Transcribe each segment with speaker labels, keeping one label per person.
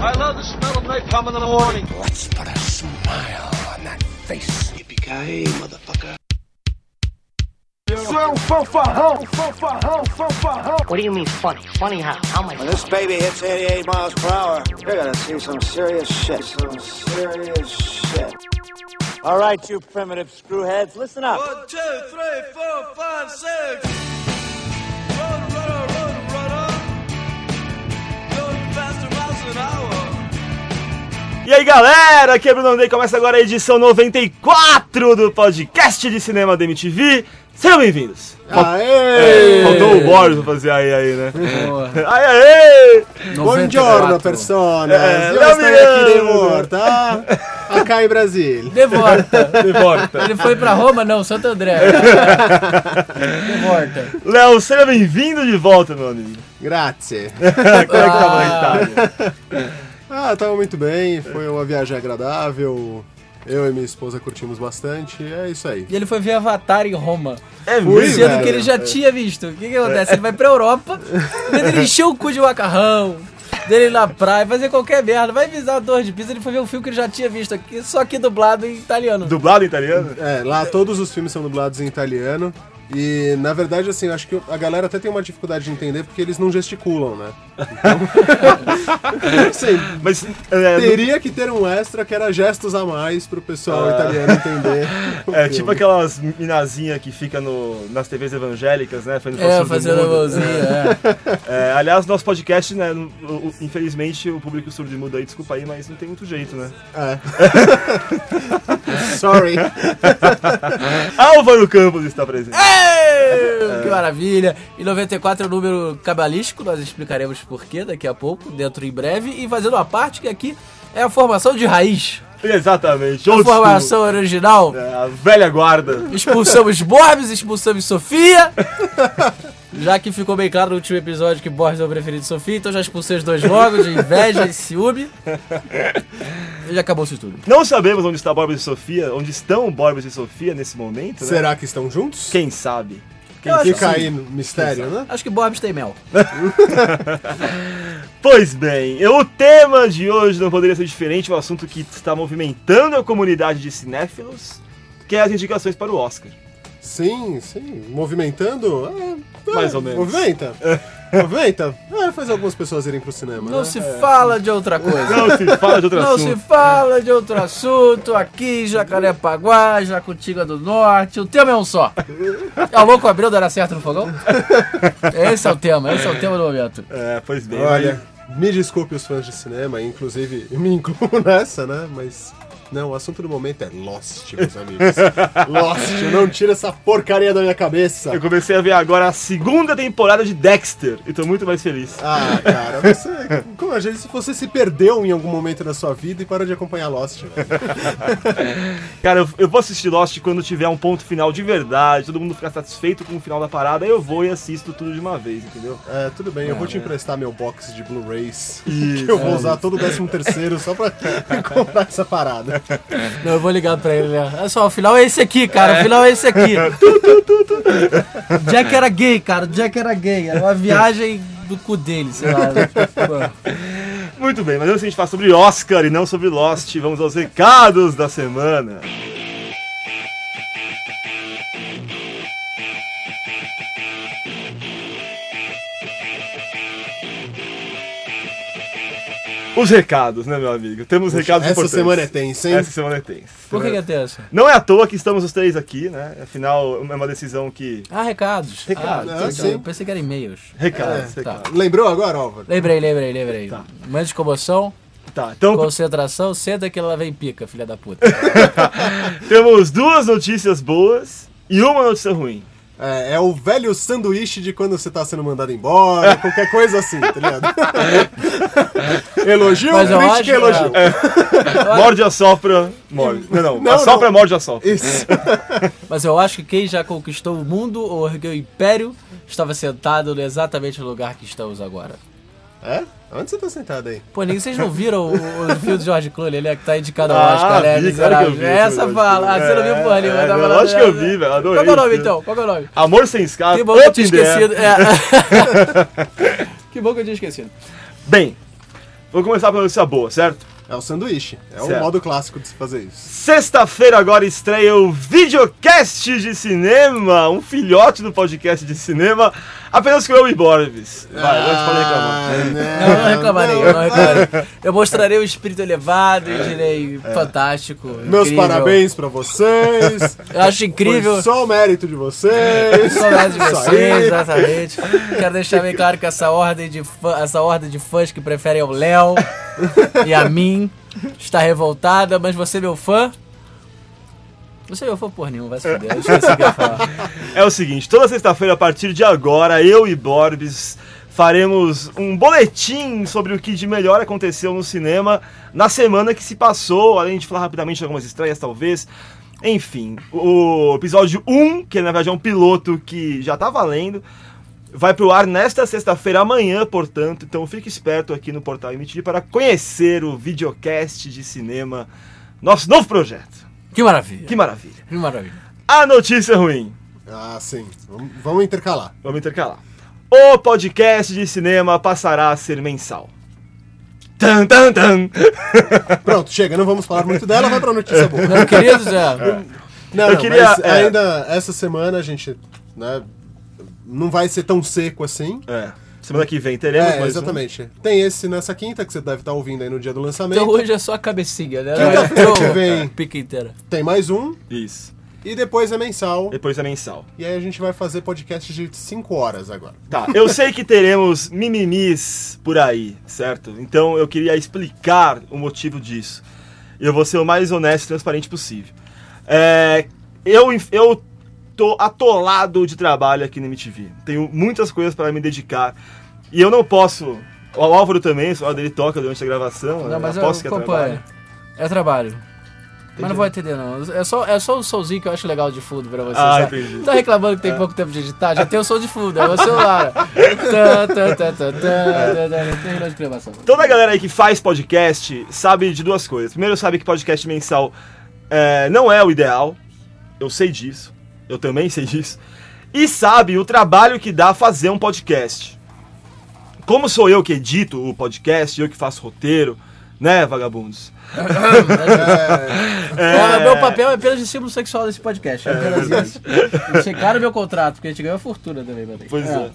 Speaker 1: the smell of napalm in the morning.
Speaker 2: Let's put a smile on that face.
Speaker 3: Yippee-ki-yay, motherfucker.
Speaker 4: What do you mean funny? Funny how? How am I?
Speaker 3: When this baby hits 88 miles per hour, you're gonna see some serious shit. Some serious shit. All right, you primitive screwheads, listen up.
Speaker 1: One, two, three, four, five, six. Run, run, run, run, Going faster miles an hour.
Speaker 5: E aí galera, aqui é Bruno Andrei, começa agora a edição 94 do podcast de cinema da MTV. Sejam bem-vindos!
Speaker 6: Aê!
Speaker 5: É, Faltou o Boris pra fazer aí aí, né? Aí aí!
Speaker 6: Buongiorno, persone!
Speaker 5: Eh,
Speaker 6: Io
Speaker 5: Damiano.
Speaker 6: stai aqui de volta! Acá em ah? Brasil!
Speaker 7: De volta.
Speaker 5: De volta.
Speaker 7: Ele foi pra Roma? Não, Santo André. De volta.
Speaker 5: Léo, seja bem-vindo de volta, meu amigo.
Speaker 6: Grazie!
Speaker 5: Como é que tava na Itália?
Speaker 6: Ah, tava muito bem, foi uma viagem agradável, eu e minha esposa curtimos bastante, é isso aí.
Speaker 7: E ele foi ver Avatar em Roma.
Speaker 5: É
Speaker 6: Fui,
Speaker 5: mesmo?
Speaker 6: velho.
Speaker 7: Sendo que ele já tinha visto. O que que acontece? Ele vai pra Europa, daí ele encheu o cu de macarrão, dele ir na praia, fazer qualquer merda, vai visar a Torre de Pisa, ele foi ver um filme que ele já tinha visto aqui, só que dublado em italiano.
Speaker 5: Dublado em italiano?
Speaker 6: É, lá todos os filmes são dublados em italiano. E, na verdade, assim, eu acho que a galera até tem uma dificuldade de entender porque eles não gesticulam, né? Então, assim,
Speaker 5: Mas é,
Speaker 6: teria que ter um extra que era gestos a mais pro pessoal italiano entender. o
Speaker 5: é
Speaker 6: filme.
Speaker 5: tipo aquelas minazinhas que fica no, nas TVs evangélicas, né? Fazendo façanha
Speaker 7: É,
Speaker 5: do
Speaker 7: fazendo a
Speaker 5: mundo.
Speaker 7: mãozinha. é.
Speaker 5: É, aliás, nosso podcast, né? no- o- o- infelizmente, o público surdo e mudo aí, desculpa aí, mas não tem muito jeito, né?
Speaker 6: Sorry!
Speaker 5: Álvaro Campos está presente.
Speaker 7: Ê, Que maravilha! E 94 é o número cabalístico, nós explicaremos porquê daqui a pouco, dentro em breve, e fazendo uma parte que aqui é a formação de raiz.
Speaker 5: Exatamente.
Speaker 7: A
Speaker 5: old school.
Speaker 7: formação original.
Speaker 5: É, a velha guarda.
Speaker 7: Expulsamos Borbes, expulsamos Sofia. Já que ficou bem claro no último episódio que Borbes é o preferido de Sofia, então já expulsei os dois logo, de inveja e ciúme. E já acabou-se tudo.
Speaker 5: Não sabemos onde está Borbes e Sofia, onde estão Borbes e Sofia nesse momento, né?
Speaker 6: Será que estão juntos?
Speaker 5: Quem sabe? Quem
Speaker 7: Eu acho
Speaker 6: Fica aí no mistério, né?
Speaker 7: Acho que Borbes tem mel.
Speaker 5: Pois bem, eu- o tema de hoje não poderia ser diferente, um assunto que está movimentando a comunidade de cinéfilos, que é as indicações para o Oscar.
Speaker 6: Sim, sim. Movimentando? é, é,
Speaker 5: Mais ou menos.
Speaker 6: Movimenta. Movimenta. É, faz algumas pessoas irem pro cinema.
Speaker 7: Não
Speaker 6: né?
Speaker 7: se fala de outra coisa.
Speaker 5: É. Não se fala de outro
Speaker 7: Não se
Speaker 5: assunto.
Speaker 7: fala de outro assunto aqui, Jacarepaguá, Jacutinga do Norte. O tema é um só. É o louco abril dará certo no fogão? Esse é o tema, esse é o tema do momento.
Speaker 5: É, pois bem.
Speaker 6: Olha, me desculpe os fãs de cinema, inclusive eu me incluo nessa, né? Mas. Não, o assunto do momento é Lost, meus amigos. Lost, não tira essa porcaria da minha cabeça.
Speaker 5: Eu comecei a ver agora a segunda temporada de Dexter e tô muito mais feliz.
Speaker 6: Ah, cara, você. Como a gente, se você se perdeu em algum momento da sua vida e parou de acompanhar Lost, velho.
Speaker 5: Cara, eu, eu vou assistir Lost quando tiver um ponto final de verdade, todo mundo ficar satisfeito com o final da parada, aí eu vou e assisto tudo de uma vez, entendeu?
Speaker 6: É, tudo bem, eu vou
Speaker 7: né?
Speaker 6: te emprestar meu box de Blu-rays. Que eu vou usar todo o 13 terceiro só pra comprar essa parada.
Speaker 7: Não, eu vou ligar pra ele, né? Olha só, o final é esse aqui, cara. O final é esse aqui. Tu, tu, tu, tu. Jack era gay, cara. Jack era gay. Era uma viagem do cu dele, sei lá. Pô.
Speaker 5: Muito bem, mas antes de a gente falar sobre Oscar e não sobre Lost, vamos aos recados da semana. Os recados, né, meu amigo? Temos recados
Speaker 6: Essa
Speaker 5: importantes.
Speaker 6: semana é tensa, hein?
Speaker 5: Essa semana é tensa.
Speaker 7: Por que, que é tenso?
Speaker 5: Não é à toa que estamos os três aqui, né? Afinal, é uma decisão que.
Speaker 7: Ah, recados.
Speaker 5: Recados, é,
Speaker 7: Ah,
Speaker 6: ah,
Speaker 7: sim.
Speaker 6: sim.
Speaker 7: Eu pensei que era e-mails.
Speaker 5: Recados,
Speaker 7: tá.
Speaker 5: recados.
Speaker 6: Lembrou agora, Álvaro?
Speaker 7: Lembrei, lembrei, lembrei.
Speaker 5: Tá.
Speaker 7: Momentos de comoção,
Speaker 5: Tá, então
Speaker 7: concentração, senta que ela vem pica, filha da puta.
Speaker 5: temos duas notícias boas e uma notícia ruim.
Speaker 6: É, é o velho sanduíche de quando você tá sendo mandado embora, qualquer coisa assim, tá ligado?
Speaker 7: É
Speaker 6: elogio,
Speaker 7: Mas eu
Speaker 6: crítica
Speaker 7: acho- é.
Speaker 6: e elogio.
Speaker 5: Morde, assopra, morde. Não, não.
Speaker 6: Não,
Speaker 5: assopra,
Speaker 6: não.
Speaker 5: morde, assopra.
Speaker 6: Isso.
Speaker 7: Mas eu acho que quem já conquistou o mundo ou ergueu o império estava sentado no- exatamente no lugar que estamos agora.
Speaker 6: É? Onde você tá sentado aí?
Speaker 7: Pô, nem vocês não viram o, o filme do George Clooney, ele é que tá indicado ao
Speaker 5: Ah,
Speaker 7: Oscar, né?
Speaker 5: vi, claro que eu vi
Speaker 7: miserável.
Speaker 5: esse
Speaker 7: Essa
Speaker 5: George
Speaker 7: fala. Ah, você não viu
Speaker 5: Clooney.
Speaker 7: porra nenhuma.
Speaker 5: É,
Speaker 7: tá
Speaker 5: é,
Speaker 7: falando-
Speaker 5: lógico que eu vi, velho, adorei
Speaker 7: Qual que é o
Speaker 5: esse
Speaker 7: nome,
Speaker 5: filme. Ah,
Speaker 7: então? Qual que é o nome?
Speaker 5: Amor sem escala.
Speaker 7: Que bom que eu tinha É.
Speaker 5: open there.
Speaker 7: esquecido. É. que bom que eu tinha esquecido.
Speaker 5: Bem, Vou começar pela notícia boa, certo?
Speaker 6: É o sanduíche. É o
Speaker 5: Certo.
Speaker 6: modo clássico de se fazer isso.
Speaker 5: Sexta-feira agora estreia o videocast de cinema, um filhote do podcast de cinema, apenas com eu e Borbis. Vai, hoje pode reclamar.
Speaker 6: Ah, né?
Speaker 7: Eu não reclamarei, eu não reclamarei. Eu mostrarei o espírito elevado e
Speaker 5: É.
Speaker 7: direi fantástico.
Speaker 6: Meus
Speaker 7: incrível.
Speaker 6: parabéns pra vocês.
Speaker 7: Eu acho incrível. É,
Speaker 6: Foi só o mérito de vocês.
Speaker 7: Saudade de
Speaker 6: Isso aí.
Speaker 7: vocês, exatamente. Quero deixar bem claro que essa ordem de, fã- essa ordem de fãs que preferem ao Léo e a mim está revoltada, mas você, meu fã. Você é meu fã por nenhum, vai se fuder. Eu esqueci o que eu ia falar.
Speaker 5: É o seguinte, toda sexta-feira a partir de agora, eu e Borbis faremos um boletim sobre o que de melhor aconteceu no cinema na semana que se passou, além de falar rapidamente de algumas estreias talvez. Enfim, o episódio 1, que na verdade é um piloto que já tá valendo, vai pro ar nesta sexta-feira, amanhã, portanto. Então fique esperto aqui no Portal MTV para conhecer o videocast de cinema, nosso novo projeto.
Speaker 7: Que maravilha.
Speaker 5: Que maravilha.
Speaker 7: Que maravilha.
Speaker 5: A notícia ruim.
Speaker 6: Ah, sim. Vamos, vamos intercalar.
Speaker 5: Vamos intercalar. O podcast de cinema passará a ser mensal. Tan, tan, tan.
Speaker 6: Pronto, chega. Não vamos falar muito dela. Vai pra notícia boa.
Speaker 7: Meu querido Zé,
Speaker 6: Não,
Speaker 5: Eu
Speaker 6: não,
Speaker 5: queria,
Speaker 6: mas
Speaker 5: é.
Speaker 6: ainda essa semana a gente, né, não vai ser tão seco assim.
Speaker 5: É. Semana que vem teremos
Speaker 6: É,
Speaker 5: mais um.
Speaker 6: exatamente. Tem esse nessa quinta que você deve estar ouvindo aí no dia do lançamento.
Speaker 7: então hoje é só a cabecinha, né?
Speaker 6: Quinta-feira que vem.
Speaker 7: Pica inteira.
Speaker 6: Tem mais um
Speaker 5: um. Isso.
Speaker 6: e depois é mensal.
Speaker 5: Depois é mensal.
Speaker 6: E aí a gente vai fazer podcast de 5 horas agora.
Speaker 5: Tá, eu sei que teremos mimimis por aí, certo? Então eu queria explicar o motivo disso. Eu vou ser o mais honesto e transparente possível. É, eu, eu tô atolado de trabalho aqui na MTV. Tenho muitas coisas para me dedicar. E eu não posso. O Álvaro também, o dele toca durante a gravação. né?
Speaker 7: Não, mas eu,
Speaker 5: aposto que é
Speaker 7: acompanho.
Speaker 5: trabalho.
Speaker 7: É trabalho. Mas
Speaker 5: Entendi.
Speaker 7: não vou atender, não. É só, é só o solzinho que eu acho legal de fundo pra vocês.
Speaker 5: Ah,
Speaker 7: tá?
Speaker 5: entendi. É.
Speaker 7: Tá reclamando que tem pouco tempo de editar? Já tem o som de fundo, é o celular. Tã, tã, tã, tã, tã, tã, tã. Terminou de gravação.
Speaker 5: Toda a galera aí que faz podcast sabe de duas coisas. Primeiro, sabe que podcast mensal é, não é o ideal. Eu sei disso. Eu também sei disso. E sabe o trabalho que dá fazer um podcast. Como sou eu que edito o podcast, eu que faço roteiro, né, vagabundos?
Speaker 7: Olha, meu papel é apenas de símbolo sexual desse podcast. É apenas isso. Checaram meu contrato, porque a gente ganhou fortuna também, meu bem.
Speaker 5: Pois é.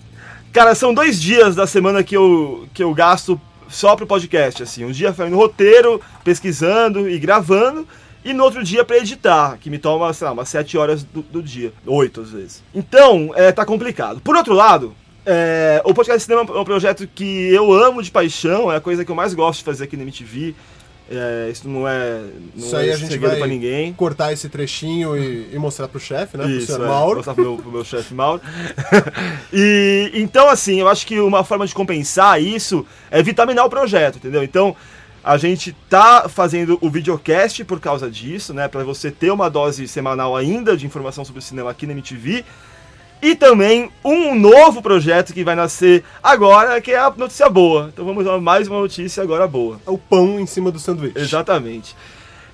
Speaker 5: Cara, são dois dias da semana que eu, que eu gasto só pro podcast, assim. Um dia fazendo roteiro, pesquisando e gravando, e no outro dia pra editar, que me toma, sei lá, umas sete horas do, do dia. Oito, às vezes. Então, é, tá complicado. Por outro lado, é, o podcast de cinema é um projeto que eu amo de paixão, é a coisa que eu mais gosto de fazer aqui na MTV. É, isso não é, não
Speaker 6: Isso aí
Speaker 5: é
Speaker 6: a gente
Speaker 5: segredo
Speaker 6: vai
Speaker 5: pra ninguém.
Speaker 6: cortar esse trechinho e, e mostrar pro chefe, né? pro
Speaker 5: Isso,
Speaker 6: senhor
Speaker 5: é,
Speaker 6: Mauro.
Speaker 5: mostrar pro meu, pro meu chefe Mauro. e então, assim, eu acho que uma forma de compensar isso é vitaminar o projeto, entendeu? Então, a gente tá fazendo o videocast por causa disso, né? Pra você ter uma dose semanal ainda de informação sobre o cinema aqui na MTV. E também um novo projeto que vai nascer agora, que é a notícia boa. Então vamos a mais uma notícia agora boa.
Speaker 6: É O pão em cima do sanduíche.
Speaker 5: Exatamente.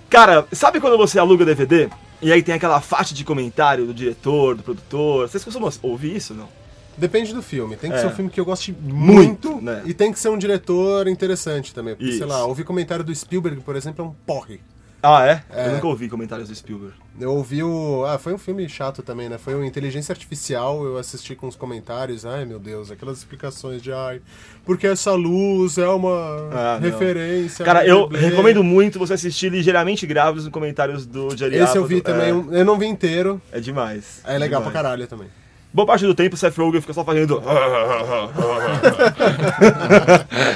Speaker 5: Cara, sabe quando você aluga DVD e aí tem aquela faixa de comentário do diretor, do produtor? Vocês costumam ouvir isso, não?
Speaker 6: Depende do filme. Tem que
Speaker 5: É.
Speaker 6: ser um filme que eu goste muito,
Speaker 5: Muito, né?
Speaker 6: e tem que ser um diretor interessante também. Porque,
Speaker 5: Isso.
Speaker 6: sei lá, ouvir comentário do Spielberg, por exemplo, é um porre.
Speaker 5: Ah, é?
Speaker 6: É.
Speaker 5: Eu nunca ouvi comentários do Spielberg.
Speaker 6: Eu ouvi o. Ah, foi um filme chato também, né? Foi o Inteligência Artificial, eu assisti com os comentários. Ai, meu Deus, aquelas explicações de ai. Porque essa luz é uma
Speaker 5: Ah, não.
Speaker 6: referência.
Speaker 5: Cara,
Speaker 6: ao
Speaker 5: eu
Speaker 6: Blade.
Speaker 5: recomendo muito você assistir ligeiramente graves nos comentários do Jerry
Speaker 6: Esse eu
Speaker 5: Apatow.
Speaker 6: vi também,
Speaker 5: É,
Speaker 6: um- eu não vi inteiro.
Speaker 5: é demais.
Speaker 6: É legal pra
Speaker 5: demais.
Speaker 6: caralho também.
Speaker 5: Boa parte do tempo o Seth Rogen fica só fazendo.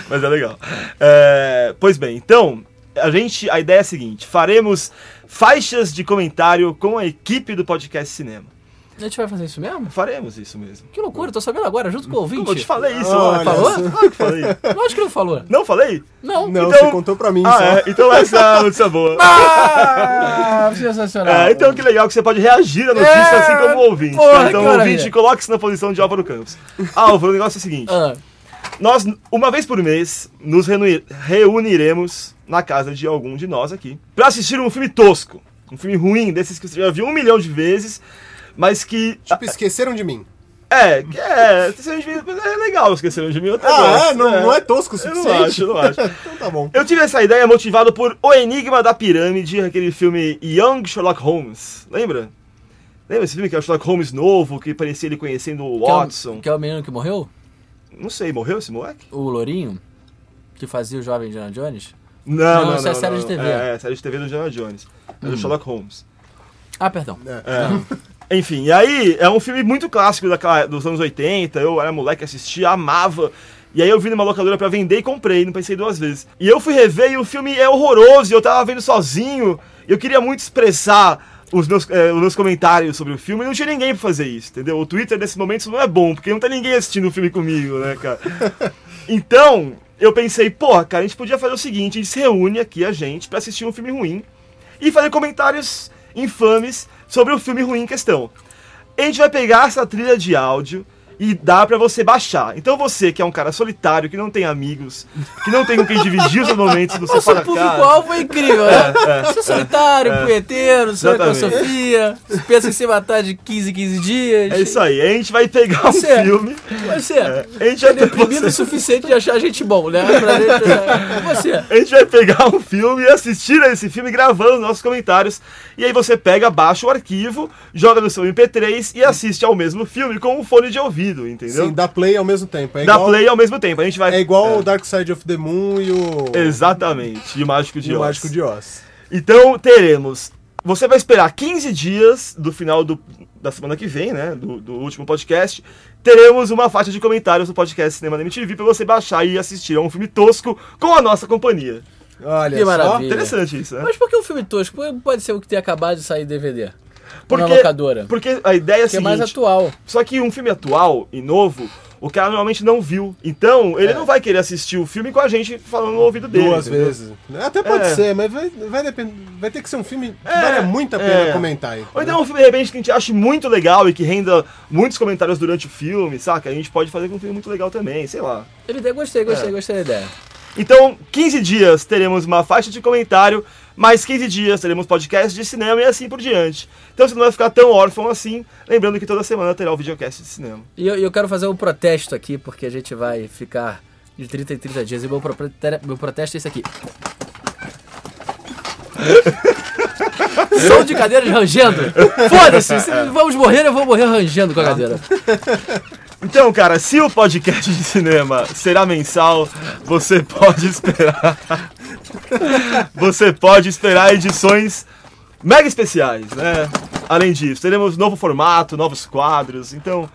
Speaker 5: Mas é legal. É, pois bem, então, a gente. A ideia é a seguinte: faremos faixas de comentário com a equipe do podcast Cinema.
Speaker 7: A gente vai fazer isso mesmo?
Speaker 5: Faremos isso mesmo.
Speaker 7: Que loucura, eu tô sabendo agora, junto com o ouvinte.
Speaker 5: Como eu te falei isso,
Speaker 6: Olha
Speaker 5: falou?
Speaker 7: só.
Speaker 5: Claro que falei.
Speaker 7: Lógico que não falou.
Speaker 5: Não falei?
Speaker 7: Não.
Speaker 6: Não,
Speaker 5: Então-
Speaker 6: você contou pra mim só.
Speaker 5: Ah, é. Então essa é a notícia boa.
Speaker 7: Ah, sensacional.
Speaker 5: É, então que legal que você pode reagir à notícia
Speaker 7: É,
Speaker 5: assim como o ouvinte.
Speaker 7: porra,
Speaker 5: então,
Speaker 7: que maravilha.
Speaker 5: ouvinte, coloque-se na posição de Álvaro Campos. Álvaro, o negócio é o seguinte.
Speaker 7: Ah,
Speaker 5: Nós, uma vez por mês, nos reuni- reuniremos na casa de algum de nós aqui pra assistir um filme tosco. Um filme ruim, desses que você já viu um milhão de vezes, mas que.
Speaker 6: Tipo, esqueceram de mim.
Speaker 5: É, que é, Esqueceram de Mim é legal Esqueceram de Mim. eu até
Speaker 6: Ah,
Speaker 5: gosto,
Speaker 6: é? Não, não é tosco o
Speaker 5: Eu
Speaker 6: suficiente?
Speaker 5: não acho, eu não acho.
Speaker 6: então tá bom.
Speaker 5: Eu tive essa ideia motivado por O Enigma da Pirâmide, aquele filme Young Sherlock Holmes, lembra? Lembra esse filme que é o Sherlock Holmes novo, que parecia ele conhecendo o
Speaker 7: Que um é, o,
Speaker 5: Watson?
Speaker 7: que é o menino que morreu?
Speaker 5: Não sei, morreu esse moleque?
Speaker 7: O Lourinho? Que fazia o jovem Indiana Jones?
Speaker 5: Não,
Speaker 7: isso é série de Hum. TV.
Speaker 5: É, é, série de TV do Indiana Jones. É do Sherlock Holmes.
Speaker 7: Ah, perdão.
Speaker 6: É.
Speaker 5: É. Enfim, e aí é um filme muito clássico daquela- dos anos 80, eu era moleque, assistia, amava. E aí eu vi numa locadora pra vender e comprei, não pensei duas vezes. E eu fui rever e o filme é horroroso, e eu tava vendo sozinho. e Eu queria muito expressar os meus, eh, os meus comentários sobre o filme, e não tinha ninguém pra fazer isso, entendeu? O Twitter nesse momento isso não é bom, porque não tá ninguém assistindo o filme comigo, né, cara? Então, eu pensei, porra, cara, a gente podia fazer o seguinte, a gente se reúne aqui, a gente, pra assistir um filme ruim e fazer comentários infames sobre o filme ruim em questão. A gente vai pegar essa trilha de áudio e dá pra você baixar. Então você que é um cara solitário, que não tem amigos, que não tem com quem dividir os momentos do seu
Speaker 7: Nossa, o
Speaker 5: para casa.
Speaker 7: público-alvo é incrível, né? Você é solitário, punheteiro, sonha com a
Speaker 5: Exatamente.
Speaker 7: Sofia, pensa em se matar de 15 em 15 dias.
Speaker 5: É isso aí, a gente vai pegar um
Speaker 7: Certo.
Speaker 5: filme.
Speaker 7: Você é
Speaker 5: A gente vai
Speaker 7: deprimido o
Speaker 5: pegar
Speaker 7: suficiente de achar a gente bom, né? Pra gente- Você. é.
Speaker 5: a gente vai pegar um filme e assistir a esse filme gravando nossos comentários. E aí você pega, baixa o arquivo, joga no seu MP3 e assiste ao mesmo filme com um fone de ouvido, entendeu?
Speaker 6: Sim, dá play ao mesmo tempo. É
Speaker 5: Dá
Speaker 6: igual,
Speaker 5: play ao mesmo tempo. A gente vai.
Speaker 6: É igual o Dark Side of the Moon e o,
Speaker 5: Exatamente. E o Mágico de
Speaker 6: e o
Speaker 5: Oz.
Speaker 6: Mágico de Oz.
Speaker 5: Então teremos. Você vai esperar 15 dias do final do- da semana que vem, né? Do, do último podcast. Teremos uma faixa de comentários do podcast Cinema da MTV pra você baixar e assistir a um filme tosco com a nossa companhia.
Speaker 6: Olha
Speaker 7: Que
Speaker 6: só.
Speaker 7: maravilha.
Speaker 5: Interessante isso, né?
Speaker 7: Mas por que um filme tosco? Pode ser o que tenha acabado de sair DVD.
Speaker 5: Porque,
Speaker 7: Porque... Na locadora. Porque
Speaker 5: porque a ideia é a
Speaker 7: é mais
Speaker 5: seguinte.
Speaker 7: atual.
Speaker 5: Só que um filme atual e novo, o cara normalmente não viu. Então,
Speaker 7: É.
Speaker 5: ele não vai querer assistir o filme com a gente falando no ouvido dele.
Speaker 6: Duas
Speaker 5: entendeu?
Speaker 6: vezes. Até pode
Speaker 5: É.
Speaker 6: ser, mas vai, vai, depend- vai ter que ser um filme que vale muito a pena
Speaker 5: é.
Speaker 6: comentar. Aí,
Speaker 5: Ou então um filme de repente que a gente ache muito legal e que renda muitos comentários durante o filme, saca? A gente pode fazer com um filme muito legal também, sei lá.
Speaker 7: Ele ideia, gostei, gostei,
Speaker 5: É.
Speaker 7: gostei da ideia.
Speaker 5: Então, 15 dias teremos uma faixa de comentário, mais 15 dias teremos podcast de cinema e assim por diante. Então você não vai ficar tão órfão assim, lembrando que toda semana terá o videocast de cinema.
Speaker 7: E eu, e eu quero fazer um protesto aqui, porque a gente vai ficar de 30 em 30 dias. E meu, pro- meu protesto é esse aqui. Som de cadeiras rangendo. Foda-se, se vamos morrer, eu vou morrer rangendo com a cadeira.
Speaker 5: Então, cara, se o podcast de cinema será mensal, você pode esperar. você pode esperar edições mega especiais, né? Além disso, teremos novo formato, novos quadros, então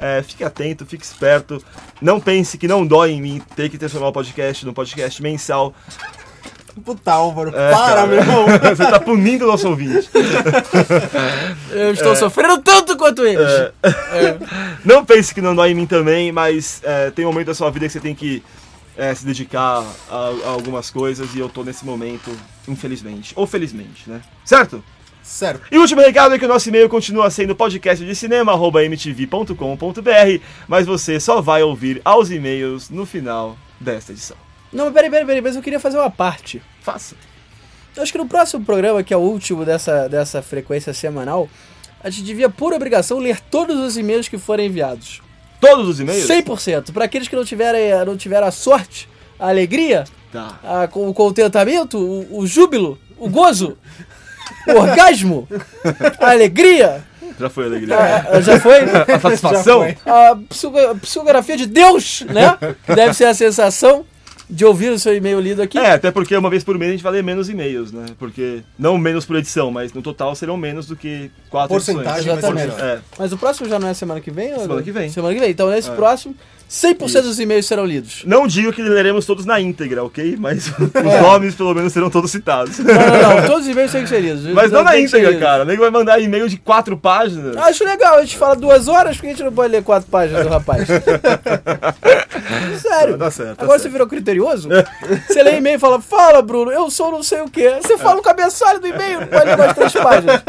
Speaker 5: é, fique atento, fique esperto. Não pense que não dói em mim ter que transformar o podcast num podcast mensal.
Speaker 6: Puta, Álvaro,
Speaker 5: É,
Speaker 6: para,
Speaker 5: cara.
Speaker 6: meu irmão.
Speaker 5: você tá punindo o nosso ouvinte.
Speaker 7: Eu estou sofrendo tanto quanto eles.
Speaker 5: É. Não pense que não dói em mim também, mas é, tem um momento da sua vida que você tem que é, se dedicar a, a algumas coisas e eu tô nesse momento, infelizmente. Ou felizmente, né? Certo?
Speaker 6: Sério.
Speaker 5: E o último recado é que o nosso e-mail continua sendo podcast de cinema.mtv.com.br, mas você só vai ouvir aos e-mails no final desta edição.
Speaker 7: Não, mas peraí, peraí, peraí, mas eu queria fazer uma parte.
Speaker 5: Faça.
Speaker 7: Eu acho que no próximo programa, que é o último dessa, dessa frequência semanal, a gente devia, por obrigação, ler todos os e-mails que forem enviados.
Speaker 5: Todos os e-mails?
Speaker 7: 100%. Para aqueles que não tiverem, não tiveram a sorte, a alegria,
Speaker 5: Tá.
Speaker 7: a- o contentamento, o, o júbilo, o gozo, o orgasmo, a alegria,
Speaker 5: Já foi a alegria.
Speaker 7: a- a- já foi?
Speaker 5: A satisfação?
Speaker 6: Já
Speaker 7: A psico- a psicografia de Deus, né? Deve ser a sensação de ouvir o seu e-mail lido aqui.
Speaker 5: É, até porque uma vez por mês a gente vai ler menos e-mails, né? Porque, não menos por edição, mas no total serão menos do que quatro
Speaker 6: Porcentagem
Speaker 5: edições.
Speaker 7: vai ser
Speaker 6: melhor.
Speaker 5: É.
Speaker 7: Mas o próximo já não é semana que vem? ou-
Speaker 5: Semana que vem. É.
Speaker 7: Semana que vem. Então, nesse próximo, 100% dos e-mails serão lidos.
Speaker 5: Não digo que leremos todos na íntegra, ok? Mas os nomes, pelo menos, serão todos citados.
Speaker 7: É. Não, não, não. Todos os e-mails têm que ser lidos.
Speaker 5: Mas não na
Speaker 7: tem que ser
Speaker 5: íntegra,
Speaker 7: lidos.
Speaker 5: cara. O nego vai mandar e-mail de quatro páginas.
Speaker 7: Eu Acho legal, a gente fala duas horas porque a gente não pode ler quatro páginas do rapaz. Sério.
Speaker 5: Tá certo, tá
Speaker 7: Agora você
Speaker 5: certo.
Speaker 7: virou criterioso? Você lê e-mail e fala, fala, Bruno, eu sou não sei o quê. Você fala o cabeçalho do e-mail, não pode ler mais três páginas.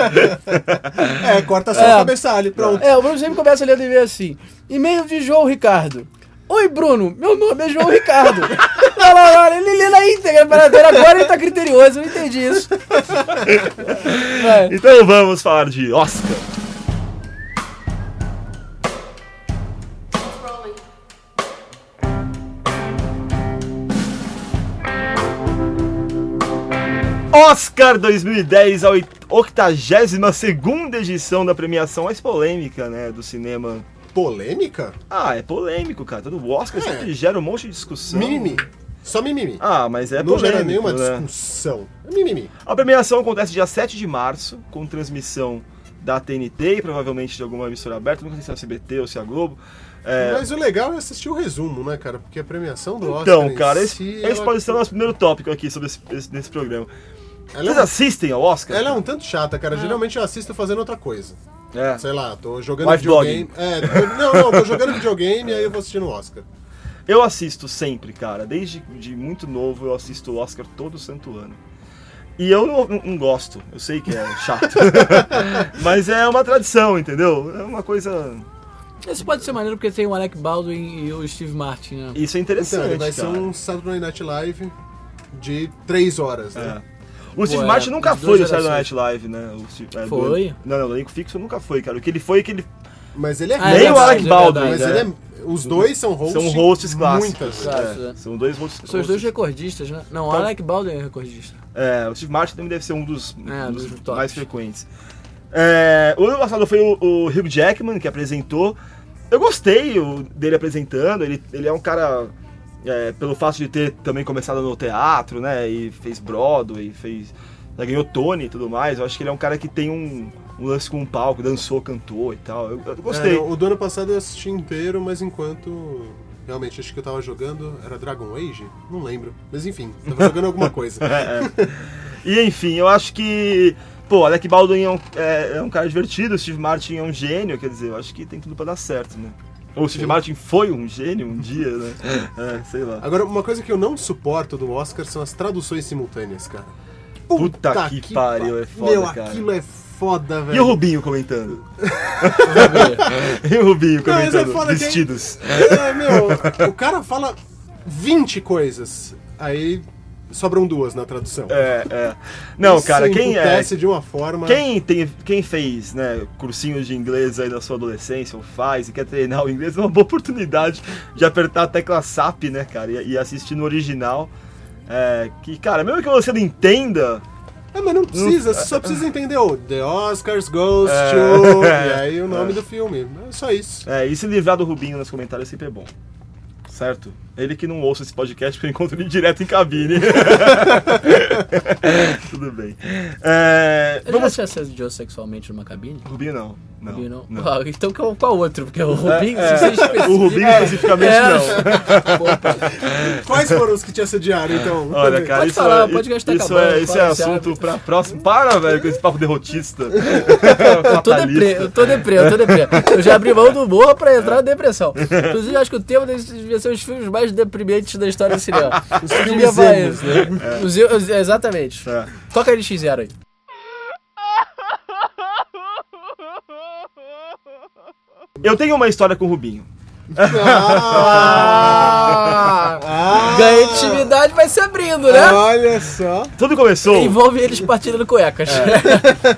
Speaker 6: É, corta só
Speaker 7: É.
Speaker 6: o cabeçalho, pronto.
Speaker 7: É, o Bruno sempre começa lendo e-mail assim. E-mail de João Ricardo. Oi, Bruno, meu nome é João Ricardo. Não, não, não, ele lê na íntegra, para agora ele tá criterioso, eu não entendi isso. Vai.
Speaker 5: Então vamos falar de Oscar. Oscar 2010, a 82 edição da premiação mais polêmica, né, do cinema.
Speaker 6: Polêmica?
Speaker 5: Ah, é polêmico, cara. Todo Oscar
Speaker 6: É.
Speaker 5: sempre gera um monte de discussão.
Speaker 6: Mimimi. Só mimimi.
Speaker 5: Ah, mas é
Speaker 6: não
Speaker 5: polêmico,
Speaker 6: gera nenhuma
Speaker 5: né?
Speaker 6: discussão. É mimimi.
Speaker 5: A premiação acontece dia 7 de março, com transmissão da TNT e provavelmente de alguma emissora aberta, nunca sei se é a CBT ou se é a Globo. É,
Speaker 6: Mas o legal é assistir o resumo, né, cara? Porque a premiação do Oscar. é
Speaker 5: então,
Speaker 6: em
Speaker 5: cara,
Speaker 6: si,
Speaker 5: esse,
Speaker 6: ela-
Speaker 5: esse pode ser o nosso primeiro tópico aqui sobre esse, esse- nesse programa.
Speaker 6: ela
Speaker 5: Vocês
Speaker 6: é, um,
Speaker 5: assistem ao Oscar?
Speaker 6: ela é um tanto chata, cara. Geralmente eu assisto fazendo outra coisa.
Speaker 5: É.
Speaker 6: Sei lá, tô jogando
Speaker 5: Live
Speaker 6: videogame. É, tô- não, não, tô jogando videogame e aí eu vou assistindo o Oscar. Então,
Speaker 5: Eu assisto sempre, cara. Desde de muito novo eu assisto o Oscar todo santo ano. E eu não, não- não gosto. Eu sei que é chato. Mas é uma tradição, entendeu? É uma coisa.
Speaker 7: Esse pode ser maneiro porque tem o Alec Baldwin e o Steve Martin, né?
Speaker 5: Isso é
Speaker 6: Então,
Speaker 5: interessante.
Speaker 6: ele vai ser
Speaker 5: cara.
Speaker 6: um Saturday Night Live de três horas,
Speaker 5: É.
Speaker 6: né?
Speaker 5: O Steve
Speaker 7: Pô,
Speaker 5: Martin
Speaker 7: é,
Speaker 5: nunca
Speaker 7: de
Speaker 5: foi
Speaker 7: duas
Speaker 5: no Saturday Night
Speaker 7: gerações.
Speaker 5: Live, né? O Steve- é, do-
Speaker 7: Foi?
Speaker 5: Não, não, o elenco fixo nunca foi, cara. O que ele foi é que ele.
Speaker 6: Mas ele é
Speaker 7: Ah,
Speaker 5: Nem o
Speaker 7: verdade,
Speaker 5: Alec
Speaker 7: é
Speaker 5: Baldwin.
Speaker 6: Mas
Speaker 7: verdade,
Speaker 5: né?
Speaker 6: ele é. Os dois são hosts.
Speaker 5: São hosts clássicos.
Speaker 6: Muitas né? vezes.
Speaker 7: clássicos,
Speaker 5: é.
Speaker 7: é.
Speaker 5: São dois hosts
Speaker 7: São os dois
Speaker 5: hosts-
Speaker 7: recordistas, né? Não, o
Speaker 5: Então-
Speaker 7: Alec Baldwin é recordista.
Speaker 5: É, o Steve Martin também deve ser um dos,
Speaker 7: É,
Speaker 5: um dos
Speaker 7: dos tops.
Speaker 5: mais frequentes. É, o ano passado foi o, o Hugh Jackman que apresentou. Eu gostei o- dele apresentando. Ele, ele é um cara, é, pelo fato de ter também começado no teatro, né? E fez Broadway, fez, já ganhou Tony e tudo mais. Eu acho que ele é um cara que tem um, um lance com o palco, dançou, cantou e tal. Eu, eu gostei.
Speaker 6: É, o do ano passado eu assisti inteiro, mas enquanto. Realmente, acho que eu tava jogando. Era Dragon Age? Não lembro. Mas enfim, tava jogando alguma coisa.
Speaker 5: É, E enfim, eu acho que. Pô, Alec Baldwin é um, é- é um cara divertido, o Steve Martin é um gênio, quer dizer, eu acho que tem tudo pra dar certo, né? Ou o Steve Martin foi um gênio um dia, né? É, sei lá.
Speaker 6: Agora, uma coisa que eu não suporto do Oscar são as traduções simultâneas, cara.
Speaker 5: Puta que pariu, é foda,
Speaker 6: Meu,
Speaker 5: cara.
Speaker 6: aquilo é foda, velho.
Speaker 5: E o Rubinho comentando? e o Rubinho
Speaker 6: Não, mas é
Speaker 5: comentando?
Speaker 6: foda que-
Speaker 5: vestidos.
Speaker 6: É, meu, o cara fala 20 coisas, aí sobram duas na tradução.
Speaker 5: É, é. Não, cara, quem é.
Speaker 6: acontece de uma forma.
Speaker 5: Quem, tem, quem fez né, cursinho de inglês aí na sua adolescência, ou faz, e quer treinar o inglês, é uma boa oportunidade de apertar a tecla SAP, né, cara, e, e assistir no original. É, que, cara, mesmo que você não entenda,
Speaker 6: É, mas não precisa, você só precisa entender o The Oscars Goes
Speaker 5: É.
Speaker 6: to. E aí o nome do filme. É só isso.
Speaker 5: é, e se livrar do Rubinho nos comentários sempre é bom. Certo? Ele que não ouça esse podcast, porque eu encontro ele direto em cabine. Tudo bem. É,
Speaker 7: Ele
Speaker 5: vamos.
Speaker 7: já se assediou sexualmente numa cabine?
Speaker 5: Rubinho não. Não.
Speaker 7: Rubinho não?
Speaker 5: não.
Speaker 7: Ah, então qual, qual outro? Porque o Rubinho,
Speaker 5: É,
Speaker 7: se você É.
Speaker 5: o Rubinho especificamente não.
Speaker 6: Quais foram os que te assediaram, então?
Speaker 5: É. Olha, cara,
Speaker 7: Pode
Speaker 5: isso,
Speaker 7: falar,
Speaker 5: é,
Speaker 7: o podcast tá
Speaker 5: isso
Speaker 7: acabando,
Speaker 5: é, isso é
Speaker 7: fala, se
Speaker 5: assunto
Speaker 7: abre.
Speaker 5: pra próximo. Para, velho, com esse papo derrotista.
Speaker 7: Eu tô deprê, eu tô deprê, eu tô deprê. Eu já abri mão do humor pra entrar na depressão. Inclusive, acho que o tema desse devia ser os filmes mais deprimentes da história do cinema. Os
Speaker 6: filmes emos,
Speaker 7: né? Os, eu- os- exatamente.
Speaker 5: É.
Speaker 7: Toca NX0 aí.
Speaker 5: Eu tenho uma história com o Rubinho.
Speaker 6: Ah,
Speaker 7: Ah, Ganha intimidade, vai se abrindo,
Speaker 5: Ah,
Speaker 7: né?
Speaker 6: Olha só.
Speaker 5: Tudo começou.
Speaker 7: Envolve eles partilhando cuecas.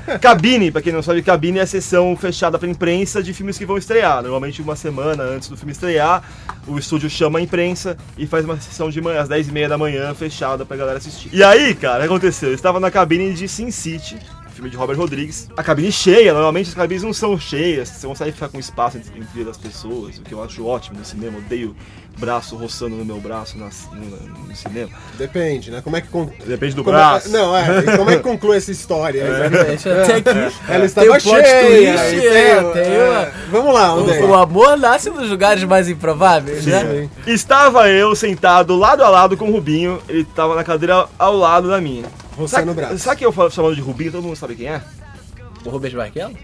Speaker 5: É. Cabine, pra quem não sabe, cabine é a sessão fechada pra imprensa de filmes que vão estrear. Normalmente uma semana antes do filme estrear, o estúdio chama a imprensa e faz uma sessão de manhã, às 10h30 da manhã, fechada pra galera assistir. E aí, cara, o que aconteceu? Eu estava na cabine de Sin City. Filme de Robert Rodrigues. A cabine é cheia, normalmente as cabines não são cheias, você consegue ficar com espaço entre, entre as pessoas, o que eu acho ótimo no cinema. Odeio braço roçando no meu braço nas- no- no cinema.
Speaker 6: Depende, né? Como é que. Con...
Speaker 5: Depende do
Speaker 6: como é-
Speaker 5: braço.
Speaker 6: Não, é. Como é que conclui essa história?
Speaker 7: Exatamente. Até aqui.
Speaker 6: É. Ela
Speaker 7: É. Tem
Speaker 6: estava
Speaker 7: o plot
Speaker 6: cheia.
Speaker 7: twist,
Speaker 6: e
Speaker 7: é,
Speaker 6: o-
Speaker 7: tem
Speaker 6: é. Vamos lá, onde
Speaker 7: O, o amor nasce nos lugares mais improváveis, né?
Speaker 6: Sim. é.
Speaker 5: É. Estava eu sentado lado a lado com o Rubinho, ele tava na cadeira ao lado da minha.
Speaker 6: Roçando
Speaker 5: sabe,
Speaker 6: o braço.
Speaker 5: Sabe que eu falo- chamando de Rubinho, todo mundo sabe quem é?
Speaker 7: O Rubens Barrichello?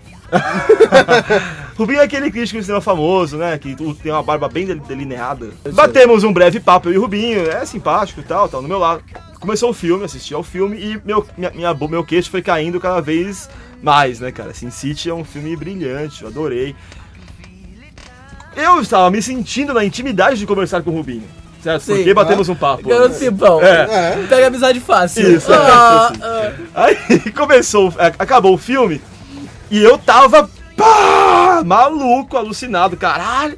Speaker 5: Rubinho é aquele crítico de cinema famoso, né? Que tu- tem uma barba bem del- delineada. Batemos um breve papo eu e o Rubinho, é simpático e tal, tal, no meu lado. Começou o filme, assisti ao filme e meu, minha, minha bo- meu queixo foi caindo cada vez mais, né, cara? Sin City é um filme brilhante, eu adorei. Eu estava me sentindo na intimidade de conversar com o Rubinho, certo?
Speaker 7: Sim,
Speaker 5: Porque batemos um papo.
Speaker 7: Garoto Simpão.
Speaker 5: É.
Speaker 7: Pega amizade fácil.
Speaker 5: Isso, é,
Speaker 7: Ah,
Speaker 5: isso,
Speaker 7: ah.
Speaker 5: Aí começou, a- acabou o filme e eu tava pá, maluco, alucinado, caralho.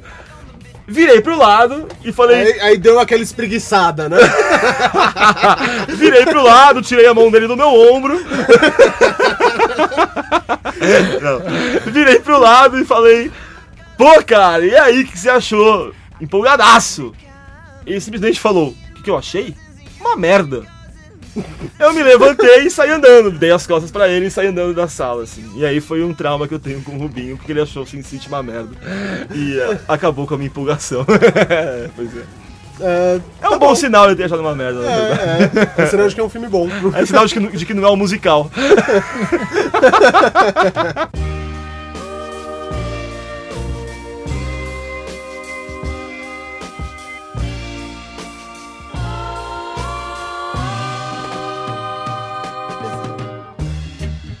Speaker 5: virei pro lado e falei,
Speaker 6: Aí, aí deu aquela espreguiçada, né?
Speaker 5: virei pro lado, tirei a mão dele do meu ombro. Não. Virei pro lado e falei, pô, cara, e aí, o que você achou? Empolgadaço. Ele simplesmente falou, o que, que eu achei? Uma merda. Eu me levantei e saí andando, dei as costas pra ele e saí andando da sala, assim. E aí foi um trauma que eu tenho com o Rubinho, porque ele achou Sin City uma merda. E eh, acabou com a minha empolgação. pois é.
Speaker 6: É,
Speaker 5: É um bom, sinal eu ter achado uma merda, né? na verdade.
Speaker 6: é, é, senão acho que é um filme bom.
Speaker 5: É sinal de que, de que não é um musical.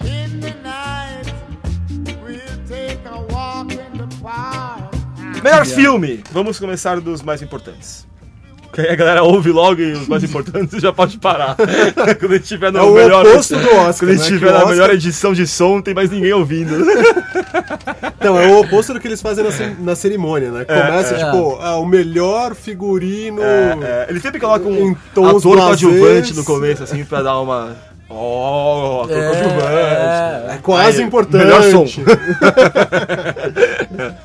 Speaker 8: In the night, we'll take a walk in the park.
Speaker 5: Melhor filme! Vamos começar dos mais importantes. Que aí A galera ouve logo e os mais importantes já pode parar. Quando a gente tiver no
Speaker 6: É o
Speaker 5: melhor.
Speaker 6: oposto do Oscar,
Speaker 5: Quando a gente
Speaker 6: né?
Speaker 5: tiver
Speaker 6: Que o
Speaker 5: na
Speaker 6: Oscar-
Speaker 5: melhor edição de som, não tem mais ninguém ouvindo.
Speaker 6: Não, é o oposto do que eles fazem na, ce- na cerimônia, né? Começa,
Speaker 7: é.
Speaker 6: tipo, ah, o melhor figurino.
Speaker 5: É, ele sempre coloca um
Speaker 6: Em tons
Speaker 5: ator coadjuvante
Speaker 6: blazes.
Speaker 5: no começo, assim, pra dar uma. Oh, ator coadjuvante.
Speaker 7: É,
Speaker 6: É quase
Speaker 5: Aí,
Speaker 6: importante.
Speaker 5: melhor som.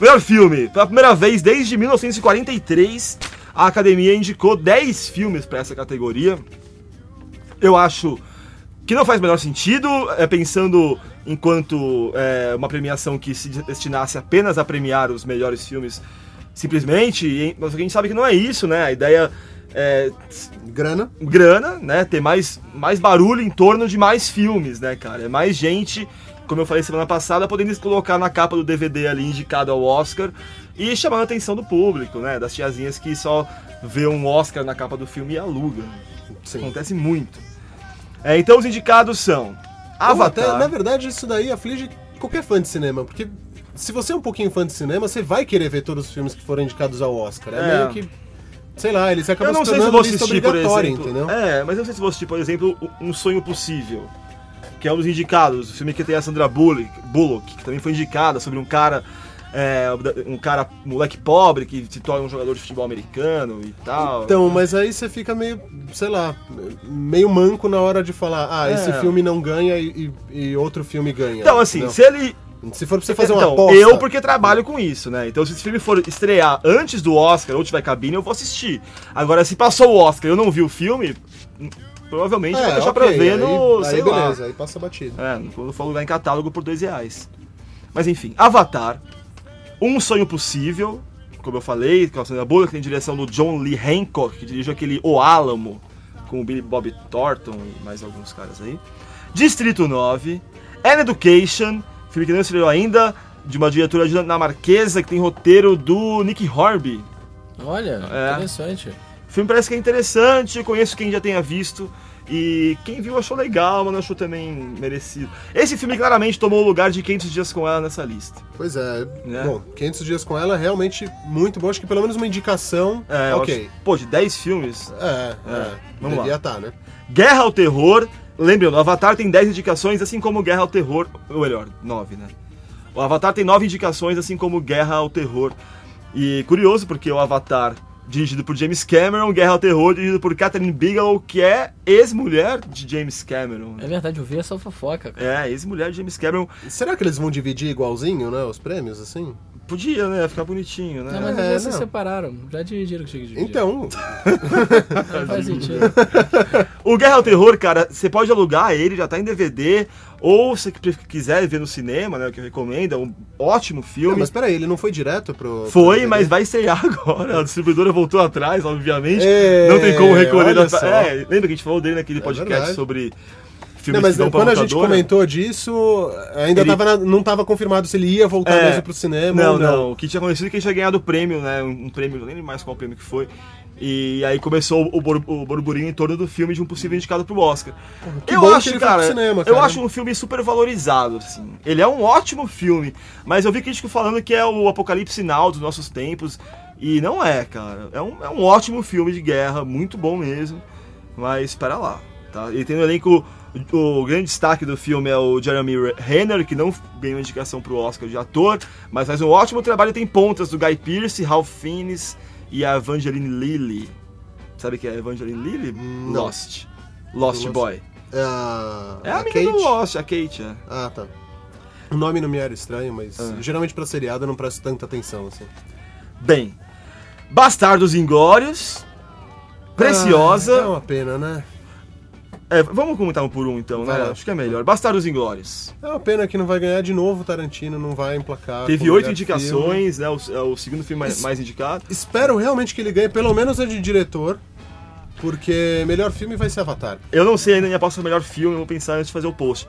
Speaker 5: Melhor filme. Pela primeira vez desde 1943, a academia indicou 10 filmes pra essa categoria. Eu acho que não faz o menor sentido, é, pensando enquanto é, uma premiação que se destinasse apenas a premiar os melhores filmes simplesmente, e- mas a gente sabe que não é isso, né? A ideia é
Speaker 6: Grana.
Speaker 5: grana, né? Ter mais, mais barulho em torno de mais filmes, né, cara? É mais gente, como eu falei semana passada, podendo se colocar na capa do DVD ali indicado ao Oscar e chamando a atenção do público, né? Das tiazinhas que só vê um Oscar na capa do filme e aluga.
Speaker 6: Sim.
Speaker 5: Acontece muito. É, então os indicados são
Speaker 6: Ou
Speaker 5: Avatar.
Speaker 6: até, na verdade, isso daí aflige qualquer fã de cinema, porque se você é um pouquinho fã de cinema, você vai querer ver todos os filmes que foram indicados ao Oscar. É,
Speaker 5: É.
Speaker 6: meio que. Sei lá, eles acabam
Speaker 5: eu não
Speaker 6: se
Speaker 5: sei se eu
Speaker 6: tornando
Speaker 5: vou
Speaker 6: lista
Speaker 5: assistir, por
Speaker 6: obrigatória,
Speaker 5: exemplo.
Speaker 6: entendeu?
Speaker 5: É, mas eu não sei se eu vou assistir, por exemplo, Um Sonho Possível, que é um dos indicados, o filme que tem a Sandra Bullock, Bullock que também foi indicada sobre um cara, é, um cara um moleque pobre que se torna um jogador de futebol americano e tal.
Speaker 6: Então, mas aí você fica meio, sei lá, meio manco na hora de falar, ah, esse
Speaker 5: É.
Speaker 6: filme não ganha e, e- e outro filme ganha.
Speaker 5: Então, assim,
Speaker 6: Não.
Speaker 5: se ele
Speaker 6: se for pra você fazer uma
Speaker 5: então,
Speaker 6: aposta...
Speaker 5: Eu, porque trabalho com isso, né? Então, se esse filme for estrear antes do Oscar ou tiver cabine, eu vou assistir. Agora, se passou o Oscar e eu não vi o filme, hum, provavelmente vai deixar pra
Speaker 6: É, ok,
Speaker 5: ver
Speaker 6: aí-
Speaker 5: no.
Speaker 6: aí,
Speaker 5: sei lá.
Speaker 6: beleza, aí passa batido.
Speaker 5: É, quando for lugar em catálogo por dois reais. Mas enfim, Avatar, Um Sonho Possível, como eu falei, é com a Sandra Bullock, tem direção do John Lee Hancock, que dirigiu aquele O Álamo, com o Billy Bob Thornton e mais alguns caras aí. Distrito 9, An Education, filme que não estreou ainda, de uma diretora dinamarquesa que tem roteiro do Nick Horby,
Speaker 7: Olha,
Speaker 5: É.
Speaker 7: interessante.
Speaker 5: o filme parece que é interessante, conheço quem já tenha visto. E quem viu achou legal, mas não achou também merecido. Esse filme claramente tomou o lugar de 500 Dias com Ela nessa lista.
Speaker 6: Pois é,
Speaker 5: Né?
Speaker 6: bom, 500 dias com ela é realmente muito bom, acho que pelo menos uma indicação,
Speaker 5: É, eu
Speaker 6: ok.
Speaker 5: acho- pô, de 10 filmes.
Speaker 6: É,
Speaker 5: É,
Speaker 6: é,
Speaker 5: vamos lá.
Speaker 6: devia tá, né?
Speaker 5: Guerra ao Terror. Lembrando, o Avatar tem 10 indicações, assim como Guerra ao Terror. Ou melhor, 9, né? O Avatar tem 9 indicações, assim como Guerra ao Terror. E curioso, porque o Avatar, dirigido por James Cameron, Guerra ao Terror, dirigido por Catherine Bigelow, que é ex-mulher de James Cameron.
Speaker 7: É verdade, eu vi essa fofoca, cara.
Speaker 5: É, ex-mulher de James Cameron.
Speaker 6: Será que eles vão dividir igualzinho, né, os prêmios, assim?
Speaker 5: Podia, né? Ficar bonitinho, né?
Speaker 7: Não, mas
Speaker 6: É,
Speaker 7: eles já
Speaker 6: não.
Speaker 7: se separaram, já dividiram o que tinha que dividir.
Speaker 6: Então,
Speaker 7: Não faz sentido.
Speaker 5: O Guerra ao Terror, cara, você pode alugar ele, já tá em DVD. Ou se pre- quiser ver no cinema, né? Que eu recomendo, é um ótimo
Speaker 6: não,
Speaker 5: filme.
Speaker 6: mas peraí, ele não foi direto pro... pro
Speaker 5: Foi,
Speaker 6: DVD?
Speaker 5: mas vai estrear agora. A distribuidora voltou atrás, obviamente.
Speaker 6: É,
Speaker 5: não tem como recolher.
Speaker 6: olha
Speaker 5: da-
Speaker 6: só.
Speaker 5: É, lembra que a gente falou dele naquele
Speaker 6: É
Speaker 5: podcast
Speaker 6: verdade.
Speaker 5: sobre filmes
Speaker 6: Não, mas
Speaker 5: que não
Speaker 6: quando a gente comentou disso,
Speaker 5: né?
Speaker 6: ainda
Speaker 5: Ele-
Speaker 6: tava na- não tava confirmado se ele ia voltar
Speaker 5: É.
Speaker 6: mesmo pro cinema
Speaker 5: Não,
Speaker 6: ou
Speaker 5: não,
Speaker 6: não.
Speaker 5: O que tinha acontecido é que a gente tinha ganhado o prêmio, né? Um um prêmio, não lembro mais qual prêmio que foi. E aí começou o, bor- o burburinho em torno do filme de um possível indicado pro Oscar.
Speaker 6: que bom que ele foi pro cinema,
Speaker 5: eu
Speaker 6: cara.
Speaker 5: acho um filme super valorizado, assim. Ele é um ótimo filme, mas eu vi crítico falando que é o apocalipse sinal dos nossos tempos. E não é, cara. É um, é um ótimo filme de guerra, muito bom mesmo. Mas espera lá, tá? Ele tem no elenco O grande destaque do filme é o Jeremy Renner, que não ganhou indicação para o Oscar de ator, mas faz um ótimo trabalho e tem pontas do Guy Pearce, Ralph Fiennes e a Evangeline Lilly. Sabe quem é a Evangeline Lilly?
Speaker 6: Não.
Speaker 5: Lost. Lost
Speaker 6: Hum, Lost.
Speaker 5: Boy.
Speaker 6: É a,
Speaker 5: É a,
Speaker 6: a
Speaker 5: amiga
Speaker 6: Kate?
Speaker 5: do Lost, a Kate. é.
Speaker 6: Ah, tá. O nome não me era estranho, mas
Speaker 5: Ah.
Speaker 6: geralmente pra seriado eu não presto tanta atenção, assim.
Speaker 5: Bem, Bastardos Inglórios,
Speaker 6: Ah, é
Speaker 5: Preciosa...
Speaker 6: uma pena, né?
Speaker 5: É, vamos comentar um por um então,
Speaker 6: Vai
Speaker 5: né?
Speaker 6: lá.
Speaker 5: Acho que é melhor. Bastardos Inglórios.
Speaker 6: É uma pena que não vai ganhar de novo o Tarantino, não vai emplacar.
Speaker 5: Teve
Speaker 6: com
Speaker 5: oito
Speaker 6: Tá, melhor
Speaker 5: indicações, né? O, é o segundo filme mais, mais indicado.
Speaker 6: filme. Espero realmente que ele ganhe pelo menos a de diretor, porque melhor filme vai ser Avatar.
Speaker 5: Eu não sei ainda minha aposta é o melhor filme, eu vou pensar antes de fazer o post.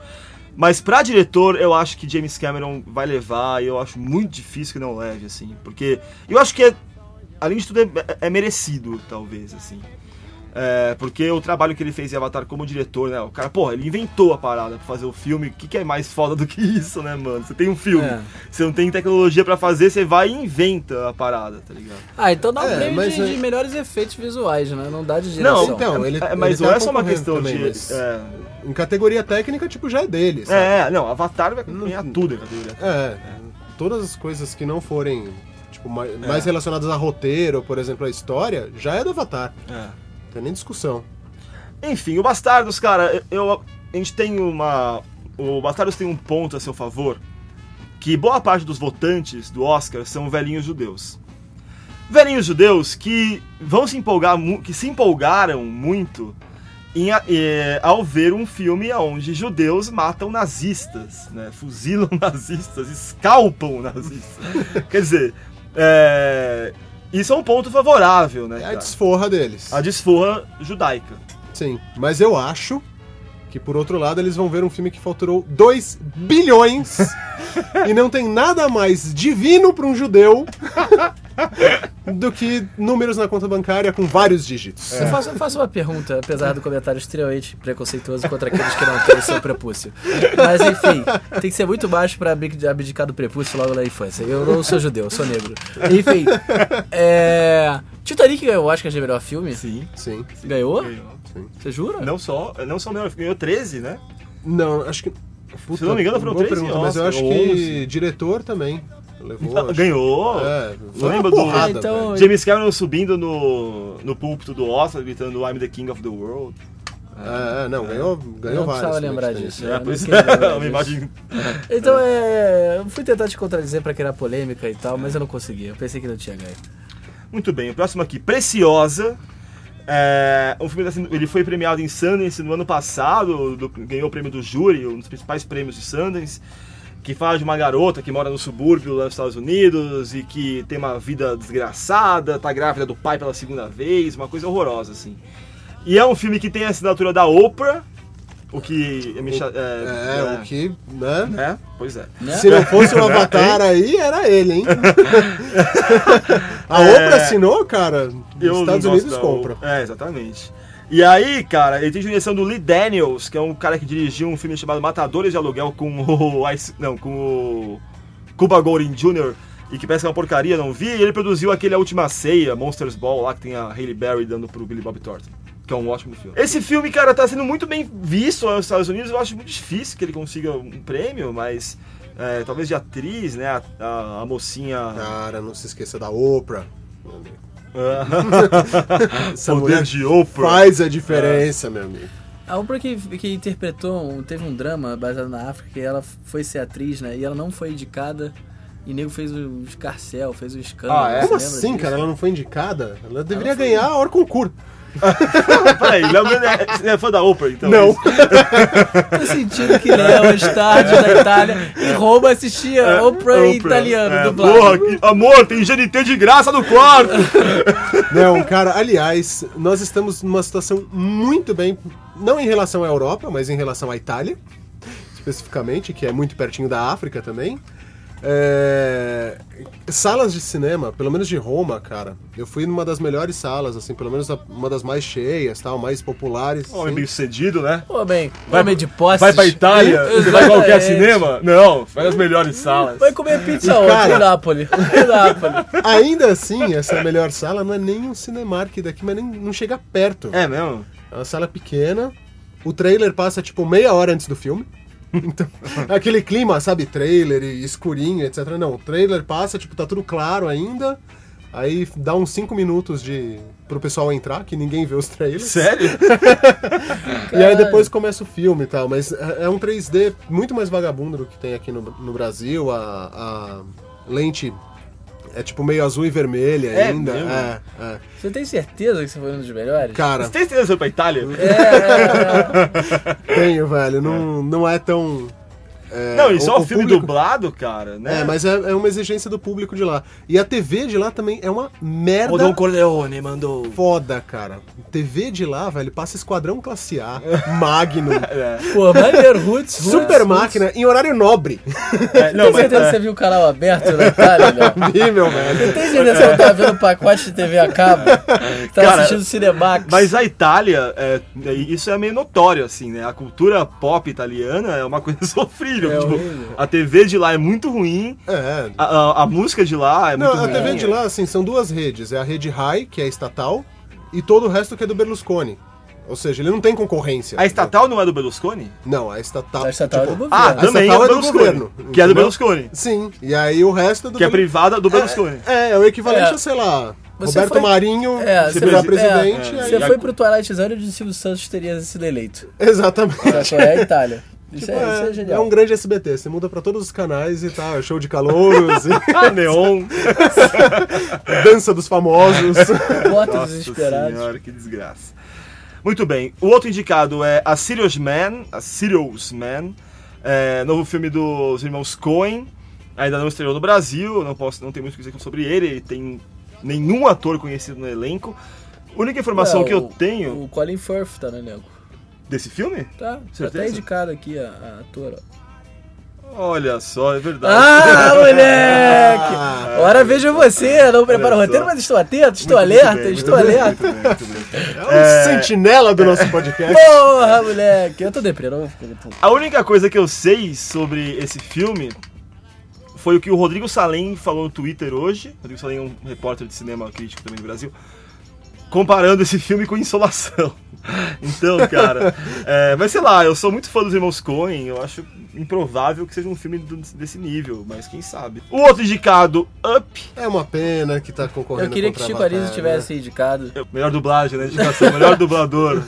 Speaker 5: Mas pra diretor, eu acho que James Cameron vai levar, e eu acho muito difícil que não leve, assim. Porque eu acho que, é, além de tudo, é, é merecido, talvez, assim. É, porque o trabalho que ele fez em Avatar como diretor, né? O cara, porra, ele inventou a parada pra fazer o filme. O que, que é mais foda do que isso, né, mano? Você tem um filme,
Speaker 7: É.
Speaker 5: você não tem tecnologia pra fazer, você vai e inventa a parada, tá ligado?
Speaker 7: Ah, então dá um
Speaker 6: É,
Speaker 7: prêmio
Speaker 6: mas
Speaker 7: de,
Speaker 6: é-
Speaker 7: de melhores efeitos visuais, né? Não dá de
Speaker 5: Não,
Speaker 7: direção.
Speaker 6: então, ele,
Speaker 5: É, mas
Speaker 6: ele
Speaker 5: não
Speaker 6: tá
Speaker 5: é só uma
Speaker 6: concorrendo
Speaker 5: questão
Speaker 6: também,
Speaker 5: de.
Speaker 6: mas
Speaker 5: é,
Speaker 6: Em categoria técnica, tipo, já é dele, sabe?
Speaker 5: É, é, não, Avatar vai ganhar tudo né? em categoria.
Speaker 6: É, todas as coisas que não forem tipo, mais, mais relacionadas a roteiro, por exemplo, a história, já é do Avatar. Não tem nem discussão.
Speaker 5: Enfim, o Bastardos, cara, eu, a gente tem uma. O Bastardos tem um ponto a seu favor: que boa parte dos votantes do Oscar são velhinhos judeus. Velhinhos judeus que vão se empolgar, mu- que se empolgaram muito em a- eh, ao ver um filme onde judeus matam nazistas, né? fuzilam nazistas, escalpam nazistas. Quer dizer, é, isso é um ponto favorável, né?
Speaker 6: É a
Speaker 5: cara?
Speaker 6: desforra deles.
Speaker 5: a desforra judaica.
Speaker 6: Sim. Mas eu acho que, por outro lado, eles vão ver um filme que faturou 2 bilhões e não tem nada mais divino para um judeu do que números na conta bancária com vários dígitos.
Speaker 5: É.
Speaker 7: Eu faço, eu faço uma pergunta, apesar do comentário extremamente preconceituoso contra aqueles que não têm o seu prepúcio. Mas enfim, tem que ser muito baixo pra abdi- abdicar do prepúcio logo na infância. Eu não sou judeu, eu sou negro. Enfim, é... Titanic ganhou o Oscar de melhor filme?
Speaker 5: Sim.
Speaker 6: Sim.
Speaker 7: Ganhou?
Speaker 5: Ganhou.
Speaker 7: Você jura?
Speaker 5: Não só, não só o melhor, ganhou 13, né?
Speaker 6: Não, acho que.
Speaker 5: Se não me engano, foram
Speaker 6: boa
Speaker 5: 13
Speaker 6: pergunta, Mas eu
Speaker 5: Oscar,
Speaker 6: acho
Speaker 5: ou
Speaker 6: que
Speaker 5: 11.
Speaker 6: diretor também. Levou. acho.
Speaker 5: Ganhou!
Speaker 6: É, foi
Speaker 5: Lembra
Speaker 6: uma
Speaker 5: do-
Speaker 6: porrada,
Speaker 7: Ah, então-
Speaker 6: velho.
Speaker 5: James Cameron subindo no, no púlpito do Oscar, gritando I'm the king of the world.
Speaker 6: É, é, não, ganhou,
Speaker 7: Eu
Speaker 6: ganhou
Speaker 7: não
Speaker 6: vários.
Speaker 7: precisava lembrar
Speaker 6: também.
Speaker 7: disso.
Speaker 5: É,
Speaker 7: eu
Speaker 5: por
Speaker 7: não
Speaker 5: isso
Speaker 7: queria lembrar
Speaker 5: é uma
Speaker 7: disso.
Speaker 5: imagem.
Speaker 7: Então é. Eu fui tentar te contradizer pra criar polêmica e tal, mas eu não consegui. Eu pensei que não tinha ganho.
Speaker 5: Muito bem, o próximo aqui, Preciosa. É, o filme tá sendo- ele foi premiado em Sundance no ano passado, do- ganhou o prêmio do júri, um dos principais prêmios de Sundance, que fala de uma garota que mora no subúrbio lá nos Estados Unidos e que tem uma vida desgraçada, tá grávida do pai pela segunda vez, uma coisa horrorosa, assim. E é um filme que tem a assinatura da Oprah, o que... me cha-
Speaker 6: É, o que, né?
Speaker 5: É, pois é.
Speaker 6: Se não fosse o Avatar aí, era ele, hein? A Oprah assinou, cara?
Speaker 5: Eu
Speaker 6: Os Estados
Speaker 5: não gosto
Speaker 6: Unidos
Speaker 5: da-
Speaker 6: compram.
Speaker 5: É, exatamente. E aí, cara, ele tem direção do Lee Daniels, que é um cara que dirigiu um filme chamado Matadores de Aluguel com o Ice, não, com o Cuba Gooding Jr. e que parece que é uma porcaria, não vi. E ele produziu aquele A Última Ceia, Monsters Ball, lá que tem a Haley Berry dando pro Billy Bob Thornton. Que é um ótimo filme. Esse filme, cara, tá sendo muito bem visto lá nos Estados Unidos. Eu acho muito difícil que ele consiga um prêmio, mas é, talvez de atriz, né? A, a- a mocinha.
Speaker 6: Cara, não se esqueça da Oprah. Essa
Speaker 5: Poder
Speaker 6: mulher
Speaker 5: de Oprah.
Speaker 6: faz a diferença, meu amigo.
Speaker 7: A Oprah que, que interpretou, um- teve um drama baseado na África, que ela foi ser atriz, né? E ela não foi indicada. E nego fez um escarcel, fez um escândalo.
Speaker 5: Ah, é?
Speaker 7: você
Speaker 6: Como
Speaker 7: lembra
Speaker 6: assim,
Speaker 7: disso?
Speaker 6: cara? Ela não foi indicada? Ela deveria ganhar a hora concurso.
Speaker 5: Peraí, Léo Brandão é- você é fã da Oprah, então?
Speaker 6: Não.
Speaker 7: Tô sentindo que Léo Stardi da Itália e Roma assistia Oprah, em italiano,
Speaker 5: é,
Speaker 7: dublado.
Speaker 5: Porra, que- amor, tem GNT de graça no quarto!
Speaker 6: Não, cara, aliás, nós estamos numa situação muito bem, não em relação à Europa, mas em relação à Itália, especificamente, que é muito pertinho da África também. É, Salas de cinema, pelo menos de Roma, cara, eu fui numa das melhores salas, assim, pelo menos a- uma das mais cheias, tal, mais populares.
Speaker 5: Homem
Speaker 6: assim.
Speaker 5: bem sucedido, né?
Speaker 7: Pô, bem,
Speaker 5: Vai-
Speaker 7: homem de posse.
Speaker 5: Vai pra Itália, você vai em qualquer cinema? Não, vai nas melhores salas.
Speaker 7: Vai comer pizza onde?
Speaker 6: cara-
Speaker 7: Em Nápoles. Em Nápoles.
Speaker 6: Ainda assim, essa melhor sala não é nem um Cinemark daqui, mas nem, não chega perto.
Speaker 5: É mesmo?
Speaker 6: É uma sala pequena, O trailer passa tipo meia hora antes do filme. Então, aquele clima, sabe, trailer e escurinho, etc. Não, o trailer passa, tipo, tá tudo claro ainda. Aí dá uns 5 minutos de pro pessoal entrar, que ninguém vê os trailers.
Speaker 5: Sério?
Speaker 6: E aí depois começa o filme e tal, mas é é um 3D muito mais vagabundo do que tem aqui no, no Brasil. A, a lente é tipo meio azul e vermelha
Speaker 5: É
Speaker 6: ainda.
Speaker 5: mesmo?
Speaker 6: É, é.
Speaker 7: Você tem certeza que você foi um dos melhores?
Speaker 6: Cara,
Speaker 5: Você tem certeza que foi pra Itália?
Speaker 6: tenho, velho. Não é, não é tão. é,
Speaker 5: Não, e só o, filme
Speaker 6: público-
Speaker 5: dublado, cara, né?
Speaker 6: É, mas é, é uma exigência do público de lá. E a TV de lá também é uma merda.
Speaker 5: O Don Corleone mandou.
Speaker 6: Foda, cara. TV de lá, velho, passa Esquadrão Classe A, Magnum,
Speaker 5: É,
Speaker 7: Pô, maneiro, Roots.
Speaker 6: Super Máquina, em horário nobre.
Speaker 5: É, não,
Speaker 7: Tem
Speaker 5: mas,
Speaker 7: certeza que
Speaker 5: é,
Speaker 7: você viu o canal aberto na Itália, Léo?
Speaker 6: Horrível, velho.
Speaker 7: Tem certeza que você tá vendo o pacote de TV a cabo? Tá
Speaker 5: Cara,
Speaker 7: assistindo Cinemax.
Speaker 5: mas a Itália, é, é, isso é meio notório, assim, né? A cultura pop italiana é uma coisa sofrível.
Speaker 7: É
Speaker 5: tipo,
Speaker 7: horrível.
Speaker 5: a TV de lá é muito ruim,
Speaker 6: É,
Speaker 5: a, a- a música de lá é
Speaker 6: Não,
Speaker 5: muito
Speaker 6: a
Speaker 5: ruim.
Speaker 6: TV de lá, assim, são duas redes. É a rede Rai, que é estatal, e todo o resto que é do Berlusconi. Ou seja, ele não tem concorrência.
Speaker 5: A estatal não é do Berlusconi?
Speaker 6: Não, a estatal.
Speaker 7: A estatal é do
Speaker 6: tipo,
Speaker 7: governo.
Speaker 5: Ah,
Speaker 6: a
Speaker 5: também é
Speaker 6: estatal
Speaker 5: do Berlusconi. que é do
Speaker 6: entendeu?
Speaker 5: Berlusconi.
Speaker 6: Sim, e aí o resto é do
Speaker 5: Que é
Speaker 6: Berlu-
Speaker 5: privada do Berlusconi.
Speaker 6: É, é o equivalente
Speaker 7: É.
Speaker 6: a, sei lá,
Speaker 7: Você
Speaker 6: Roberto
Speaker 7: foi-
Speaker 6: Marinho
Speaker 7: É,
Speaker 6: se
Speaker 7: você
Speaker 6: virar
Speaker 5: foi-
Speaker 6: presidente.
Speaker 5: é,
Speaker 6: aí-
Speaker 7: Você
Speaker 5: E a-
Speaker 7: foi pro Twilight Zone onde o Silvio Santos teria sido eleito.
Speaker 6: Exatamente.
Speaker 7: Só é a Itália. Isso,
Speaker 6: Tipo,
Speaker 7: é, isso é
Speaker 6: é, é
Speaker 7: genial.
Speaker 6: um grande SBT, você muda pra todos os canais e tá, show de calouros, e
Speaker 5: Ah, Neon.
Speaker 6: dança dos famosos.
Speaker 7: Bota
Speaker 5: Nossa
Speaker 7: desesperados.
Speaker 5: senhora, que desgraça. Muito bem, o outro indicado é A Serious Man, A Serious Man, é, novo filme dos irmãos Coen, ainda não estreou no Brasil, não posso, não tem muito o que dizer sobre ele, ele tem nenhum ator conhecido no elenco. A única informação
Speaker 7: Ué,
Speaker 5: que eu
Speaker 7: É, o-
Speaker 5: tenho
Speaker 7: O Colin Firth tá no elenco.
Speaker 5: desse filme?
Speaker 7: Tá, tá
Speaker 5: Certeza?
Speaker 7: até indicado aqui a, a atora.
Speaker 5: Olha só, é verdade.
Speaker 7: Ah, moleque!
Speaker 6: Ah,
Speaker 7: Ora, vejo você. Não preparo o
Speaker 5: só.
Speaker 7: roteiro, mas estou atento, estou
Speaker 5: Muito
Speaker 7: alerta,
Speaker 5: bem, muito
Speaker 7: estou
Speaker 5: bem,
Speaker 7: alerta.
Speaker 5: muito bem, muito bem.
Speaker 6: é um sentinela
Speaker 7: É.
Speaker 6: do nosso podcast.
Speaker 7: Porra, moleque. Eu tô deprê, não vou ficar puto.
Speaker 5: A única coisa que eu sei sobre esse filme foi o que o Rodrigo Salem falou no Twitter hoje. Rodrigo Salem é um repórter de cinema crítico também do Brasil. Comparando esse filme com Insolação. Então, cara. é, mas sei lá, eu sou muito fã dos irmãos Coen. Eu acho improvável que seja um filme do- desse nível, mas quem sabe. O outro indicado, Up.
Speaker 6: É uma pena que tá concorrendo
Speaker 7: Eu queria que
Speaker 6: contra
Speaker 7: Chico
Speaker 6: Avatar,
Speaker 7: Anísio tivesse indicado.
Speaker 5: Melhor dublagem, né? Indicação, melhor dublador.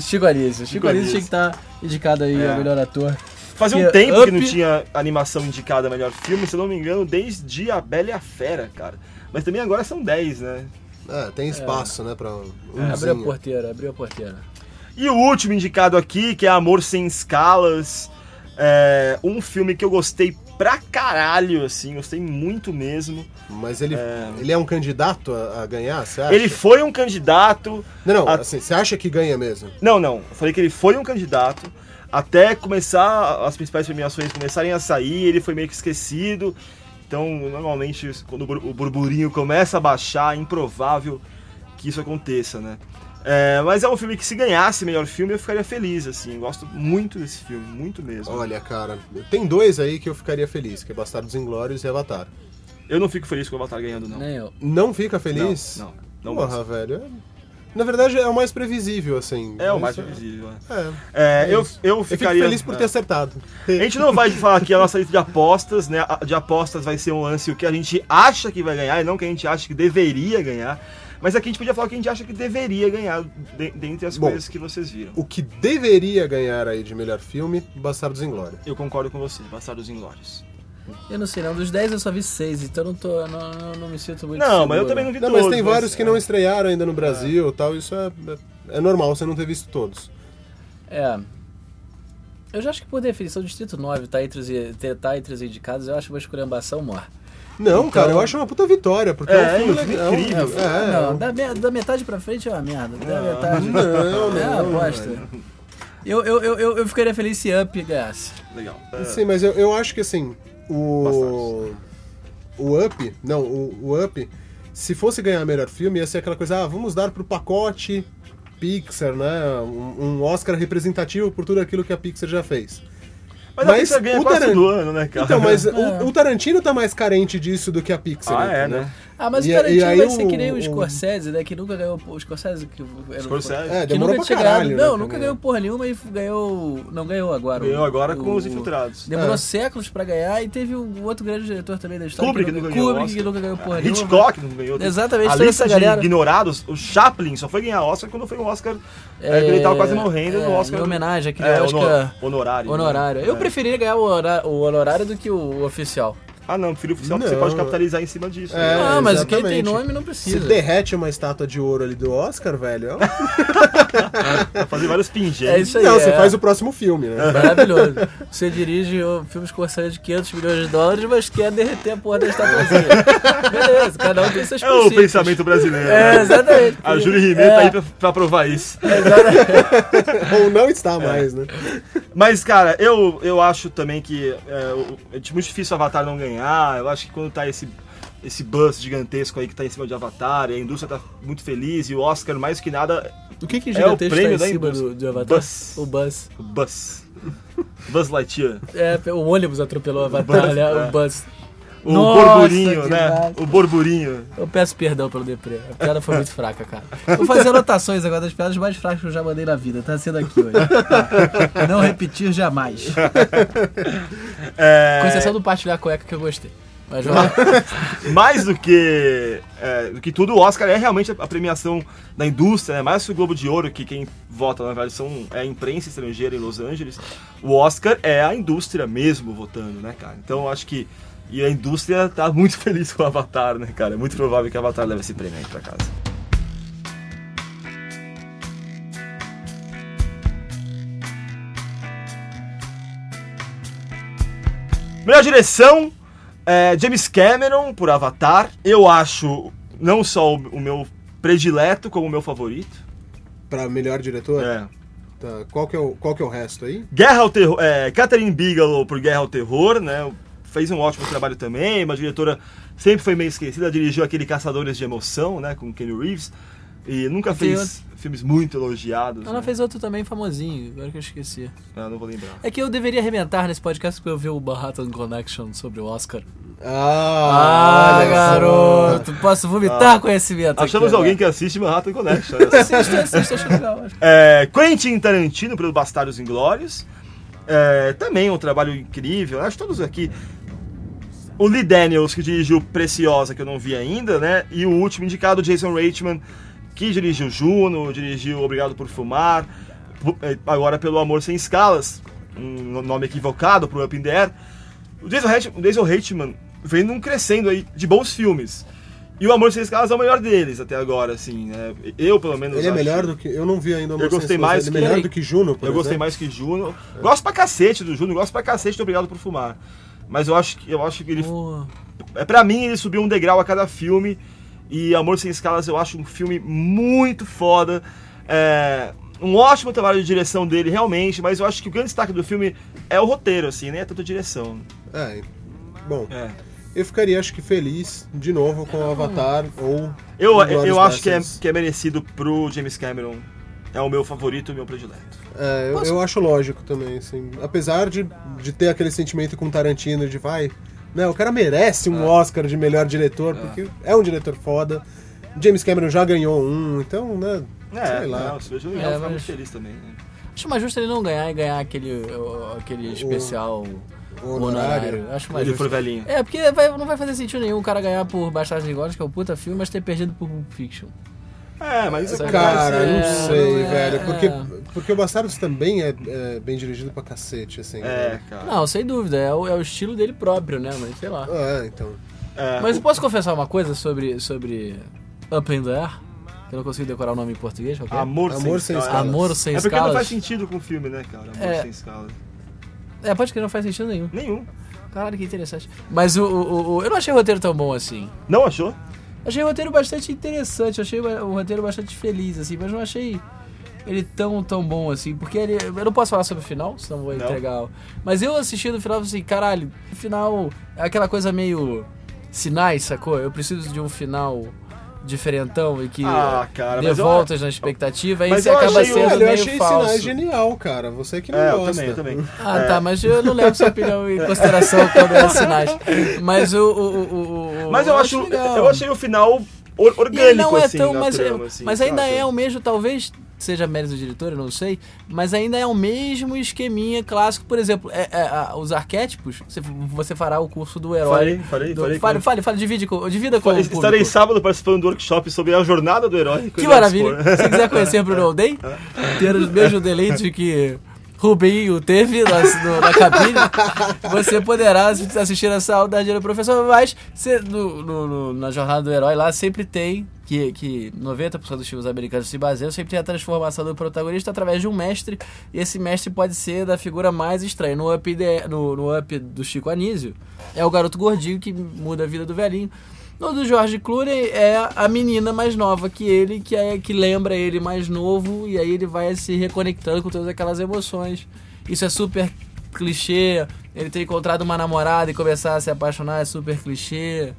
Speaker 7: Chico Anísio. Chico Anísio
Speaker 5: Anísio.
Speaker 7: tinha que estar indicado aí
Speaker 5: É.
Speaker 7: a melhor ator.
Speaker 5: Fazia um
Speaker 7: Porque
Speaker 5: tempo que não
Speaker 7: Up-
Speaker 5: tinha animação indicada a melhor filme, se eu não me engano, desde A Bela e a Fera, cara. Mas também agora são 10, né?
Speaker 6: né? É, tem espaço, né, pra um
Speaker 7: É,
Speaker 5: Uhum.
Speaker 7: Abriu a
Speaker 6: zinho.
Speaker 7: porteira, abriu a porteira.
Speaker 5: E o último indicado aqui, que é Amor Sem Escalas, é um filme que eu gostei pra caralho, assim, gostei muito mesmo.
Speaker 6: Mas ele
Speaker 5: É.
Speaker 6: é, ele é um candidato a, a ganhar, você acha?
Speaker 5: Ele foi um candidato,
Speaker 6: Não, não,
Speaker 5: a-
Speaker 6: assim, você acha que ganha mesmo?
Speaker 5: Não, não. Eu falei que ele foi um candidato. Até começar as principais premiações começarem a sair, ele foi meio que esquecido. Então, normalmente, quando o bur- o burburinho começa a baixar, é improvável que isso aconteça, né? É, mas é um filme que se ganhasse melhor filme, eu ficaria feliz, assim. Eu gosto muito desse filme, muito mesmo.
Speaker 6: Olha, cara, tem dois aí que eu ficaria feliz, que é Bastardos Inglórios e Avatar.
Speaker 5: Eu não fico feliz com o Avatar ganhando, não.
Speaker 7: Nem eu.
Speaker 6: Não fica feliz?
Speaker 5: Não, não, não
Speaker 6: Porra, velho. é- Na verdade, é o mais previsível, assim.
Speaker 5: É o
Speaker 6: Mas,
Speaker 5: mais previsível, né?
Speaker 6: É.
Speaker 5: É,
Speaker 6: É
Speaker 5: eu,
Speaker 6: isso.
Speaker 5: eu
Speaker 6: Eu fico
Speaker 5: ficaria...
Speaker 6: feliz por ter
Speaker 5: é.
Speaker 6: acertado.
Speaker 5: A gente não vai falar aqui a nossa lista de apostas, né? A- De apostas vai ser um lance o que a gente acha que vai ganhar e não o que a gente acha que deveria ganhar. Mas aqui a gente podia falar o que a gente acha que deveria ganhar de- dentre as
Speaker 6: Bom.
Speaker 5: coisas que vocês viram.
Speaker 6: O que deveria ganhar aí de melhor filme, Bastardos Inglórios.
Speaker 5: Eu concordo com você, Bastardos Inglórios.
Speaker 7: Eu não sei, não. Dos 10 eu só vi 6, então eu não, tô, não, não, não me sinto muito
Speaker 5: Não, mas é. eu
Speaker 7: seguro.
Speaker 5: também não vi
Speaker 6: Não,
Speaker 5: todos.
Speaker 6: mas tem vários que não estrearam ainda no Brasil e tal, isso é, é normal você não ter visto todos.
Speaker 7: É. Eu já acho que por definição, o Distrito 9 tá entre os, tá entre os indicados, eu acho uma esculhambação mor.
Speaker 6: Não, cara, eu acho uma puta vitória, porque
Speaker 5: Então- É,
Speaker 6: é, um
Speaker 5: é
Speaker 6: filme
Speaker 5: incrível.
Speaker 6: é um-
Speaker 5: É, Ah.
Speaker 6: é, é
Speaker 7: Ah, não,
Speaker 6: um-
Speaker 7: da, me- da metade pra frente é uma merda. Da metade.
Speaker 6: não,
Speaker 7: é uma
Speaker 6: não,
Speaker 7: bosta. Eu, eu, eu, eu, eu ficaria feliz se Up ganhasse.
Speaker 5: é Legal.
Speaker 6: Ah. Sim, mas eu, eu acho que assim, o. O Up, não, o, o Up, se fosse ganhar melhor filme, ia ser aquela coisa, ah, vamos dar pro pacote Pixar, né? Um, um Oscar representativo por tudo aquilo que a Pixar já fez. Então,
Speaker 5: Mas, a
Speaker 6: mas
Speaker 5: Pixar ganha
Speaker 6: o
Speaker 5: quase
Speaker 6: Taran-
Speaker 5: todo ano, né, cara?
Speaker 6: Então, mas o, o Tarantino tá mais carente disso do que a Pixar.
Speaker 5: Ah, é, né?
Speaker 7: Ah, mas o
Speaker 6: E-
Speaker 7: Tarantino
Speaker 6: e aí
Speaker 7: vai ser
Speaker 6: o-
Speaker 7: que nem o
Speaker 6: o-
Speaker 7: Scorsese, né? Que nunca ganhou. pô, O Scorsese que era o-
Speaker 5: Scorsese.
Speaker 6: É,
Speaker 7: Que
Speaker 6: demorou
Speaker 7: nunca
Speaker 6: pra
Speaker 7: tinha
Speaker 6: caralho.
Speaker 7: ganhado.
Speaker 6: né,
Speaker 7: Não, nunca
Speaker 6: também.
Speaker 7: ganhou porra nenhuma e ganhou. Não ganhou agora.
Speaker 5: Ganhou
Speaker 7: O-
Speaker 5: agora com
Speaker 7: o-
Speaker 5: os infiltrados.
Speaker 7: Demorou
Speaker 6: É.
Speaker 7: séculos pra ganhar e teve um outro grande diretor também da história.
Speaker 5: Kubrick
Speaker 7: que nunca,
Speaker 5: nunca ganhou
Speaker 7: Kubrick que
Speaker 5: Oscar.
Speaker 7: nunca ganhou porra
Speaker 5: Ah,
Speaker 7: nenhuma.
Speaker 5: Hitchcock não ganhou.
Speaker 7: Exatamente,
Speaker 5: A
Speaker 7: toda
Speaker 5: lista
Speaker 7: essa
Speaker 5: de
Speaker 7: galera-
Speaker 5: ignorados, o Chaplin só foi ganhar Oscar quando foi um Oscar. É, que ele tava quase morrendo
Speaker 7: é,
Speaker 5: no Oscar.
Speaker 7: Em homenagem àquele
Speaker 5: É,
Speaker 7: Oscar
Speaker 5: honor- honorário.
Speaker 7: honorário.
Speaker 5: né?
Speaker 7: Eu
Speaker 5: É.
Speaker 7: preferiria ganhar o hora- o honorário do que o oficial.
Speaker 5: Ah, não, filho oficial
Speaker 6: Não.
Speaker 5: você pode capitalizar em cima disso.
Speaker 6: É,
Speaker 5: né?
Speaker 7: Ah, mas quem tem
Speaker 6: exatamente.
Speaker 7: nome não
Speaker 6: Se
Speaker 7: precisa.
Speaker 6: derrete uma estátua de ouro ali do Oscar, velho. é ó.
Speaker 5: Pra fazer vários pingentes.
Speaker 7: É isso aí.
Speaker 6: Não,
Speaker 7: é.
Speaker 6: você faz o próximo filme, né?
Speaker 7: Maravilhoso. Você dirige um o filmes com orçamento de 500 milhões de dólares, mas quer derreter a porra da estatuazinha. Beleza, cada um tem seus
Speaker 5: É o
Speaker 7: princípios.
Speaker 5: pensamento brasileiro.
Speaker 7: É,
Speaker 5: né?
Speaker 7: exatamente. É.
Speaker 5: A Júlia Rimet tá aí pra, pra provar isso.
Speaker 6: Ou não
Speaker 5: É.
Speaker 6: está mais, né?
Speaker 5: Mas, cara, eu, eu acho também que é, o- é muito difícil o Avatar não ganhar. Eu acho que quando tá esse, esse buzz gigantesco aí que tá em cima de Avatar, e a indústria tá muito feliz, e o Oscar, mais que nada,
Speaker 7: O que que
Speaker 5: É o
Speaker 7: gigantesco
Speaker 5: prêmio
Speaker 7: tá
Speaker 5: da
Speaker 7: em cima
Speaker 5: indústria.
Speaker 7: do, do Avatar?
Speaker 5: Buzz.
Speaker 7: O Buzz.
Speaker 5: o buzz. Buzz Lightyear.
Speaker 7: É, o ônibus atropelou o Avatar,
Speaker 5: Buzz,
Speaker 7: né?
Speaker 5: é.
Speaker 7: O Buzz.
Speaker 5: O
Speaker 7: Nossa,
Speaker 5: borburinho,
Speaker 7: que
Speaker 5: né?
Speaker 7: massa.
Speaker 5: O borburinho.
Speaker 7: Eu peço perdão pelo deprê. A piada foi muito fraca, cara. Vou fazer anotações agora das piadas mais fracas que eu já mandei na vida. Tá sendo aqui hoje. Tá? Não repetir jamais. É.
Speaker 5: É,
Speaker 7: Com exceção do partilhar a cueca que eu gostei. Mas vamos lá.
Speaker 5: mais do que é, do que tudo, o Oscar é realmente a premiação da indústria, né? mais que o Globo de Ouro, que quem vota, na verdade, são, é a imprensa estrangeira em Los Angeles. O Oscar é a indústria mesmo votando, né, cara? Então eu acho que. E a indústria tá muito feliz com o Avatar, né, cara? É muito provável que o Avatar leve esse prêmio aí pra casa. Melhor direção, é, James Cameron por Avatar. Eu acho não só o, o meu predileto, como o meu favorito.
Speaker 6: Pra melhor diretor.
Speaker 5: É.
Speaker 6: Tá, qual, que é o, qual que é o resto aí?
Speaker 5: Guerra ao Terror. É, Catherine Bigelow por Guerra ao Terror, né? Fez um ótimo trabalho também, uma diretora sempre foi meio esquecida, dirigiu aquele Caçadores de Emoção, né? Com Kenny Reeves. E nunca
Speaker 7: Tem
Speaker 5: fez filmes muito elogiados.
Speaker 7: Ela
Speaker 5: né?
Speaker 7: fez outro também famosinho, agora que eu esqueci.
Speaker 5: Ah, não vou lembrar.
Speaker 7: É que eu deveria arrebentar nesse podcast porque eu vi o Manhattan Connection sobre o Oscar.
Speaker 6: Ah, olha só.
Speaker 7: Posso vomitar conhecimento
Speaker 5: Achamos
Speaker 7: aqui, é né?
Speaker 5: alguém que assiste Manhattan Connection. olha só.
Speaker 7: Assiste, assiste, acho legal. acho.
Speaker 5: É, Quentin Tarantino pelo Bastardos Inglórios. É, também um trabalho incrível. Acho que todos aqui. O Lee Daniels, que dirigiu Preciosa, que eu não vi ainda, né? E o último indicado, Jason Reitman, que dirigiu Juno, dirigiu Obrigado por Fumar, pu- é, agora pelo Amor Sem Escalas, um nome equivocado pro Up in the Air. O Jason Reitman, o Jason Reitman vem num crescendo aí de bons filmes. E o Amor Sem Escalas é o melhor deles até agora, assim, né? Eu, pelo menos,
Speaker 6: Ele é
Speaker 5: acho.
Speaker 6: melhor do que. Eu não vi ainda o
Speaker 5: Eu
Speaker 6: Amor Sem
Speaker 5: gostei
Speaker 6: Esposa.
Speaker 5: mais
Speaker 6: Ele
Speaker 5: que-
Speaker 6: é melhor
Speaker 7: Peraí.
Speaker 6: do que Juno, por
Speaker 5: Eu gostei
Speaker 6: exemplo?
Speaker 5: mais que Juno. Gosto pra cacete do Juno, gosto pra cacete do Obrigado por Fumar. Mas eu acho que eu acho que ele.
Speaker 7: Pô,
Speaker 5: É, pra mim, ele subiu um degrau a cada filme. E Amor Sem Escalas eu acho um filme muito foda. É, um ótimo trabalho de direção dele, realmente, mas eu acho que o grande destaque do filme é o roteiro, assim, nem é tanto a direção.
Speaker 6: É. Bom,
Speaker 5: É.
Speaker 6: eu ficaria, acho que, feliz de novo com o Avatar ou.
Speaker 5: Eu,
Speaker 6: Inglourious
Speaker 5: eu acho que é,
Speaker 6: Basterds.
Speaker 5: que é merecido pro James Cameron. É o meu favorito, o meu predileto.
Speaker 6: É, eu, eu acho lógico também, assim. Apesar de, de ter aquele sentimento com Tarantino de vai. Né, o cara merece
Speaker 5: É.
Speaker 6: um Oscar de melhor diretor, porque é um diretor foda. James Cameron já ganhou um, então, né?
Speaker 5: É,
Speaker 6: sei lá.
Speaker 5: Não, se vejo, eu
Speaker 7: É,
Speaker 5: ficar
Speaker 7: mas-
Speaker 5: muito feliz também. né?
Speaker 7: acho mais justo ele não ganhar e ganhar aquele, o- aquele especial
Speaker 6: honorário.
Speaker 5: é.
Speaker 7: honorário. Acho mais
Speaker 5: Ele
Speaker 7: justo.
Speaker 5: foi velhinho.
Speaker 7: É, porque vai- não vai fazer sentido nenhum o cara ganhar por Bastardos Inglórios, que é um puta filme, mas ter perdido por Pulp Fiction.
Speaker 5: É, mas isso
Speaker 6: Ah, Cara, eu não
Speaker 7: É,
Speaker 6: sei,
Speaker 7: é,
Speaker 6: velho.
Speaker 7: é.
Speaker 6: Porque, porque o Bastardos também é, é bem dirigido pra cacete, assim.
Speaker 5: É,
Speaker 6: né?
Speaker 5: cara.
Speaker 7: Não, sem dúvida, é o, é o estilo dele próprio, né? Mas sei lá.
Speaker 6: Ah, então.
Speaker 5: É,
Speaker 7: Mas eu posso confessar uma coisa sobre, sobre Up in the Air? Que eu não consigo decorar o nome em português, ok?
Speaker 5: Amor,
Speaker 6: Amor
Speaker 5: sem
Speaker 6: sem
Speaker 5: escala.
Speaker 6: escalas.
Speaker 7: Amor sem
Speaker 5: É porque
Speaker 7: escalas.
Speaker 5: não faz sentido com o filme, né, cara? Amor
Speaker 7: É.
Speaker 5: sem escalas.
Speaker 7: É, pode que não faz sentido nenhum.
Speaker 5: Nenhum.
Speaker 7: Caralho, que interessante. Mas o, o- o- eu não achei o roteiro tão bom assim.
Speaker 5: Não achou?
Speaker 7: Achei o roteiro bastante interessante, achei o o roteiro bastante feliz, assim, mas não achei ele tão, tão bom assim. Porque ele, eu não posso falar sobre o final, senão vou entregar. o- Mas eu assisti no final e falei assim, caralho, o final é aquela coisa meio sinais, sacou? Eu preciso de um final diferentão e que
Speaker 5: Ah, cara,
Speaker 7: dê
Speaker 5: mas eu-
Speaker 7: voltas na expectativa, aí
Speaker 5: mas
Speaker 7: você
Speaker 5: eu
Speaker 7: acaba
Speaker 5: achei o-
Speaker 7: sendo
Speaker 6: Olha, eu
Speaker 7: meio
Speaker 6: achei
Speaker 7: falso.
Speaker 6: sinais genial, cara. Você que não
Speaker 5: É, eu
Speaker 6: gosta.
Speaker 5: também, eu também.
Speaker 7: Ah, tá, mas eu não levo sua opinião em consideração quando é sinais. Mas o. o, o- o- o-
Speaker 5: Mas eu, acho,
Speaker 7: legal.
Speaker 5: eu achei o final or-
Speaker 7: E ele
Speaker 5: orgânico,
Speaker 7: não é
Speaker 5: assim,
Speaker 7: tão.
Speaker 5: na
Speaker 7: mas
Speaker 5: trama, assim,
Speaker 7: mas ainda
Speaker 5: saca?
Speaker 7: é o mesmo, talvez seja mérito do diretor, eu não sei. Mas ainda é o mesmo esqueminha clássico. Por exemplo, é- é, a- os arquétipos, você, você fará o curso do
Speaker 5: Falei,
Speaker 7: herói.
Speaker 5: falei,
Speaker 7: do-
Speaker 5: falei.
Speaker 7: fale,
Speaker 5: com-
Speaker 7: fale, fale, divide com, divida com o público.
Speaker 5: Estarei sábado participando do workshop sobre a jornada do herói.
Speaker 7: Que
Speaker 5: coisa
Speaker 7: maravilha.
Speaker 5: de
Speaker 7: Se
Speaker 5: expor.
Speaker 7: você quiser conhecer Bruno Alden, ter os mesmos deleites que Rubinho teve na, no- na cabine, você poderá assi- assistir a Saudade do Professor, mas você- no- no- no- na Jornada do Herói lá sempre tem, que, que 90% dos filmes americanos se baseiam, sempre tem a transformação do protagonista através de um mestre, e esse mestre pode ser da figura mais estranha. No Up, de- no- no up do Chico Anísio, é o garoto gordinho que muda a vida do velhinho. No do George Clooney é a menina mais nova que ele, que é que lembra ele mais novo, e aí ele vai se reconectando com todas aquelas emoções. Isso é super clichê. Ele ter encontrado uma namorada e começar a se apaixonar é super clichê.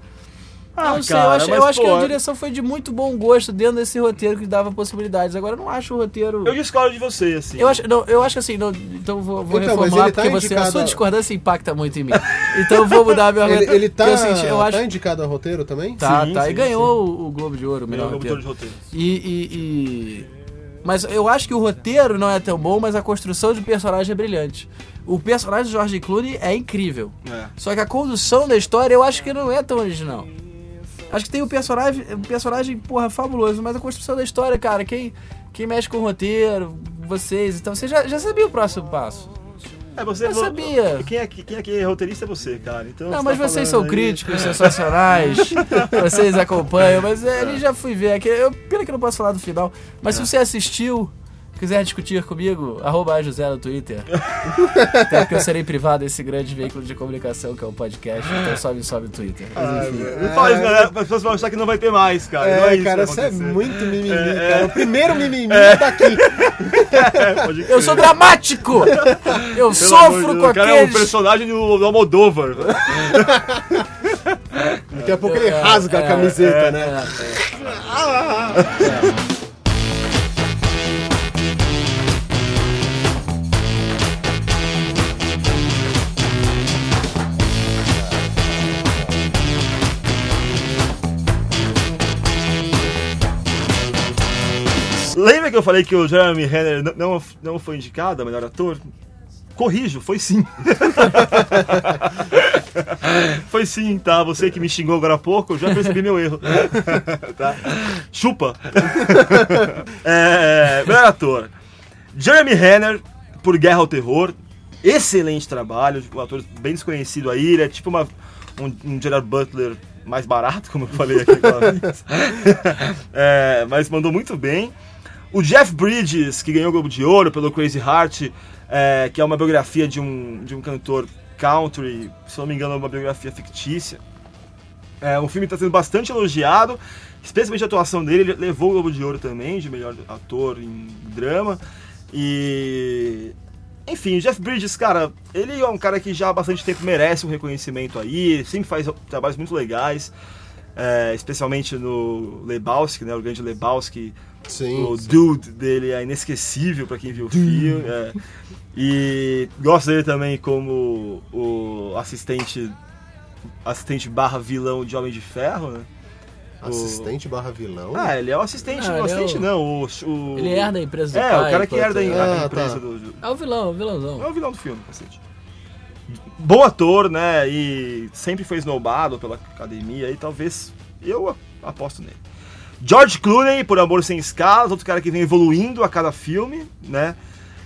Speaker 5: Ah,
Speaker 7: não sei, eu
Speaker 5: cara,
Speaker 7: acho, eu
Speaker 5: mas,
Speaker 7: acho
Speaker 5: pô,
Speaker 6: é-
Speaker 7: que a direção foi de muito bom gosto dentro desse roteiro que dava possibilidades. Agora eu não acho o roteiro.
Speaker 5: Eu discordo de você, assim.
Speaker 7: Eu acho, não, eu acho assim, não- então vou, vou
Speaker 6: Então, mas
Speaker 7: reformular,
Speaker 6: ele tá
Speaker 7: porque você, a
Speaker 6: indicado
Speaker 7: sua
Speaker 6: a-
Speaker 7: discordância impacta muito em mim. Então eu vou mudar meu
Speaker 6: Ele,
Speaker 7: argumento.
Speaker 6: ele tá,
Speaker 7: porque é o seguinte, eu acho,
Speaker 6: tá indicado a roteiro também?
Speaker 7: Tá,
Speaker 5: Sim,
Speaker 7: tá.
Speaker 5: sim,
Speaker 7: e ganhou o- o Globo de Ouro, o
Speaker 5: Meu,
Speaker 7: melhor
Speaker 5: meu
Speaker 7: roteiro.
Speaker 5: motor de roteiro.
Speaker 7: E, e- e- Mas eu acho que o roteiro não é tão bom, mas a construção de personagem é brilhante. O personagem do George Clooney é incrível.
Speaker 5: É.
Speaker 7: Só que a condução da história eu acho que não é tão original. Acho que tem o personagem, um personagem, porra, fabuloso, mas a construção da história, cara, quem, quem mexe com o roteiro, vocês, então você já, já sabia o próximo passo.
Speaker 5: É, você
Speaker 7: Eu sabia.
Speaker 5: Quem é, que- quem é que é roteirista é você, cara. Então,
Speaker 7: Não,
Speaker 5: você
Speaker 7: mas
Speaker 5: tá falando
Speaker 7: vocês são
Speaker 5: aí-
Speaker 7: críticos, sensacionais, vocês acompanham, mas é, ali já fui ver aqui. Eu, pena que eu não posso falar do final, mas
Speaker 5: É.
Speaker 7: se você assistiu, quiser discutir comigo, arroba José no Twitter. Até porque eu serei privado desse grande veículo de comunicação que é o podcast, então sobe, sobe o Twitter.
Speaker 5: Ah, Não fala isso, galera. As pessoas vão achar que não vai ter mais, cara. não é
Speaker 6: É,
Speaker 5: isso
Speaker 6: cara,
Speaker 5: que
Speaker 6: você
Speaker 5: vai
Speaker 6: é
Speaker 5: acontecer.
Speaker 6: muito mimimi,
Speaker 5: É,
Speaker 6: cara.
Speaker 5: é.
Speaker 6: O primeiro mimimi tá daqui.
Speaker 5: É, pode
Speaker 7: Eu
Speaker 5: crer.
Speaker 7: sou dramático! Eu
Speaker 5: Pelo amor de
Speaker 7: sofro
Speaker 5: Deus,
Speaker 7: com
Speaker 5: O cara é um
Speaker 7: aqueles...
Speaker 5: personagem do, do Almodóvar.
Speaker 6: Daqui a pouco ele
Speaker 7: É,
Speaker 6: rasga
Speaker 7: é,
Speaker 6: a camiseta, né?
Speaker 5: Lembra que eu falei que o Jeremy Renner n- não, não foi indicado a melhor ator? Corrijo, foi sim. foi sim, tá? Você que me xingou agora há pouco, eu já percebi meu erro. tá? Chupa. É, melhor ator. Jeremy Renner, por Guerra ao Terror. Excelente trabalho, um ator bem desconhecido aí. Ele é tipo uma, um, um Gerard Butler mais barato, como eu falei aqui aquela vez. É, mas mandou muito bem. O Jeff Bridges, que ganhou o Globo de Ouro pelo Crazy Heart, é, que é uma biografia de um, de um cantor country, se não me engano, é uma biografia fictícia. É, o filme está sendo bastante elogiado, especialmente a atuação dele. Ele levou o Globo de Ouro também, de melhor ator em drama. E. Enfim, o Jeff Bridges, cara, ele é um cara que já há bastante tempo merece um reconhecimento aí, ele sempre faz trabalhos muito legais, é, especialmente no Lebowski, né? O grande Lebowski.
Speaker 6: Sim,
Speaker 5: o dude dele é inesquecível pra quem viu o filme. é. E gosto dele também como o assistente assistente barra vilão de Homem de Ferro, né?
Speaker 6: Assistente barra vilão.
Speaker 5: Ah, ele é o assistente,
Speaker 7: Ah,
Speaker 5: não,
Speaker 7: ele é
Speaker 5: assistente
Speaker 7: o-
Speaker 5: não, o, o...
Speaker 7: Ele herda a empresa do
Speaker 5: É,
Speaker 7: pai.
Speaker 5: o cara que
Speaker 7: enquanto-
Speaker 5: herda a
Speaker 6: Ah,
Speaker 5: a
Speaker 6: tá.
Speaker 5: empresa do, do-
Speaker 7: É o vilão, o vilãozão.
Speaker 5: é o vilão do filme, cacete. Bom ator, né? E sempre foi esnobado pela academia e talvez eu aposto nele. George Clooney, por Amor Sem Escalas, outro cara que vem evoluindo a cada filme, né?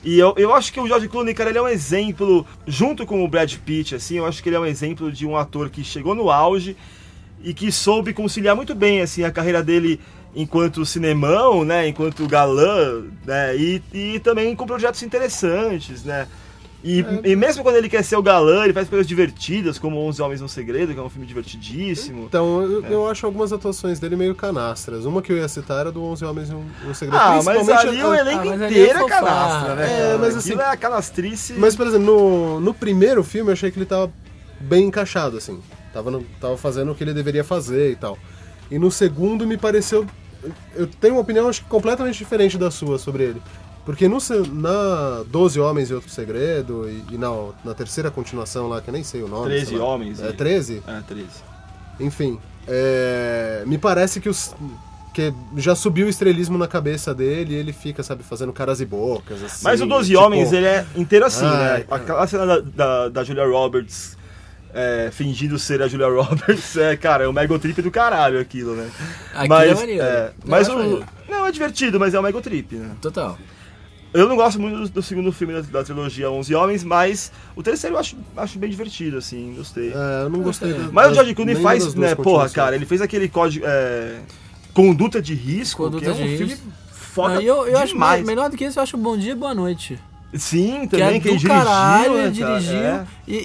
Speaker 5: E eu, eu acho que o George Clooney, cara, ele é um exemplo, junto com o Brad Pitt, assim, eu acho que ele é um exemplo de um ator que chegou no auge e que soube conciliar muito bem, assim, a carreira dele enquanto cinemão, né, enquanto galã, né, e, e também com projetos interessantes, né. E,
Speaker 6: É.
Speaker 5: e mesmo quando ele quer ser o galã, ele faz coisas divertidas, como 11 Homens no Segredo, que é um filme divertidíssimo.
Speaker 6: Então, eu,
Speaker 5: É.
Speaker 6: eu acho algumas atuações dele meio canastras. Uma que eu ia citar era do 11 Homens e um, um Segredo.
Speaker 5: Ah, mas
Speaker 6: Principalmente
Speaker 5: ali
Speaker 6: a-
Speaker 5: o elenco
Speaker 7: Ah, mas ali
Speaker 5: inteiro
Speaker 7: é
Speaker 5: é
Speaker 7: fanfarra.
Speaker 5: canastra, né?
Speaker 6: É,
Speaker 5: cara?
Speaker 6: mas
Speaker 5: Aquilo
Speaker 6: assim-
Speaker 5: é a canastrice.
Speaker 6: Mas, por exemplo, no, no primeiro filme eu achei que ele tava bem encaixado, assim. Tava, no- tava fazendo o que ele deveria fazer e tal. E no segundo me pareceu. Eu tenho uma opinião acho que completamente diferente da sua sobre ele. Porque no, se- na 12 Homens e Outro Segredo, e, e na, na terceira continuação lá, que eu nem sei o nome.
Speaker 5: 13
Speaker 6: sei lá.
Speaker 5: Homens
Speaker 6: É,
Speaker 5: e-
Speaker 6: 13?
Speaker 5: Ah, 13.
Speaker 6: Enfim, é, me parece que os que já subiu o estrelismo na cabeça dele e ele fica, sabe, fazendo caras e bocas. assim,
Speaker 5: Mas o 12
Speaker 6: tipo,
Speaker 5: Homens, ele é inteiro assim, né?
Speaker 6: Ai, cara.
Speaker 5: Aquela cena da, da, da Julia Roberts é, fingindo ser a Julia Roberts, é, cara, é um mega trip do caralho aquilo, né?
Speaker 7: Aquilo é maneiro.
Speaker 5: é,
Speaker 7: Eu
Speaker 5: mas
Speaker 7: acho
Speaker 5: o.
Speaker 7: maneiro.
Speaker 5: Não, é divertido, mas é um mega trip, né?
Speaker 7: Total.
Speaker 5: Eu não gosto muito do, do segundo filme da, da trilogia 11 Homens, mas o terceiro eu acho, acho bem divertido, assim, gostei.
Speaker 6: É, eu não gostei. da-
Speaker 5: Mas o
Speaker 6: das-
Speaker 5: George Clooney
Speaker 6: nenhuma das
Speaker 5: faz,
Speaker 6: duas
Speaker 5: né, porra,
Speaker 6: continuações.
Speaker 5: cara, ele fez aquele código. é, conduta de risco,
Speaker 7: Conduta
Speaker 5: que é um
Speaker 7: de
Speaker 5: filme
Speaker 7: Risco.
Speaker 5: foda.
Speaker 7: Não, e eu, eu acho mais,
Speaker 5: demais.
Speaker 7: melhor do que isso, eu acho um Bom Dia e Boa Noite.
Speaker 5: Sim,
Speaker 7: Que
Speaker 5: também que,
Speaker 7: é do
Speaker 5: ele dirigiu.
Speaker 7: caralho,
Speaker 5: né,
Speaker 7: ele
Speaker 5: cara?
Speaker 7: dirigiu.
Speaker 5: É.
Speaker 7: E,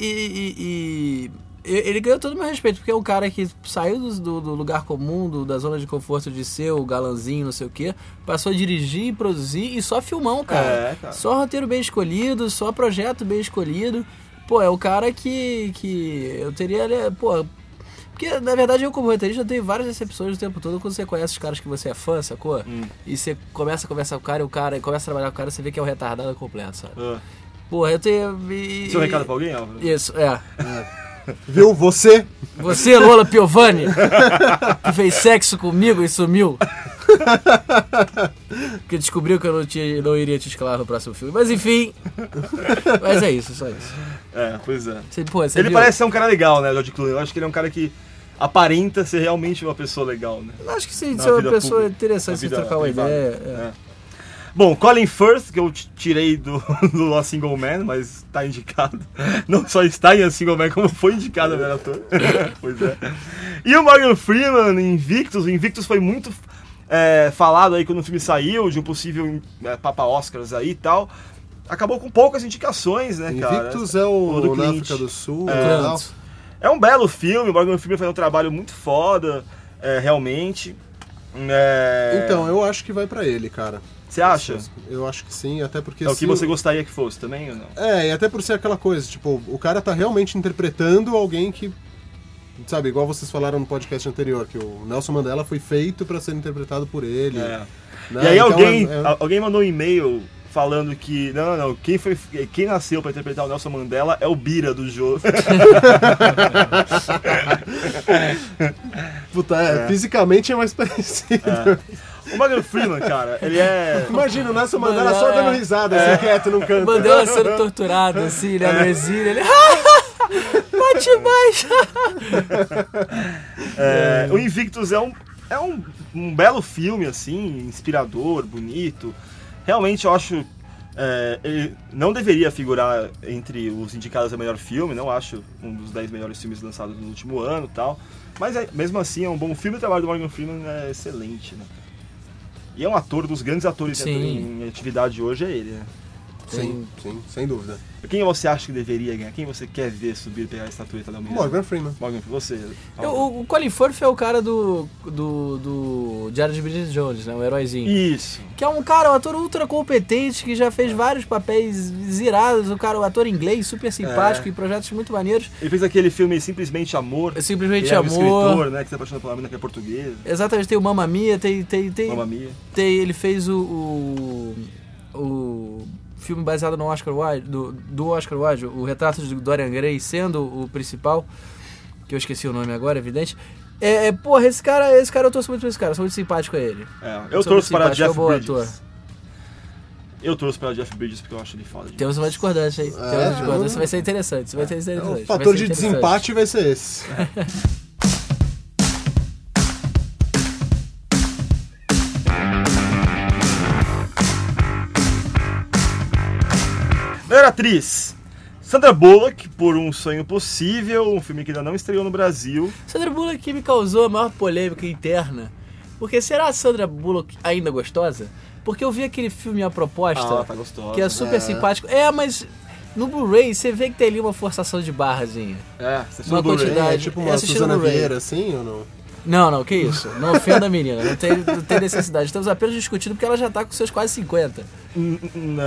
Speaker 7: e- e- e- e- ele ganhou todo o meu respeito, porque é um cara que saiu do, do- do lugar comum, do- da zona de conforto de ser o galanzinho, não sei o quê, passou a dirigir, produzir e só filmão, cara.
Speaker 5: É, cara.
Speaker 7: Só roteiro bem escolhido, só projeto bem escolhido. Pô, é o cara que, que eu teria, né, pô... Porque, na verdade, eu como roteirista eu tenho várias decepções o tempo todo quando você conhece os caras que você é fã, sacou?
Speaker 5: Hum.
Speaker 7: E você começa a conversar com o cara e o cara e começa a trabalhar com o cara você vê que é um retardado completo, sabe?
Speaker 5: Ah.
Speaker 7: Porra, eu tenho. e-
Speaker 5: Seu recado pra alguém, Álvaro?
Speaker 7: Isso, é.
Speaker 6: Viu? Você
Speaker 7: Você, Lola Piovani, que fez sexo comigo e sumiu. Porque descobriu que eu não, tinha, não iria te escalar no próximo filme. Mas enfim. Mas é isso, só isso.
Speaker 5: É, pois é.
Speaker 7: Você, pô, você
Speaker 5: ele
Speaker 7: viu?
Speaker 5: parece ser um cara legal, né, George Clooney? Eu acho que ele é um cara que aparenta ser realmente uma pessoa legal, né?
Speaker 7: Acho que sim,
Speaker 5: Na
Speaker 7: você é uma
Speaker 5: vida
Speaker 7: pessoa
Speaker 5: pública,
Speaker 7: interessante
Speaker 5: na
Speaker 7: se
Speaker 5: vida
Speaker 7: trocar uma
Speaker 5: privada. né?
Speaker 7: ideia. é.
Speaker 5: Bom, Colin Firth, que eu t- tirei do, do A Single Man, mas tá indicado. Não só está em A Single Man, como foi indicado a melhor ator. pois é. E o Morgan Freeman em Invictus. O Invictus foi muito é, falado aí quando o filme saiu, de um possível é, Papa Oscars aí e tal. Acabou com poucas indicações, né, cara?
Speaker 6: Invictus é o,
Speaker 5: do
Speaker 6: na
Speaker 5: Clint.
Speaker 6: África do Sul e
Speaker 7: Tanto.
Speaker 6: tal.
Speaker 5: É um belo filme, o Morgan Freeman faz um trabalho muito foda, é, realmente. É,
Speaker 6: Então, eu acho que vai pra ele, cara.
Speaker 5: Você acha?
Speaker 6: Eu acho que sim, até porque
Speaker 5: É o que
Speaker 6: se
Speaker 5: você gostaria que fosse também ou não?
Speaker 6: É, e até por ser aquela coisa, tipo, o cara tá realmente interpretando alguém que sabe, igual vocês falaram no podcast anterior, que o Nelson Mandela foi feito pra ser interpretado por ele.
Speaker 5: É.
Speaker 6: né?
Speaker 5: e aí
Speaker 6: Então,
Speaker 5: alguém,
Speaker 6: é- é-
Speaker 5: a- alguém mandou um e-mail falando que não, não, não, quem foi quem nasceu pra interpretar o Nelson Mandela é o Bira do jogo.
Speaker 6: puta, é, fisicamente é mais parecido.
Speaker 5: É. o Morgan Freeman, cara, ele é
Speaker 6: Imagina o Nelson Mandela
Speaker 7: Mandela,
Speaker 6: só
Speaker 7: é.
Speaker 6: dando risada, assim, quieto num canto.
Speaker 7: Mandela sendo torturado, assim, né? No exílio, ele. Bate mais!
Speaker 5: É, o Invictus é um, é um, um belo filme, assim, inspirador, bonito. Realmente eu acho. é, ele não deveria figurar entre os indicados a melhor filme, não acho um dos 10 melhores filmes lançados no último ano e tal. Mas é- mesmo assim é um bom filme, o trabalho do Morgan Freeman é excelente, né? E é um ator, dos grandes atores
Speaker 7: Sim.
Speaker 5: em, em atividade hoje é ele, né?
Speaker 6: Sim, sim, sem dúvida.
Speaker 5: Quem você acha que deveria ganhar? Quem você quer ver subir e pegar a estatueta da mulher?
Speaker 6: Morgan Freeman.
Speaker 5: Morgan, você.
Speaker 7: Eu-
Speaker 5: Paulo.
Speaker 7: o, o Colin Firth é o cara do, do, do Diário de Bridget Jones, né? O heróizinho.
Speaker 5: Isso.
Speaker 7: Que é um cara, um ator ultra competente, que já
Speaker 5: É.
Speaker 7: fez vários papéis zirados. O cara, um ator inglês, super simpático, em projetos muito maneiros.
Speaker 5: Ele fez aquele filme Simplesmente Amor.
Speaker 7: Simplesmente
Speaker 5: Ele é um
Speaker 7: Amor.
Speaker 5: escritor, né? Que se apaixonou pela mina que é portuguesa.
Speaker 7: Exatamente, tem o Mamma Mia, tem... tem, tem,
Speaker 5: Mamma Mia.
Speaker 7: tem ele fez o, o... o filme baseado no Oscar Wilde, do, do Oscar Wilde, o retrato de Dorian Gray sendo o principal, que eu esqueci o nome agora, evidente. É, é, porra, esse cara, esse cara, eu torço muito pra esse cara, sou muito simpático a ele.
Speaker 5: É, eu
Speaker 7: Sou
Speaker 5: torço
Speaker 7: muito
Speaker 5: para
Speaker 7: simpático, é um
Speaker 5: Jeff
Speaker 7: bom
Speaker 5: Bridges.
Speaker 7: ator.
Speaker 5: Eu torço para Jeff Bridges porque eu acho ele foda. demais.
Speaker 7: Temos uma discordância aí. Temos uma discordância, isso vai ser interessante. Isso vai ser interessante.
Speaker 6: O
Speaker 7: vai
Speaker 6: É. um fator
Speaker 7: ser
Speaker 6: de
Speaker 7: interessante.
Speaker 6: desempate vai ser esse.
Speaker 5: Melhor atriz. Sandra Bullock, por Um Sonho Possível, um filme que ainda não estreou no Brasil.
Speaker 7: Sandra Bullock que me causou a maior polêmica interna. Porque será a Sandra Bullock ainda gostosa? Porque eu vi aquele filme A Proposta,
Speaker 5: Ah, tá gostosa.
Speaker 7: que é super simpático. É, mas no Blu-ray você vê que tem ali uma forçação de barrazinha.
Speaker 5: É, você
Speaker 7: Uma
Speaker 5: Blu-ray.
Speaker 7: quantidade.
Speaker 6: É tipo uma
Speaker 7: Eu assisti no
Speaker 6: Suzana
Speaker 7: Blu-ray.
Speaker 6: Vieira, assim, ou não?
Speaker 7: Não, não, que isso. Não ofenda a menina, não tem, não tem necessidade. Estamos apenas discutindo porque ela já tá com seus quase 50.
Speaker 5: Não.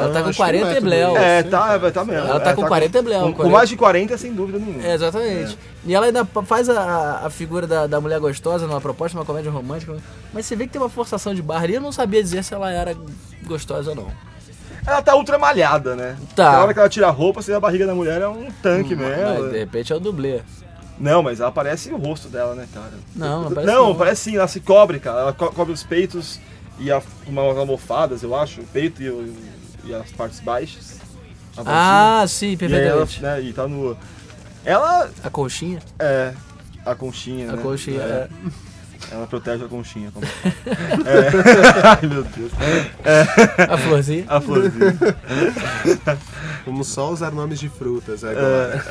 Speaker 7: Ela tá com
Speaker 6: acho que
Speaker 7: 40
Speaker 6: não é
Speaker 7: e bleu.
Speaker 6: tudo isso.
Speaker 5: É, tá, tá mesmo.
Speaker 7: Ela tá com 40 e bleu,
Speaker 5: Com, com
Speaker 7: 40.
Speaker 5: mais de 40, sem dúvida nenhuma.
Speaker 7: É, exatamente. E ela ainda pa- faz a, a figura da, da mulher gostosa numa proposta, numa comédia romântica. Mas você vê que tem uma forçação de barra e eu não sabia dizer se ela era gostosa ou não.
Speaker 5: Ela tá ultra malhada, né?
Speaker 7: Tá. Hum,
Speaker 5: Na hora que ela tira a roupa, você vê a barriga da mulher, é um tanque
Speaker 7: Mas, de
Speaker 5: mesmo.
Speaker 7: repente é o dublê.
Speaker 5: Não, mas ela aparece o rosto dela, né, cara?
Speaker 7: Não, não parece.
Speaker 5: Não, parece sim, ela se cobre, cara. Ela co- cobre os peitos e a, umas almofadas, eu acho, o peito e, o- e as partes baixas. A
Speaker 7: Ah, sim,
Speaker 5: bolsinha. e aí ela,
Speaker 7: perfeitamente.
Speaker 5: né, e tá nua. Ela
Speaker 7: A colchinha?
Speaker 5: é a conchinha,
Speaker 7: A
Speaker 5: né?
Speaker 7: colchinha,
Speaker 5: É.
Speaker 7: é.
Speaker 5: Ela protege a conchinha. Como... é. Ai, meu Deus.
Speaker 7: é. A florzinha?
Speaker 5: A florzinha.
Speaker 6: Vamos só usar nomes de frutas agora.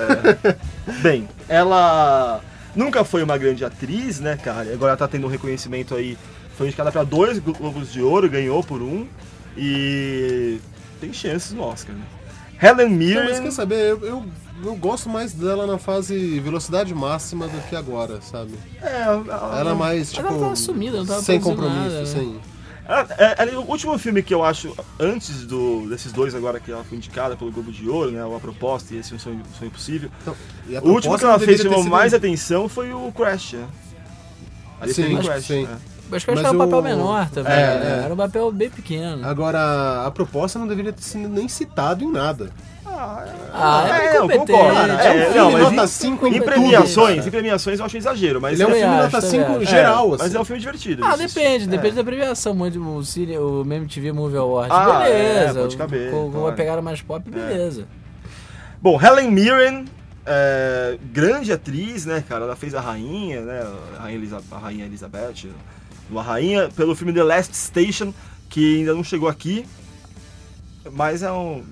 Speaker 5: É, é. Bem, ela nunca foi uma grande atriz, né, cara? E Agora ela tá tendo um reconhecimento aí. Foi indicada pra dois Glo- Globos de Ouro, ganhou por um. E tem chances no Oscar, né? Helen
Speaker 6: Não, mas
Speaker 5: Mirren.
Speaker 6: quer saber, eu, eu, eu gosto mais dela na fase velocidade máxima do que agora, sabe?
Speaker 5: É, ela-
Speaker 6: Ela é mais,
Speaker 7: Tá Ela
Speaker 6: tipo,
Speaker 7: tava sumida, não tava
Speaker 6: sem
Speaker 7: produzindo
Speaker 6: compromisso, assim.
Speaker 7: nada, né?
Speaker 6: sem...
Speaker 5: ela- é, ela- o último filme que eu acho, antes do, desses dois agora que ela foi indicada pelo Globo de Ouro, né? O A Proposta e esse Um Sonho, um Sonho Possível.
Speaker 6: Então, e a
Speaker 5: O último que
Speaker 6: proposta
Speaker 5: ela fez
Speaker 6: deveria
Speaker 5: que
Speaker 6: ter
Speaker 5: chamou
Speaker 6: sido-
Speaker 5: mais atenção foi o Crash, né? Ali
Speaker 6: Sim,
Speaker 5: teve
Speaker 6: acho que
Speaker 5: Crash,
Speaker 6: sim.
Speaker 5: né?
Speaker 7: Mas que eu acho que
Speaker 6: Mas
Speaker 7: era um papel
Speaker 6: o-
Speaker 7: menor também.
Speaker 6: É,
Speaker 7: né?
Speaker 6: é.
Speaker 7: Era um papel bem
Speaker 5: é-
Speaker 7: pequeno.
Speaker 6: Agora, a proposta não deveria ter sido nem citado em nada.
Speaker 7: Ah, é,
Speaker 5: É, eu
Speaker 7: incompetente.
Speaker 5: concordo.
Speaker 7: É,
Speaker 5: É,
Speaker 7: um
Speaker 5: não,
Speaker 7: filme
Speaker 5: mas
Speaker 7: nota-
Speaker 6: nota 5 em,
Speaker 5: Em
Speaker 6: tudo,
Speaker 5: premiações, em
Speaker 6: cara.
Speaker 5: premiações eu acho exagero, mas
Speaker 6: Ele é um
Speaker 7: Também
Speaker 6: filme
Speaker 7: acho,
Speaker 6: nota
Speaker 7: também
Speaker 6: 5
Speaker 7: acho.
Speaker 6: geral, assim.
Speaker 5: Mas é um filme divertido.
Speaker 7: Ah,
Speaker 5: isso, isso.
Speaker 7: depende,
Speaker 5: É.
Speaker 7: depende da premiação. muito- O, Cine, o MTV Movie Awards,
Speaker 5: Ah,
Speaker 7: beleza.
Speaker 5: é, pode caber,
Speaker 7: Com, com uma
Speaker 5: claro. É.
Speaker 7: pegada mais pop, beleza.
Speaker 5: Bom, Helen Mirren, é, grande atriz, né, cara? Ela fez a rainha, né? A rainha, Elisa- a rainha Elizabeth. Uma rainha pelo filme The Last Station, que ainda não chegou aqui, mas é um.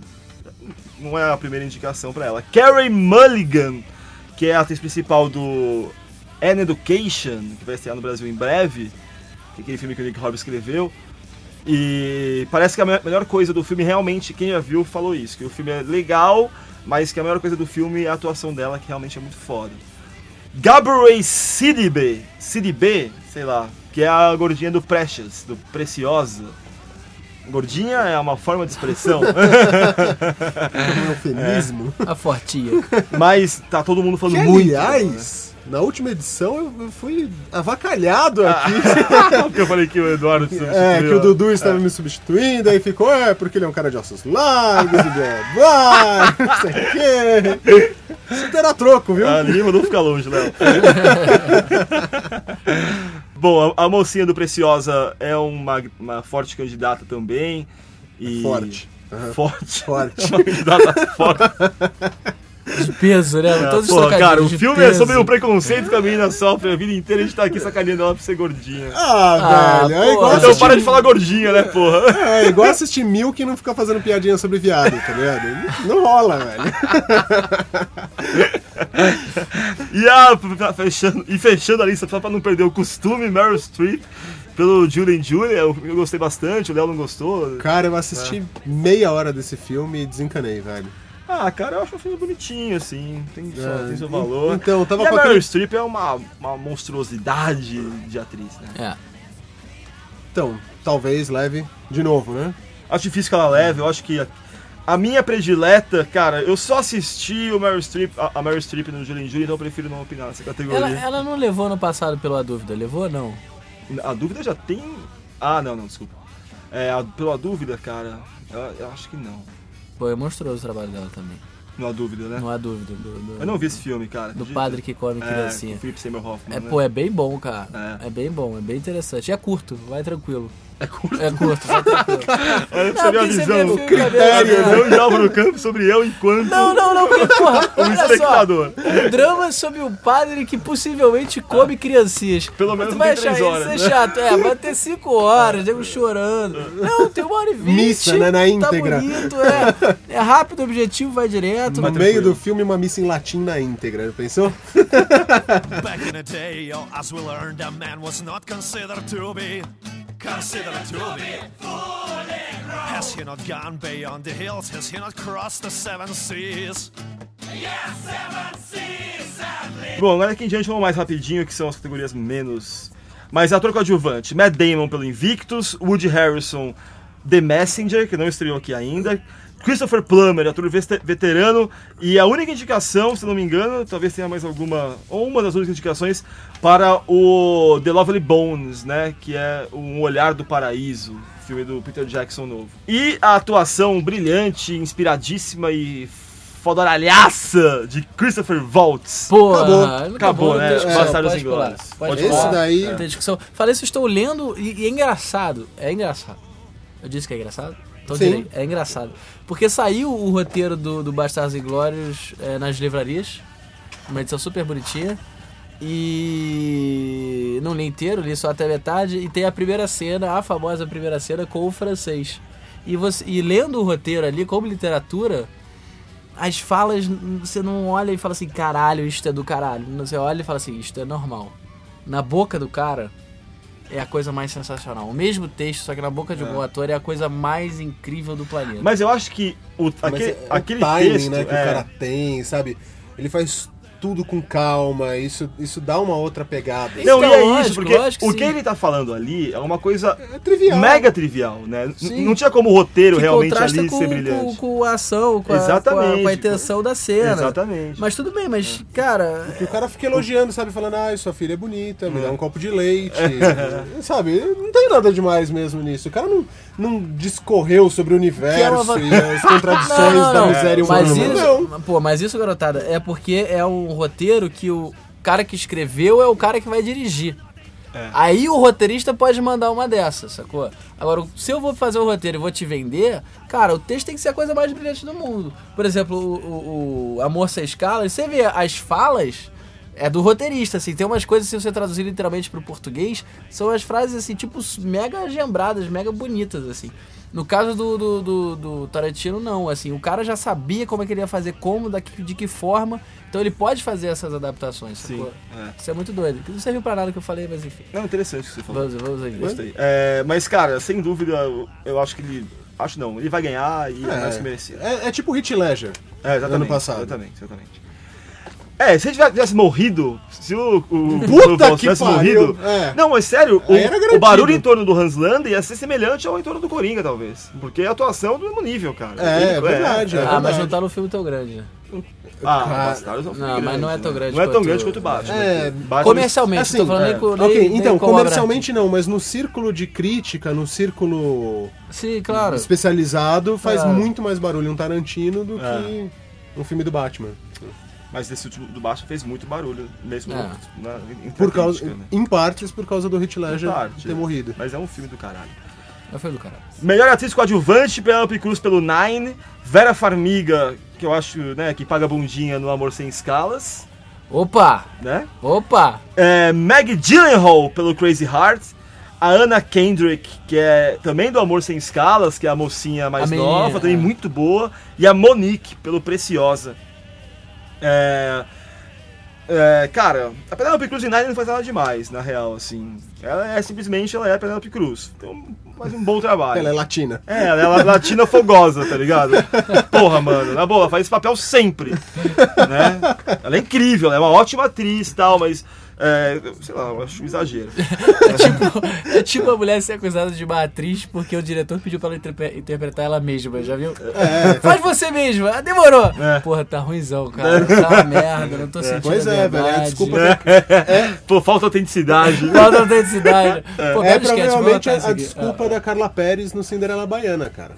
Speaker 5: Não é a primeira indicação pra ela. Carey Mulligan, que é a atriz principal do An Education, que vai estrear no Brasil em breve, que é aquele filme que o Nick Hobbs escreveu. E parece que a me- melhor coisa do filme, realmente, quem já viu falou isso, que o filme é legal, mas que a melhor coisa do filme é a atuação dela, que realmente é muito foda. Gabrielle Sidibe, Sidibe, sei lá, que é a gordinha do Precious, do Preciosa. Gordinha é uma forma de expressão,
Speaker 7: é
Speaker 6: Um eufemismo.
Speaker 7: A fortinha.
Speaker 5: mas tá todo mundo falando
Speaker 6: Que,
Speaker 5: muito.
Speaker 6: aliás, na última edição eu- eu fui avacalhado aqui.
Speaker 5: Porque eu falei que o Eduardo te Ah, substituiu.
Speaker 6: É, que o Dudu estava me substituindo, aí ficou, é, porque ele é um cara de ossos largos e blá blá, não sei o quê. Isso terá troco, viu?
Speaker 5: Ali não fica longe, Léo. Bom, a, a mocinha do Preciosa é uma, uma forte candidata também. E...
Speaker 6: Forte. Aham.
Speaker 5: Forte.
Speaker 6: Forte.
Speaker 5: Uma candidata forte.
Speaker 7: De peso, né? Todos os
Speaker 5: Pô,
Speaker 7: trocadilhos
Speaker 5: É, cara, o
Speaker 7: de
Speaker 5: filme é
Speaker 7: peso.
Speaker 5: sobre o preconceito que a menina sofre a vida inteira. A gente tá aqui sacaneando ela por ser gordinha.
Speaker 6: Ah,
Speaker 7: Ah,
Speaker 6: velho, é igual,
Speaker 7: porra.
Speaker 5: Então
Speaker 6: assistir,
Speaker 5: para de falar gordinha, né, porra?
Speaker 6: é igual assistir Milk e não ficar fazendo piadinha sobre viado, tá ligado? Não rola, velho.
Speaker 5: E, a, pra- fechando, e fechando a lista, só pra não perder o costume, Meryl Streep pelo Julie and Julie. Eu, eu gostei bastante, o Léo não gostou.
Speaker 6: Cara, eu assisti
Speaker 5: É.
Speaker 6: meia hora desse filme e desencanei, velho.
Speaker 5: Ah, cara, eu acho um filme bonitinho, assim. Tem, seu, tem seu valor.
Speaker 6: então, eu tava
Speaker 5: e a
Speaker 6: com
Speaker 5: Meryl
Speaker 6: aquele-
Speaker 5: Streep é uma, uma monstruosidade de atriz, né?
Speaker 7: É.
Speaker 6: Então, talvez leve de novo, né?
Speaker 5: Acho difícil que ela leve, eu acho que... A, a minha predileta, cara, eu só assisti o Meryl Streep, a, a Meryl Streep no Julie and Julie, então eu prefiro não opinar nessa
Speaker 7: Ela, é-
Speaker 5: categoria.
Speaker 7: ela não levou no passado pela dúvida, levou ou não?
Speaker 5: A dúvida já tem... Ah, não, não, desculpa. É, a- pela dúvida, cara, eu, eu acho que não.
Speaker 7: Pô, é monstruoso o trabalho dela também.
Speaker 5: Não há dúvida, né?
Speaker 7: Não há dúvida. Do, do-
Speaker 5: Eu não vi esse filme, cara.
Speaker 7: do
Speaker 5: acredita?
Speaker 7: padre que come
Speaker 5: É, com
Speaker 7: criancinha.
Speaker 5: o Philip Seymour Hoffman,
Speaker 7: É,
Speaker 5: né?
Speaker 7: pô, é bem bom, cara.
Speaker 5: É.
Speaker 7: É. bem bom, é bem interessante. E é curto, vai tranquilo.
Speaker 5: É curto.
Speaker 7: É curto, vai tranquilo.
Speaker 5: Olha É pra
Speaker 7: Não,
Speaker 5: você ver a visão.
Speaker 7: porque você vê
Speaker 5: O
Speaker 7: filme,
Speaker 5: critério,
Speaker 7: né?
Speaker 5: não de Álvaro Campos sobre eu enquanto
Speaker 7: Não, não, não, porque, porra,
Speaker 5: um
Speaker 7: olha só.
Speaker 5: espectador.
Speaker 7: Um drama sobre um padre que possivelmente come criancinhas.
Speaker 5: Pelo menos
Speaker 7: tu vai
Speaker 5: tem três
Speaker 7: achar isso
Speaker 5: horas,
Speaker 7: é
Speaker 5: né? É.
Speaker 7: chato. É, vai ter cinco horas, nego chorando. Não, tem uma hora e vinte.
Speaker 6: Missa, né, na íntegra.
Speaker 7: Tá bonito, é. É rápido, o objetivo, vai direto.
Speaker 6: No
Speaker 5: Mas
Speaker 6: meio
Speaker 5: tranquilo.
Speaker 6: do filme, uma missa em latim na íntegra, né? pensou?
Speaker 9: Back in the day, oh, as we learned, a man was not considered to be considered to be fully grown. Has he not gone beyond the hills? Has he not crossed the seven seas?
Speaker 5: Bom, agora aqui em diante vamos mais rapidinho, que são as categorias menos. Mas ator coadjuvante: Matt Damon pelo Invictus, Woody Harrison, The Messenger, que não estreou aqui ainda. Christopher Plummer, ator veste- veterano, e a única indicação, se não me engano, talvez tenha mais alguma, ou uma das únicas indicações, para o The Lovely Bones, né? Que é Um Olhar do Paraíso, filme do Peter Jackson novo. E a atuação brilhante, inspiradíssima e fodoralhaça de Christopher Waltz.
Speaker 7: Pô,
Speaker 6: Acabou.
Speaker 7: não
Speaker 5: Acabou,
Speaker 7: não
Speaker 5: né?
Speaker 7: tem discussão,
Speaker 5: Bastardos
Speaker 7: pode pular,
Speaker 5: Inglórios.
Speaker 7: Pode
Speaker 5: Esse
Speaker 7: pular,
Speaker 6: daí-
Speaker 7: Não tem discussão. Falei isso, estou lendo e, e é engraçado. É engraçado. Eu disse que é engraçado? Então
Speaker 6: Sim.
Speaker 7: direi, é engraçado. Porque saiu o roteiro do, do Bastardos Inglórios é, nas livrarias. Uma edição super bonitinha. E não li inteiro, li só até metade. E tem a primeira cena, a famosa primeira cena com o francês. E, você, e lendo o roteiro ali, como literatura, as falas, n- você não olha e fala assim, caralho, isto é do caralho. Não, Você olha e fala assim, isto é normal. Na boca do cara, é a coisa mais sensacional. O mesmo texto, só que na boca de um bom ator, é a coisa mais incrível do planeta.
Speaker 5: Mas eu acho que o,
Speaker 6: Mas
Speaker 5: aquele,
Speaker 6: é- é o
Speaker 5: aquele
Speaker 6: timing,
Speaker 5: texto.
Speaker 6: né, que
Speaker 5: é,
Speaker 6: o cara tem, sabe? Ele faz tudo com calma, isso, isso dá uma outra pegada.
Speaker 5: Não, e
Speaker 7: Então,
Speaker 5: é
Speaker 7: lógico,
Speaker 5: isso, porque
Speaker 7: lógico que
Speaker 5: o
Speaker 7: sim.
Speaker 5: que ele tá falando ali é uma coisa
Speaker 6: É trivial.
Speaker 5: mega trivial, né? N-
Speaker 7: Sim.
Speaker 5: Não tinha como o roteiro
Speaker 7: que
Speaker 5: realmente
Speaker 7: contrasta
Speaker 5: ali
Speaker 7: com,
Speaker 5: ser
Speaker 7: Com,
Speaker 5: brilhante.
Speaker 7: com a ação, com a,
Speaker 5: Exatamente.
Speaker 7: com a- com a intenção da cena.
Speaker 5: Exatamente. É.
Speaker 7: Mas tudo bem, mas, cara,
Speaker 6: E o cara fica elogiando, sabe? Falando, ai, sua filha é bonita, me dá
Speaker 5: Hum.
Speaker 6: um copo de leite. sabe? Não tem nada demais mesmo nisso. O cara não, não discorreu sobre o
Speaker 7: Que é
Speaker 6: universo
Speaker 7: uma van-
Speaker 6: e as contradições
Speaker 7: Não, não,
Speaker 6: da
Speaker 7: não.
Speaker 6: miséria humana.
Speaker 7: Mas isso,
Speaker 6: Não.
Speaker 7: pô, mas isso, garotada, é porque é um roteiro que o cara que escreveu é o cara que vai dirigir. Aí o roteirista pode mandar uma dessas, sacou? Agora, se eu vou fazer um roteiro e vou te vender, cara, o texto tem que ser a coisa mais brilhante do mundo. Por exemplo, o, o, o Amor Sem Escalas, você vê as falas, é do roteirista, assim. Tem umas coisas, se você traduzir literalmente pro português, são as frases, assim, tipo, mega gembradas, mega bonitas, assim. No caso do, do, do- do Tarantino, não. Assim, o cara já sabia como é que ele ia fazer, como, daqui, de que forma. Então ele pode fazer essas adaptações, sacou?
Speaker 5: é.
Speaker 7: Isso é muito doido. Não serviu pra nada o que eu falei, mas enfim.
Speaker 5: Não, interessante o que você falou.
Speaker 7: Vamos, vamos aí.
Speaker 5: Gostei. É, mas, cara, sem dúvida, eu- eu acho que ele. Acho não, ele vai ganhar e é mais que merecido.
Speaker 6: É, é tipo Hit Ledger.
Speaker 5: É, exatamente.
Speaker 6: Ano passado.
Speaker 5: Exatamente, exatamente. É, se ele tivesse- tivesse morrido, se o, o
Speaker 6: Puta
Speaker 5: o Wolf
Speaker 6: que
Speaker 5: tivesse
Speaker 6: pariu,
Speaker 5: morrido.
Speaker 6: é.
Speaker 5: Não, mas sério,
Speaker 6: Aí era
Speaker 5: o,
Speaker 6: garantido.
Speaker 5: o barulho em torno do Hans Landa ia ser semelhante ao em torno do Coringa, talvez. Porque a atuação é do mesmo nível, cara.
Speaker 6: É, é verdade, é.
Speaker 7: Ah, mas não tá no filme tão grande, né?
Speaker 5: Ah,
Speaker 6: Cara,
Speaker 5: Bastardos é um filme
Speaker 7: não, mas
Speaker 5: grande,
Speaker 7: não é tão
Speaker 5: né?
Speaker 7: grande
Speaker 5: Não é tão
Speaker 7: quanto-
Speaker 5: grande quanto o Batman.
Speaker 6: É,
Speaker 5: Batman-
Speaker 7: Comercialmente,
Speaker 6: Assim,
Speaker 7: tô falando
Speaker 5: é.
Speaker 7: nem com nem-
Speaker 6: Ok,
Speaker 7: nem
Speaker 6: então,
Speaker 7: com obra
Speaker 6: comercialmente não, mas no círculo de crítica, no círculo
Speaker 7: artística. Sim, claro.
Speaker 6: especializado, faz
Speaker 7: Claro.
Speaker 6: muito mais barulho um Tarantino do
Speaker 5: É.
Speaker 6: que um filme do Batman.
Speaker 5: Mas esse último do Batman fez muito barulho, mesmo
Speaker 7: É.
Speaker 5: na, entre a
Speaker 6: Por causa,
Speaker 5: crítica, né?
Speaker 6: Em partes por causa do Hit Ledger
Speaker 5: Parte,
Speaker 6: ter morrido.
Speaker 5: Mas é um filme do caralho.
Speaker 7: Mas foi do cara.
Speaker 5: Melhor atriz coadjuvante, Penelope Cruz pelo Nine, Vera Farmiga, que eu acho, né, que paga bundinha no Amor Sem Escalas,
Speaker 7: Opa!
Speaker 5: né?
Speaker 7: Opa!
Speaker 5: É, Maggie Gyllenhaal pelo Crazy Heart, a Anna Kendrick, que é também do Amor Sem Escalas, que é a mocinha mais
Speaker 7: A menina,
Speaker 5: nova, também
Speaker 7: é.
Speaker 5: muito boa, e a Monique pelo Preciosa. É, é, cara, a Penelope Cruz em Nine não faz nada demais, na real, assim. Ela é simplesmente, ela é a Penelope Cruz. Então, faz um bom trabalho.
Speaker 6: Ela é latina.
Speaker 5: É, ela é la- latina fogosa, tá ligado? Porra, mano, na boa, faz esse papel sempre. Né? Ela é incrível, ela é uma ótima atriz e tal, mas. É, sei lá, eu acho um exagero.
Speaker 7: É tipo a mulher ser acusada de uma atriz porque o diretor pediu pra ela interpre- interpretar ela mesma, já viu?
Speaker 6: É,
Speaker 7: Faz você mesma! Ah, Demorou!
Speaker 5: É.
Speaker 7: Porra, tá ruimzão, cara. Tá uma merda, não tô sentindo
Speaker 6: Pois
Speaker 7: a
Speaker 6: é, velho,
Speaker 7: verdade.
Speaker 6: é desculpa.
Speaker 5: Pô, falta autenticidade.
Speaker 7: Falta autenticidade. Pô,
Speaker 6: É
Speaker 7: pega o esquete, vou
Speaker 6: provavelmente
Speaker 7: anotar isso
Speaker 6: a, a
Speaker 7: aqui.
Speaker 6: desculpa da Carla Pérez no Cinderela Baiana, cara.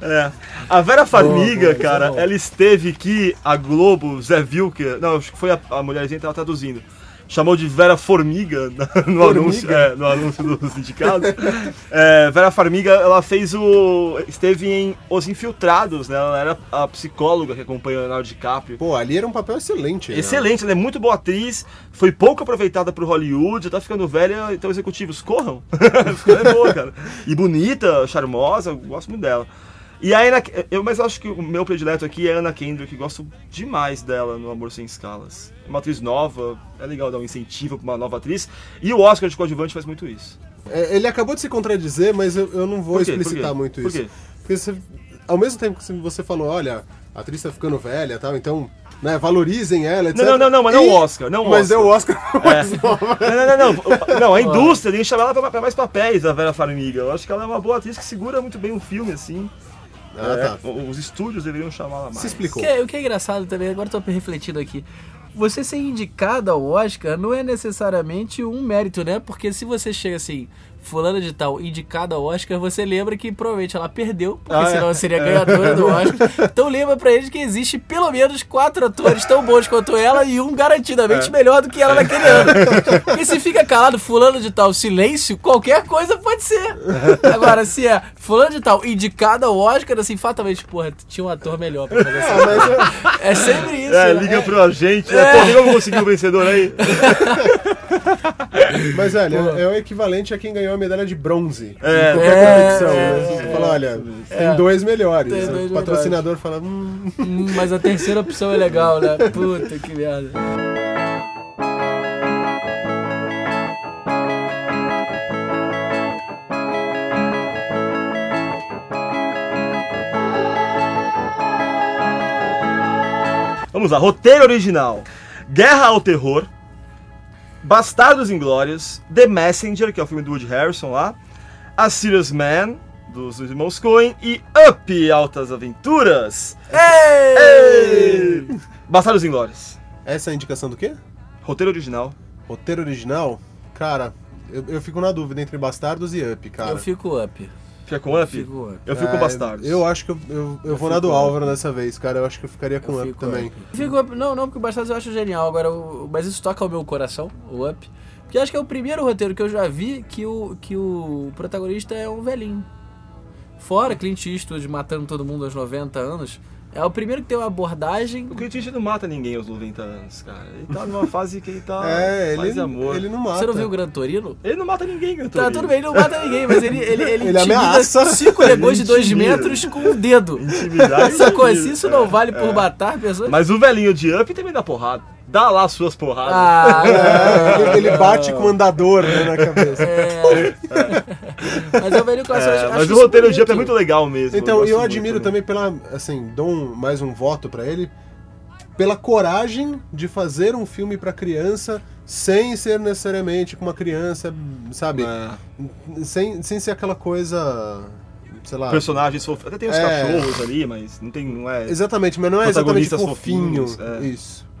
Speaker 5: É. A Vera Farmiga,
Speaker 7: boa, isso é
Speaker 5: cara,
Speaker 7: bom.
Speaker 5: ela esteve aqui, a Globo, Zé Vilker, não, acho que foi a, a mulherzinha que tava traduzindo. Chamou de Vera Formiga na- no, Anúncio, é, no anúncio do sindicato. É, Vera Farmiga, ela fez o. esteve em Os Infiltrados, né? Ela era a psicóloga que acompanha o Leonardo DiCaprio.
Speaker 6: Pô, ali era um papel excelente. né?
Speaker 5: Excelente, ela é muito boa atriz, foi pouco aproveitada pro Hollywood, já tá ficando velha, então executivos, corram. ela é boa, cara. E bonita, charmosa, eu gosto muito dela. E a Ana, eu, mas eu acho que o meu predileto aqui é a Ana Kendrick, eu gosto demais dela no Amor Sem Escalas. É uma atriz nova, é legal dar um incentivo pra uma nova atriz, e o Oscar de coadjuvante faz muito isso.
Speaker 6: É, Ele acabou de se contradizer, mas eu, eu não vou
Speaker 5: Por quê? Por
Speaker 6: explicitar
Speaker 5: quê?
Speaker 6: muito
Speaker 5: Por
Speaker 6: isso.
Speaker 5: quê?
Speaker 6: Porque você- ao mesmo tempo que você falou, olha, a atriz tá ficando velha e tal, então, né, valorizem ela, etc.
Speaker 5: não, não, não, mas não
Speaker 6: E-
Speaker 5: o Oscar, não o
Speaker 6: Mas
Speaker 5: Oscar. É.
Speaker 6: é o Oscar mais nova.
Speaker 5: Não, não, não. Não, a indústria tem que chamar ela pra, pra mais papéis, a Vera Farmiga. Eu acho que ela é uma boa atriz que segura muito bem um filme, assim. É,
Speaker 6: Ah, tá.
Speaker 5: Os estúdios deveriam chamá-la mais.
Speaker 6: Se
Speaker 7: O
Speaker 6: explicou.
Speaker 7: que, é, o que é engraçado também, agora eu tô refletindo aqui. Você ser indicado ao Oscar não é necessariamente um mérito, né? Porque se você chega assim, fulana de tal, indicada ao Oscar, você lembra que provavelmente ela perdeu, porque
Speaker 5: Ah, é.
Speaker 7: senão ela seria ganhadora do Oscar. Então lembra pra eles que existe pelo menos quatro atores tão bons quanto ela e um
Speaker 5: É.
Speaker 7: garantidamente melhor do que ela naquele ano. Porque se fica calado, fulano de tal, silêncio, qualquer coisa pode ser. Agora, se é fulano de tal, indicada ao Oscar, assim, fatalmente, porra, tinha um ator melhor pra fazer essa é sempre isso.
Speaker 5: É,
Speaker 7: né?
Speaker 5: liga pro agente, né? Pô, como conseguiu o vencedor aí?
Speaker 6: Mas, olha, é o equivalente a quem ganhou a medalha de bronze.
Speaker 5: É.
Speaker 6: Em qualquer
Speaker 7: É,
Speaker 6: competição,
Speaker 7: é,
Speaker 6: né? Você fala, olha, tem dois melhores.
Speaker 7: Tem dois
Speaker 6: o patrocinador fala, hum,
Speaker 7: Hum, Mas a terceira opção é legal, né? Puta que merda.
Speaker 5: Vamos lá, roteiro original. Guerra ao Terror, Bastardos Inglórios, The Messenger, que é o filme do Woody Harrison lá, A Serious Man, dos irmãos Coen, e Up! Altas Aventuras. Ei! Bastardos Inglórios.
Speaker 6: essa é a indicação do quê?
Speaker 5: Roteiro original.
Speaker 6: Roteiro original? Cara, eu, eu fico na dúvida entre Bastardos e Up, cara.
Speaker 7: Eu fico up.
Speaker 5: Fica com Up?
Speaker 7: Fico up.
Speaker 5: Eu fico com
Speaker 6: É,
Speaker 5: Bastardos.
Speaker 6: Eu acho que eu, eu, eu vou na do
Speaker 7: fico-
Speaker 6: Álvaro dessa vez, cara. Eu acho que eu ficaria com Up
Speaker 7: fico
Speaker 6: também.
Speaker 7: Fico up. Não, não, porque o Bastardos eu acho genial. Agora, o- mas isso toca ao meu coração, o up. Porque eu acho que é o primeiro roteiro que eu já vi que o, que o protagonista é um velhinho. Fora Clint Eastwood matando todo mundo aos 90 anos, é o primeiro que tem uma abordagem
Speaker 5: O Clint Eastwood não mata ninguém aos 90 anos, cara. Ele tá numa fase que ele tá
Speaker 6: É,
Speaker 5: mais
Speaker 6: ele,
Speaker 5: amor.
Speaker 6: ele não mata.
Speaker 7: Você não viu o Gran Torino?
Speaker 5: Ele não mata ninguém, cantor.
Speaker 7: Tá, tudo bem, ele não mata ninguém, mas ele, ele, ele,
Speaker 6: Ele
Speaker 7: intimida
Speaker 6: ameaça.
Speaker 7: cinco negões de
Speaker 5: Ele
Speaker 7: dois
Speaker 5: intimida.
Speaker 7: metros com o dedo.
Speaker 5: Intimidar ele
Speaker 7: Sacou?
Speaker 5: intimida.
Speaker 7: Se isso não vale por matar pessoas...
Speaker 5: É. Mas o velhinho de Up também dá porrada. Dá lá as suas porradas.
Speaker 7: Ah,
Speaker 6: É, ele ele bate com o andador né, na cabeça.
Speaker 7: é. Mas é o velho clássico.
Speaker 5: É,
Speaker 7: acho-
Speaker 5: mas
Speaker 7: acho
Speaker 5: o
Speaker 7: isso
Speaker 5: roteiro de
Speaker 7: bonito.
Speaker 5: Up é muito legal mesmo.
Speaker 6: Então,
Speaker 5: gosto
Speaker 6: eu
Speaker 5: muito
Speaker 6: admiro também pela, assim, dou um- mais um voto pra ele, pela coragem de fazer um filme pra criança sem ser necessariamente com uma criança, sabe?
Speaker 5: É.
Speaker 6: Sem, sem ser aquela coisa, sei lá.
Speaker 5: Personagens fof... Até tem os
Speaker 6: É.
Speaker 5: cachorros ali, mas não tem. Não é.
Speaker 6: Exatamente, mas não é exatamente
Speaker 5: Protagonistas
Speaker 6: fofinho.
Speaker 5: fofinhos, é.
Speaker 6: Isso.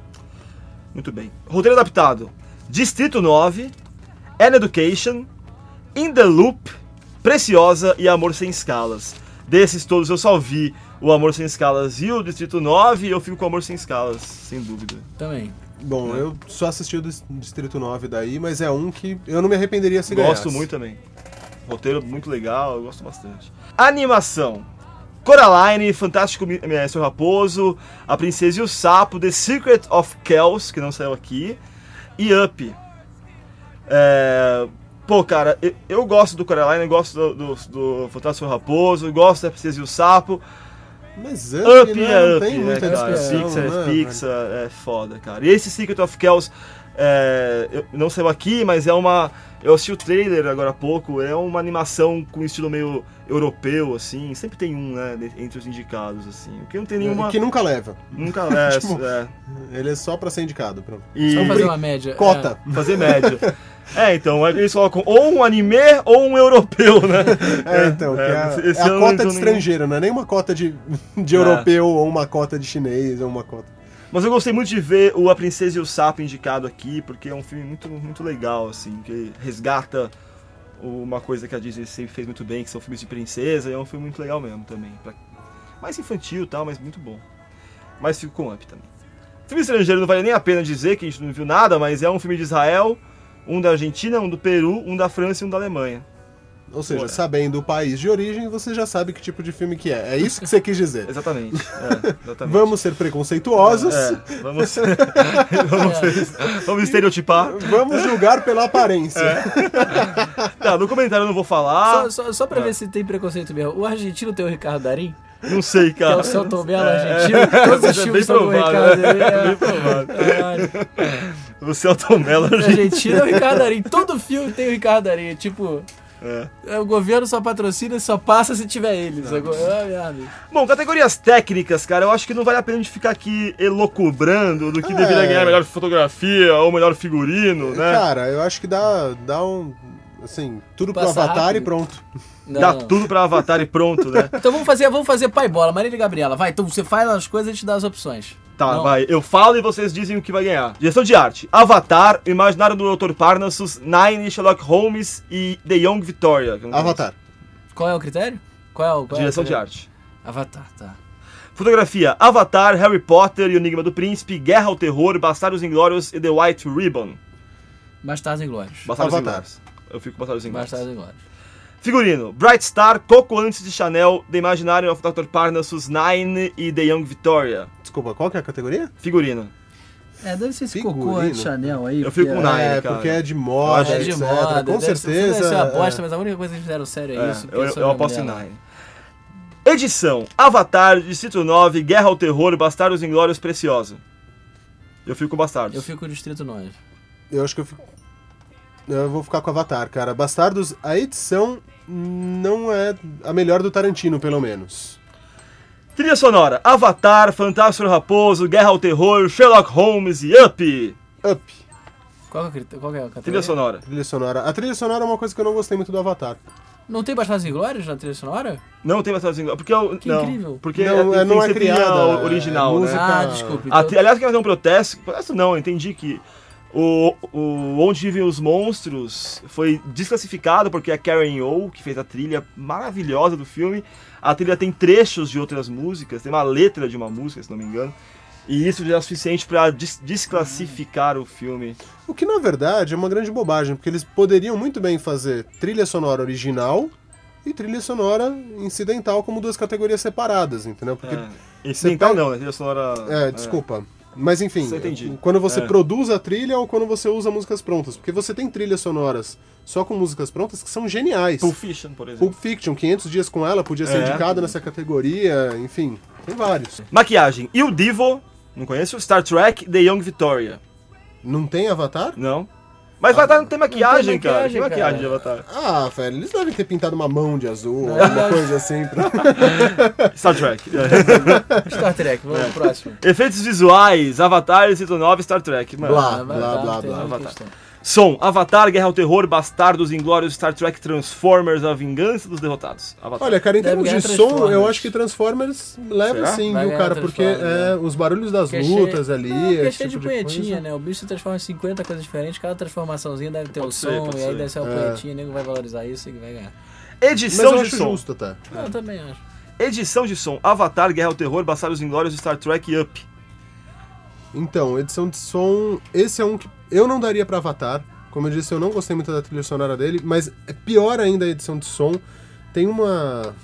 Speaker 5: Muito bem. Roteiro adaptado: Distrito 9, An Education, In the Loop, Preciosa e Amor Sem Escalas. Desses todos eu só vi o Amor Sem Escalas e o Distrito 9, eu fico com o Amor Sem Escalas, sem dúvida.
Speaker 7: Também.
Speaker 6: Bom,
Speaker 5: Né?
Speaker 6: eu só assisti o Dis- Distrito 9 daí, mas é um que eu não me arrependeria se
Speaker 5: Gosto
Speaker 6: ganhasse.
Speaker 5: muito também. Roteiro muito legal, eu gosto bastante. Animação. Coraline, Fantástico Mi- eh, Seu Raposo, A Princesa e o Sapo, The Secret of Kells, que não saiu aqui, e Up. É, Pô, cara, eu, eu gosto do Coraline, eu gosto do, do, do Fantástico Seu Raposo, eu gosto da Princesa e o Sapo.
Speaker 6: Mas Up,
Speaker 5: Up
Speaker 6: né,
Speaker 5: é
Speaker 6: não
Speaker 5: Up,
Speaker 6: tem
Speaker 5: né,
Speaker 6: muita
Speaker 5: cara?
Speaker 6: discussão,
Speaker 5: Pixar
Speaker 6: né,
Speaker 5: é
Speaker 6: velho?
Speaker 5: Pixar, é foda, cara. E esse Secret of Kells, é, eu- não saiu aqui, mas é uma... Eu assisti o trailer agora há pouco, é uma animação com estilo meio europeu, assim. Sempre tem um, né, de- entre os indicados, assim. Porque não tem nenhuma...
Speaker 6: É, Que nunca leva.
Speaker 5: Nunca é,
Speaker 6: Tipo,
Speaker 5: é.
Speaker 6: Ele é só pra ser indicado. Pronto.
Speaker 5: E
Speaker 7: Vamos fazer uma média.
Speaker 6: Cota.
Speaker 5: fazer média. É, então, eles colocam ou um anime ou um europeu, né?
Speaker 6: É, então, que é, a-
Speaker 5: esse
Speaker 6: é a
Speaker 5: ano não
Speaker 6: cota
Speaker 5: entrou
Speaker 6: de
Speaker 5: nenhum.
Speaker 6: estrangeiro, não é nem uma cota de, de
Speaker 5: É.
Speaker 6: europeu ou uma cota de chinês ou uma cota.
Speaker 5: Mas eu gostei muito de ver o A Princesa e o Sapo indicado aqui, porque é um filme muito, muito legal, assim, que resgata uma coisa que a Disney sempre fez muito bem, que são filmes de princesa, e é um filme muito legal mesmo também. pra- Mais infantil e tal, mas muito bom. Mas fico com Up também. Filme estrangeiro não vale nem a pena dizer que a gente não viu nada, mas é um filme de Israel, um da Argentina, um do Peru, um da França e um da Alemanha.
Speaker 6: Ou seja,
Speaker 5: Bora.
Speaker 6: sabendo o país de origem, você já sabe que tipo de filme que é. É isso que você quis dizer.
Speaker 5: Exatamente. É, exatamente.
Speaker 6: Vamos ser preconceituosos,
Speaker 5: É, vamos,
Speaker 7: É.
Speaker 5: vamos, vamos estereotipar.
Speaker 6: vamos julgar pela aparência.
Speaker 5: É. Tá, no comentário eu não vou
Speaker 7: Só,
Speaker 5: falar.
Speaker 7: só, só pra ver se tem preconceito mesmo. O argentino tem o Ricardo Darim,
Speaker 5: Não sei,
Speaker 7: que é
Speaker 5: cara.
Speaker 7: o São Tomé argentino. Todos os
Speaker 5: Ah. é bem
Speaker 7: filmes são com o
Speaker 5: provável,
Speaker 7: Ricardo
Speaker 5: né?
Speaker 7: Darim.
Speaker 5: É bem
Speaker 7: É.
Speaker 5: provável. é
Speaker 7: Caralho.
Speaker 5: O Celton Mello,
Speaker 7: Argentina é o Ricardo Darim. Todo filme tem o Ricardo Darim. Tipo, É, O governo só patrocina e só passa se tiver ele. sacou? Ah, merda.
Speaker 5: Bom, categorias técnicas, cara, eu acho que não vale a pena a gente ficar aqui elocubrando do que deveria ganhar melhor fotografia ou melhor figurino, né?
Speaker 6: Cara, eu acho que dá, dá um. Assim, tudo pro
Speaker 7: Passa
Speaker 6: Avatar
Speaker 7: rápido. É
Speaker 6: e pronto.
Speaker 7: Não,
Speaker 5: Dá
Speaker 7: não.
Speaker 5: tudo pra Avatar e pronto, né?
Speaker 7: Então vamos fazer, vamos fazer pai bola, Marília e Gabriela. Vai, então você faz as coisas e a gente dá as opções.
Speaker 5: Tá,
Speaker 7: Não.
Speaker 5: vai. Eu falo e vocês dizem o que vai ganhar. Direção de arte. Avatar, Imaginário do Dr. Parnassus, Nine, Sherlock Holmes e The Young Victoria. que eu não conheço.
Speaker 6: Avatar.
Speaker 7: Qual é o critério? Qual é o. qual é o
Speaker 5: Direção de
Speaker 7: critério?
Speaker 5: arte.
Speaker 7: Avatar, tá.
Speaker 5: Fotografia. Avatar, Harry Potter e o Enigma do Príncipe, Guerra ao Terror, Bastardos Inglórios e The White Ribbon.
Speaker 7: Bastardos e Glórias.
Speaker 5: Bastardos
Speaker 6: Avatar.
Speaker 5: Inglórios. Eu fico com Bastardos Inglórios.
Speaker 7: Bastardos e Glórias.
Speaker 5: Figurino. Bright Star, Coco Antes de Chanel, The Imaginary of Dr. Parnassus, Nine e The Young Victoria.
Speaker 6: Desculpa, qual que é a categoria?
Speaker 5: Figurino.
Speaker 7: É, deve ser esse
Speaker 6: Figurino.
Speaker 7: cocô de Chanel aí.
Speaker 5: Eu fico
Speaker 7: porque
Speaker 5: com nada.
Speaker 6: é,
Speaker 5: Nine, cara.
Speaker 6: porque é de moda,
Speaker 5: Eu
Speaker 7: É
Speaker 5: acho
Speaker 7: de
Speaker 6: etc.
Speaker 7: moda,
Speaker 6: Com
Speaker 7: deve ser-
Speaker 6: certeza.
Speaker 7: Deve ser uma
Speaker 6: é.
Speaker 7: bosta, mas a única coisa que eles fizeram sério é,
Speaker 5: É,
Speaker 7: isso.
Speaker 5: eu,
Speaker 7: porque
Speaker 5: eu
Speaker 7: o
Speaker 5: aposto em
Speaker 7: nome dela.
Speaker 5: Nine. Edição: Avatar, Distrito 9, Guerra ao Terror, Bastardos Inglórios, Preciosa. Eu fico com Bastardos.
Speaker 7: Eu fico com o Distrito 9.
Speaker 6: é, Eu acho que eu fico. Eu vou ficar com Avatar, cara. Bastardos, a edição não é a melhor do Tarantino, pelo menos.
Speaker 5: Trilha sonora: Avatar, Fantástico Raposo, Guerra ao Terror, Sherlock Holmes e Up.
Speaker 6: Up,
Speaker 7: Qual que é, o critê- qual que é a categoria?
Speaker 5: Trilha sonora.
Speaker 6: trilha sonora. A trilha sonora é uma coisa que eu não gostei muito do Avatar.
Speaker 7: Não tem Bastardos e Glórias na trilha sonora?
Speaker 5: Não tem Bastardos Inglórios. Porque eu,
Speaker 7: Que
Speaker 5: não,
Speaker 7: incrível.
Speaker 5: Porque
Speaker 6: Não,
Speaker 5: tem
Speaker 6: é- não
Speaker 5: que
Speaker 6: é
Speaker 5: ser trilha
Speaker 6: criada, é
Speaker 5: original, né?
Speaker 6: música.
Speaker 7: Ah,
Speaker 6: Então-
Speaker 7: desculpe.
Speaker 5: A
Speaker 7: então-
Speaker 5: tri- Aliás, quer fazer um protesto? Protesto não, eu entendi que o, o Onde Vivem os Monstros foi desclassificado porque a Karen O, que fez a trilha maravilhosa do filme, a trilha tem trechos de outras músicas, tem uma letra de uma música, se não me engano. E isso já é o suficiente pra des- desclassificar o filme.
Speaker 6: O que na verdade é uma grande bobagem, porque eles poderiam muito bem fazer trilha sonora original e trilha sonora incidental como duas categorias separadas, entendeu? Porque.
Speaker 5: É. Incidental
Speaker 6: pega-
Speaker 5: não, né? Trilha sonora.
Speaker 6: É, desculpa. Mas enfim,
Speaker 5: Você entendi.
Speaker 6: quando você
Speaker 5: É.
Speaker 6: produz a trilha ou quando você usa músicas prontas. Porque você tem trilhas sonoras só com músicas prontas que são geniais.
Speaker 5: Pulp Fiction, por exemplo.
Speaker 6: Pulp Fiction, 500 dias com ela, podia ser
Speaker 5: É.
Speaker 6: indicada nessa categoria, enfim, tem vários.
Speaker 5: Maquiagem. E o Divo, não conheço? Star Trek The Young Victoria.
Speaker 6: Não tem Avatar?
Speaker 5: Não. Mas vai Avatar não tem maquiagem, cara.
Speaker 7: maquiagem,
Speaker 5: Tem maquiagem
Speaker 7: cara.
Speaker 5: de Avatar.
Speaker 6: Ah, velho, eles devem ter pintado uma mão de azul,
Speaker 5: É.
Speaker 6: alguma coisa assim. pra-
Speaker 5: Star Trek.
Speaker 7: Star Trek, vamos pro próximo.
Speaker 5: Efeitos visuais, Avatar, Distrito 9, Star Trek. Mano.
Speaker 6: Blá.
Speaker 7: Ah, vai
Speaker 6: blá,
Speaker 7: dar,
Speaker 6: blá,
Speaker 7: não tem
Speaker 6: blá,
Speaker 7: nenhuma
Speaker 5: vai
Speaker 7: questão.
Speaker 5: Som, Avatar, Guerra ao Terror, Bastardos, Inglórios, Star Trek, Transformers, A Vingança dos Derrotados. Avatar.
Speaker 6: Olha, cara, em
Speaker 7: Deve
Speaker 6: termos de
Speaker 7: ganhar
Speaker 6: som,
Speaker 7: Transformers.
Speaker 6: eu acho que Transformers leva
Speaker 5: Será?
Speaker 6: sim,
Speaker 7: Vai
Speaker 6: viu,
Speaker 7: ganhar
Speaker 6: cara? Porque
Speaker 7: Transformers, né?
Speaker 6: é, os barulhos das
Speaker 7: Porque é
Speaker 6: lutas
Speaker 7: cheio-
Speaker 6: ali,
Speaker 7: Não, porque é
Speaker 6: esse
Speaker 7: cheio
Speaker 6: tipo
Speaker 7: de punhetinha, né? O bicho se transforma em 50 coisas diferentes, cada transformaçãozinha deve ter o
Speaker 5: Pode ser,
Speaker 7: som,
Speaker 5: pode
Speaker 7: e aí
Speaker 5: ser.
Speaker 7: deve ser uma punhetinha, o nego vai valorizar isso e vai ganhar.
Speaker 6: Mas
Speaker 5: Edição
Speaker 6: eu
Speaker 5: de
Speaker 6: acho
Speaker 5: som.
Speaker 6: justo, tá?
Speaker 5: É.
Speaker 7: Eu também acho.
Speaker 5: Edição de som, Avatar, Guerra ao Terror, Bastardos, Inglórios, Star Trek e Up.
Speaker 6: Então, edição de som, esse é um que eu não daria pra Avatar. Como eu disse, eu não gostei muito da trilha sonora dele, mas é pior ainda a edição de som. Tem uma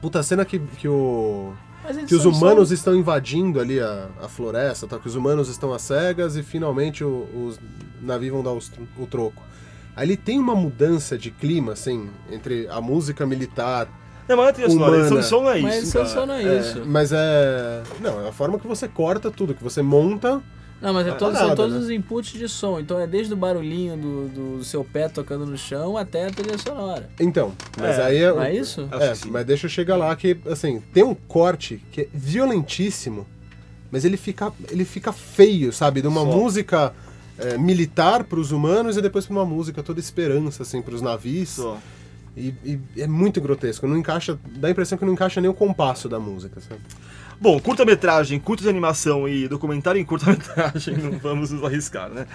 Speaker 6: puta cena que, que o
Speaker 7: Mas eles
Speaker 6: que os
Speaker 7: são-
Speaker 6: humanos
Speaker 7: são-
Speaker 6: estão invadindo ali a, a floresta, tá? que os humanos estão às cegas e finalmente o- os navios vão dar os tro- o troco. Ali tem uma mudança de clima, assim, entre a música militar.
Speaker 5: Não, mas não é trilha sonora,
Speaker 6: Humana.
Speaker 5: edição de som não é isso,
Speaker 7: Mas eles
Speaker 5: cara.
Speaker 7: são só não é isso.
Speaker 6: Mas é. Não, é a forma que você corta tudo, que você monta
Speaker 7: Não, mas é todo- são
Speaker 6: parada,
Speaker 7: todos
Speaker 6: né?
Speaker 7: os inputs de som. Então é desde o barulhinho do, do seu pé tocando no chão até a trilha sonora.
Speaker 6: Então, mas
Speaker 5: É,
Speaker 6: aí é.
Speaker 7: Não é isso?
Speaker 5: Acho
Speaker 6: É,
Speaker 5: que sim.
Speaker 6: mas deixa eu chegar lá que, assim, tem um corte que é violentíssimo, mas ele fica, ele fica feio, sabe? De uma música é, militar pros humanos e depois pra uma música toda esperança, assim, pros navios.
Speaker 5: Só.
Speaker 6: E, e é muito grotesco, não encaixa, dá a impressão que não encaixa nem o compasso da música, sabe?
Speaker 5: Bom, curta-metragem, curta de animação e documentário em curta-metragem, não vamos nos arriscar, né?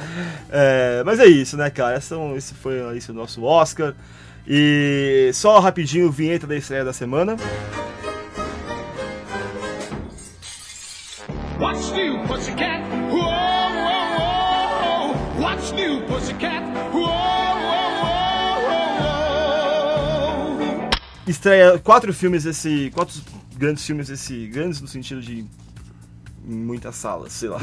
Speaker 5: É, mas é isso, né, cara? Essa- esse foi esse é o nosso Oscar. E só rapidinho, vinheta da estreia da semana.
Speaker 2: What's new, pussycat? Whoa, whoa, whoa. What's new, pussycat? Whoa, whoa, whoa, whoa.
Speaker 5: estreia quatro filmes esse quatro grandes filmes esse grandes no sentido de em muitas salas, sei lá.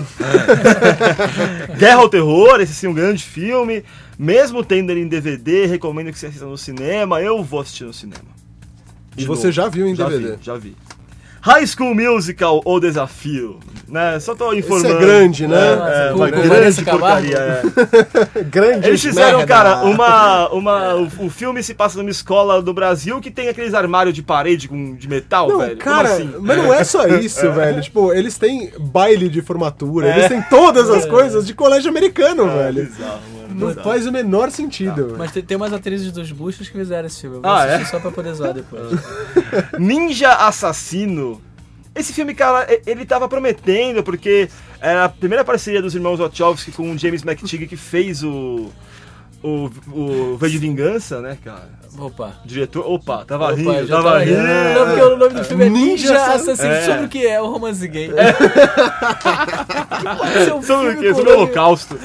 Speaker 5: Guerra ao Terror, esse sim é um grande filme. Mesmo tendo ele em DVD, recomendo que você assista no cinema. Eu vou assistir no cinema.
Speaker 6: E você já viu em
Speaker 5: já
Speaker 6: DVD?
Speaker 5: Vi, já vi. High School Musical ou Desafio? Né? Só tô informando.
Speaker 6: Isso é grande, né?
Speaker 5: É,
Speaker 7: Com-
Speaker 5: uma
Speaker 7: com
Speaker 5: grande
Speaker 7: Vanessa Camargo?
Speaker 5: porcaria. é.
Speaker 6: Grande
Speaker 5: Eles fizeram,
Speaker 6: merda. né?
Speaker 5: cara, uma. uma o, o filme se passa numa escola do Brasil que tem aqueles armários de parede com, de metal,
Speaker 6: Não,
Speaker 5: velho. Como
Speaker 6: cara,
Speaker 5: assim?
Speaker 6: mas não é só isso, velho. Tipo, eles têm baile de formatura,
Speaker 5: É.
Speaker 6: eles têm todas as coisas de colégio americano, velho.
Speaker 5: Bizarro, mano.
Speaker 6: Não faz o menor
Speaker 5: Tá.
Speaker 6: sentido.
Speaker 7: Mas tem, tem umas atrizes dos buchos que fizeram esse filme. Eu vou
Speaker 5: Ah,
Speaker 7: assistir
Speaker 5: é?
Speaker 7: só pra poder zoar depois.
Speaker 5: Ninja Assassino. Esse filme, cara, e- ele tava prometendo, porque era a primeira parceria dos irmãos Wachowski com o James McTigg que fez o. O, o V de Vingança, né, cara?
Speaker 7: Opa.
Speaker 5: O diretor. Opa, tava
Speaker 7: Opa,
Speaker 5: rindo,
Speaker 7: eu já
Speaker 5: tava,
Speaker 7: tava
Speaker 5: rindo.
Speaker 7: rindo. Não, porque o nome do filme é
Speaker 6: Ninja
Speaker 7: Ninja,
Speaker 6: Assassino.
Speaker 7: Assassino.
Speaker 5: É.
Speaker 7: Sobre o que é? O romance gay. que pode ser um
Speaker 5: Sobre o
Speaker 7: filme
Speaker 5: quê?
Speaker 7: com
Speaker 5: Sobre o É.
Speaker 7: nome-
Speaker 5: holocausto.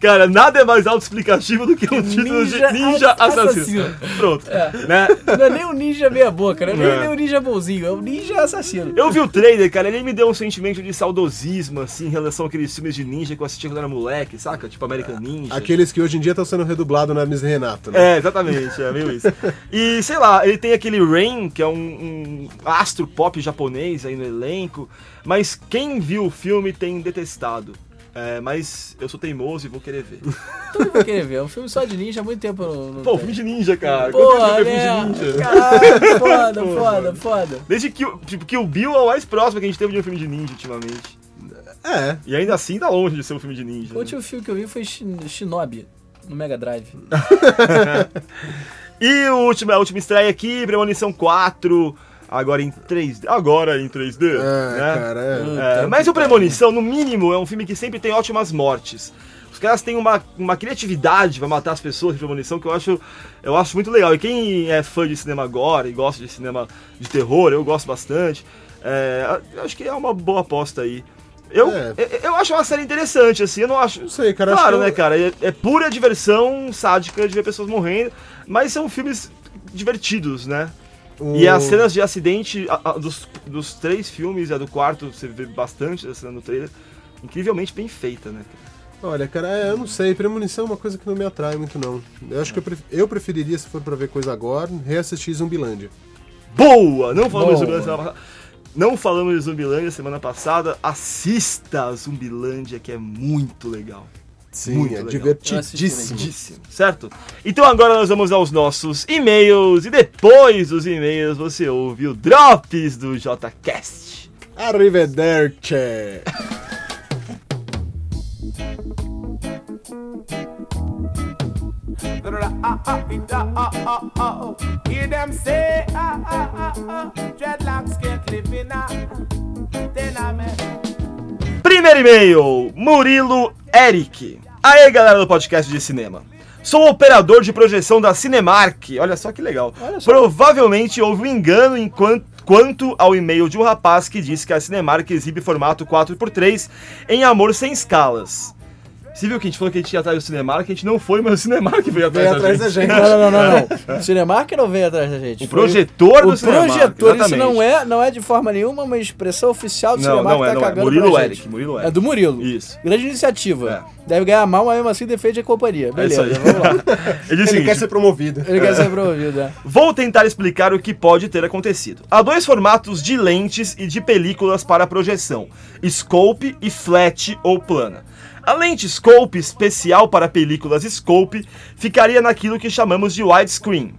Speaker 5: Cara, nada é mais autoexplicativo do que um título
Speaker 7: Ninja
Speaker 5: de Ninja Assassino.
Speaker 7: Assassino.
Speaker 5: Pronto. Né?
Speaker 7: Não é nem o ninja meia boca, né? Nem,
Speaker 5: É.
Speaker 7: nem o ninja bonzinho, é o ninja assassino.
Speaker 5: Eu vi o trailer, cara, ele me deu um sentimento de saudosismo, assim, em relação àqueles filmes de ninja que eu assistia quando era moleque, saca? Tipo American Ninja.
Speaker 6: Aqueles que hoje em dia estão sendo redublados no Hermes e Renato, né?
Speaker 5: É, exatamente, é meio isso. E sei lá, ele tem aquele Rain, que é um, um astro pop japonês aí no elenco, mas quem viu o filme tem detestado. É, mas eu sou teimoso e vou querer ver.
Speaker 7: Todo mundo vai querer ver. É um filme só de ninja há muito tempo. eu Não, não
Speaker 5: Pô,
Speaker 7: tem.
Speaker 5: filme de ninja, cara. Quanto tempo
Speaker 7: Porra,
Speaker 5: eu vi filme de
Speaker 7: né?
Speaker 5: ninja?
Speaker 7: Caralho, foda, foda, foda.
Speaker 5: Desde que, o- tipo, que o Bill é o mais próximo que a gente teve de um filme de ninja ultimamente.
Speaker 6: É.
Speaker 5: E ainda assim tá longe de ser um filme de ninja.
Speaker 7: O
Speaker 5: né?
Speaker 7: último filme que eu vi foi Shin- Shinobi, no Mega Drive.
Speaker 5: E o último, a última estreia aqui, Premonição 4, agora em 3D. Agora em 3D,
Speaker 6: É,
Speaker 5: né?
Speaker 6: cara, é.
Speaker 5: É, mas o Premonição, no mínimo, é um filme que sempre tem ótimas mortes. Os caras têm uma, uma criatividade pra matar as pessoas de Premonição que eu acho, eu acho muito legal. E quem é fã de cinema agora e gosta de cinema de terror, eu gosto bastante, é, eu acho que é uma boa aposta aí. Eu,
Speaker 6: É.
Speaker 5: eu, eu acho uma série interessante, assim, eu não acho... Não
Speaker 6: sei, cara, acho
Speaker 5: Claro,
Speaker 6: que
Speaker 5: né,
Speaker 6: eu-
Speaker 5: cara, é, é pura diversão sádica de ver pessoas morrendo, mas são filmes divertidos, né? E as cenas de acidente a- a- dos, dos três filmes, a do quarto, você vê bastante a cena no trailer. Incrivelmente bem feita, né?
Speaker 6: Olha, cara, é, eu não sei. Premonição é uma coisa que não me atrai muito, não. Eu acho que eu, pref- eu preferiria, se for pra ver coisa agora, reassistir Zumbilândia.
Speaker 5: Boa! Não falamos de
Speaker 7: Boa.
Speaker 5: Zumbilândia semana passada. Não falamos de Zumbilândia semana passada. Assista a Zumbilândia, que é muito legal.
Speaker 6: Sim,
Speaker 5: Muito
Speaker 6: é
Speaker 5: legal.
Speaker 6: divertidíssimo.
Speaker 5: Lindíssimo, certo? Então agora nós vamos aos nossos e-mails e depois dos e-mails você ouve o Drops do JCast.
Speaker 6: Arrivederci!
Speaker 8: Hear them say, ah, ah, ah, ah, dreadlocks can't live in a. Then I'm
Speaker 5: Primeiro e-mail, Murilo Eric. Aê, galera do podcast de cinema. Sou operador de projeção da Cinemark. Olha só que legal. Provavelmente houve um engano enquanto- quanto ao e-mail de um rapaz que disse que a Cinemark exibe formato 4x3 em Amor Sem Escalas. Você viu que a gente falou que a gente ia atrás do Cinemark, a gente não foi, mas o Cinemark veio atrás,
Speaker 6: Vem atrás
Speaker 5: da
Speaker 6: da
Speaker 5: gente.
Speaker 6: gente.
Speaker 7: Não, não, não, não, não. Cinemark não veio atrás da gente.
Speaker 5: O projetor
Speaker 7: o
Speaker 5: do Cinemark,
Speaker 7: projetor, isso
Speaker 5: exatamente.
Speaker 7: não é, não é de forma nenhuma uma expressão oficial do
Speaker 5: Não,
Speaker 7: Cinemark
Speaker 5: não é,
Speaker 7: que tá
Speaker 5: não é.
Speaker 7: cagando
Speaker 5: Murilo
Speaker 7: pra
Speaker 5: Eric,
Speaker 7: gente.
Speaker 5: Murilo
Speaker 7: É
Speaker 5: Eric.
Speaker 7: do Murilo.
Speaker 5: Isso.
Speaker 7: Grande iniciativa. Deve ganhar mal, mas mesmo assim defende a companhia.
Speaker 5: É isso
Speaker 7: Beleza,
Speaker 5: aí. É.
Speaker 7: vamos lá.
Speaker 5: Ele, disse
Speaker 6: Ele quer ser promovido.
Speaker 7: Ele quer ser promovido, né?
Speaker 5: Vou tentar explicar o que pode ter acontecido. Há dois formatos de lentes e de películas para projeção: scope e flat ou plana. A lente scope, especial para películas scope, ficaria naquilo que chamamos de widescreen.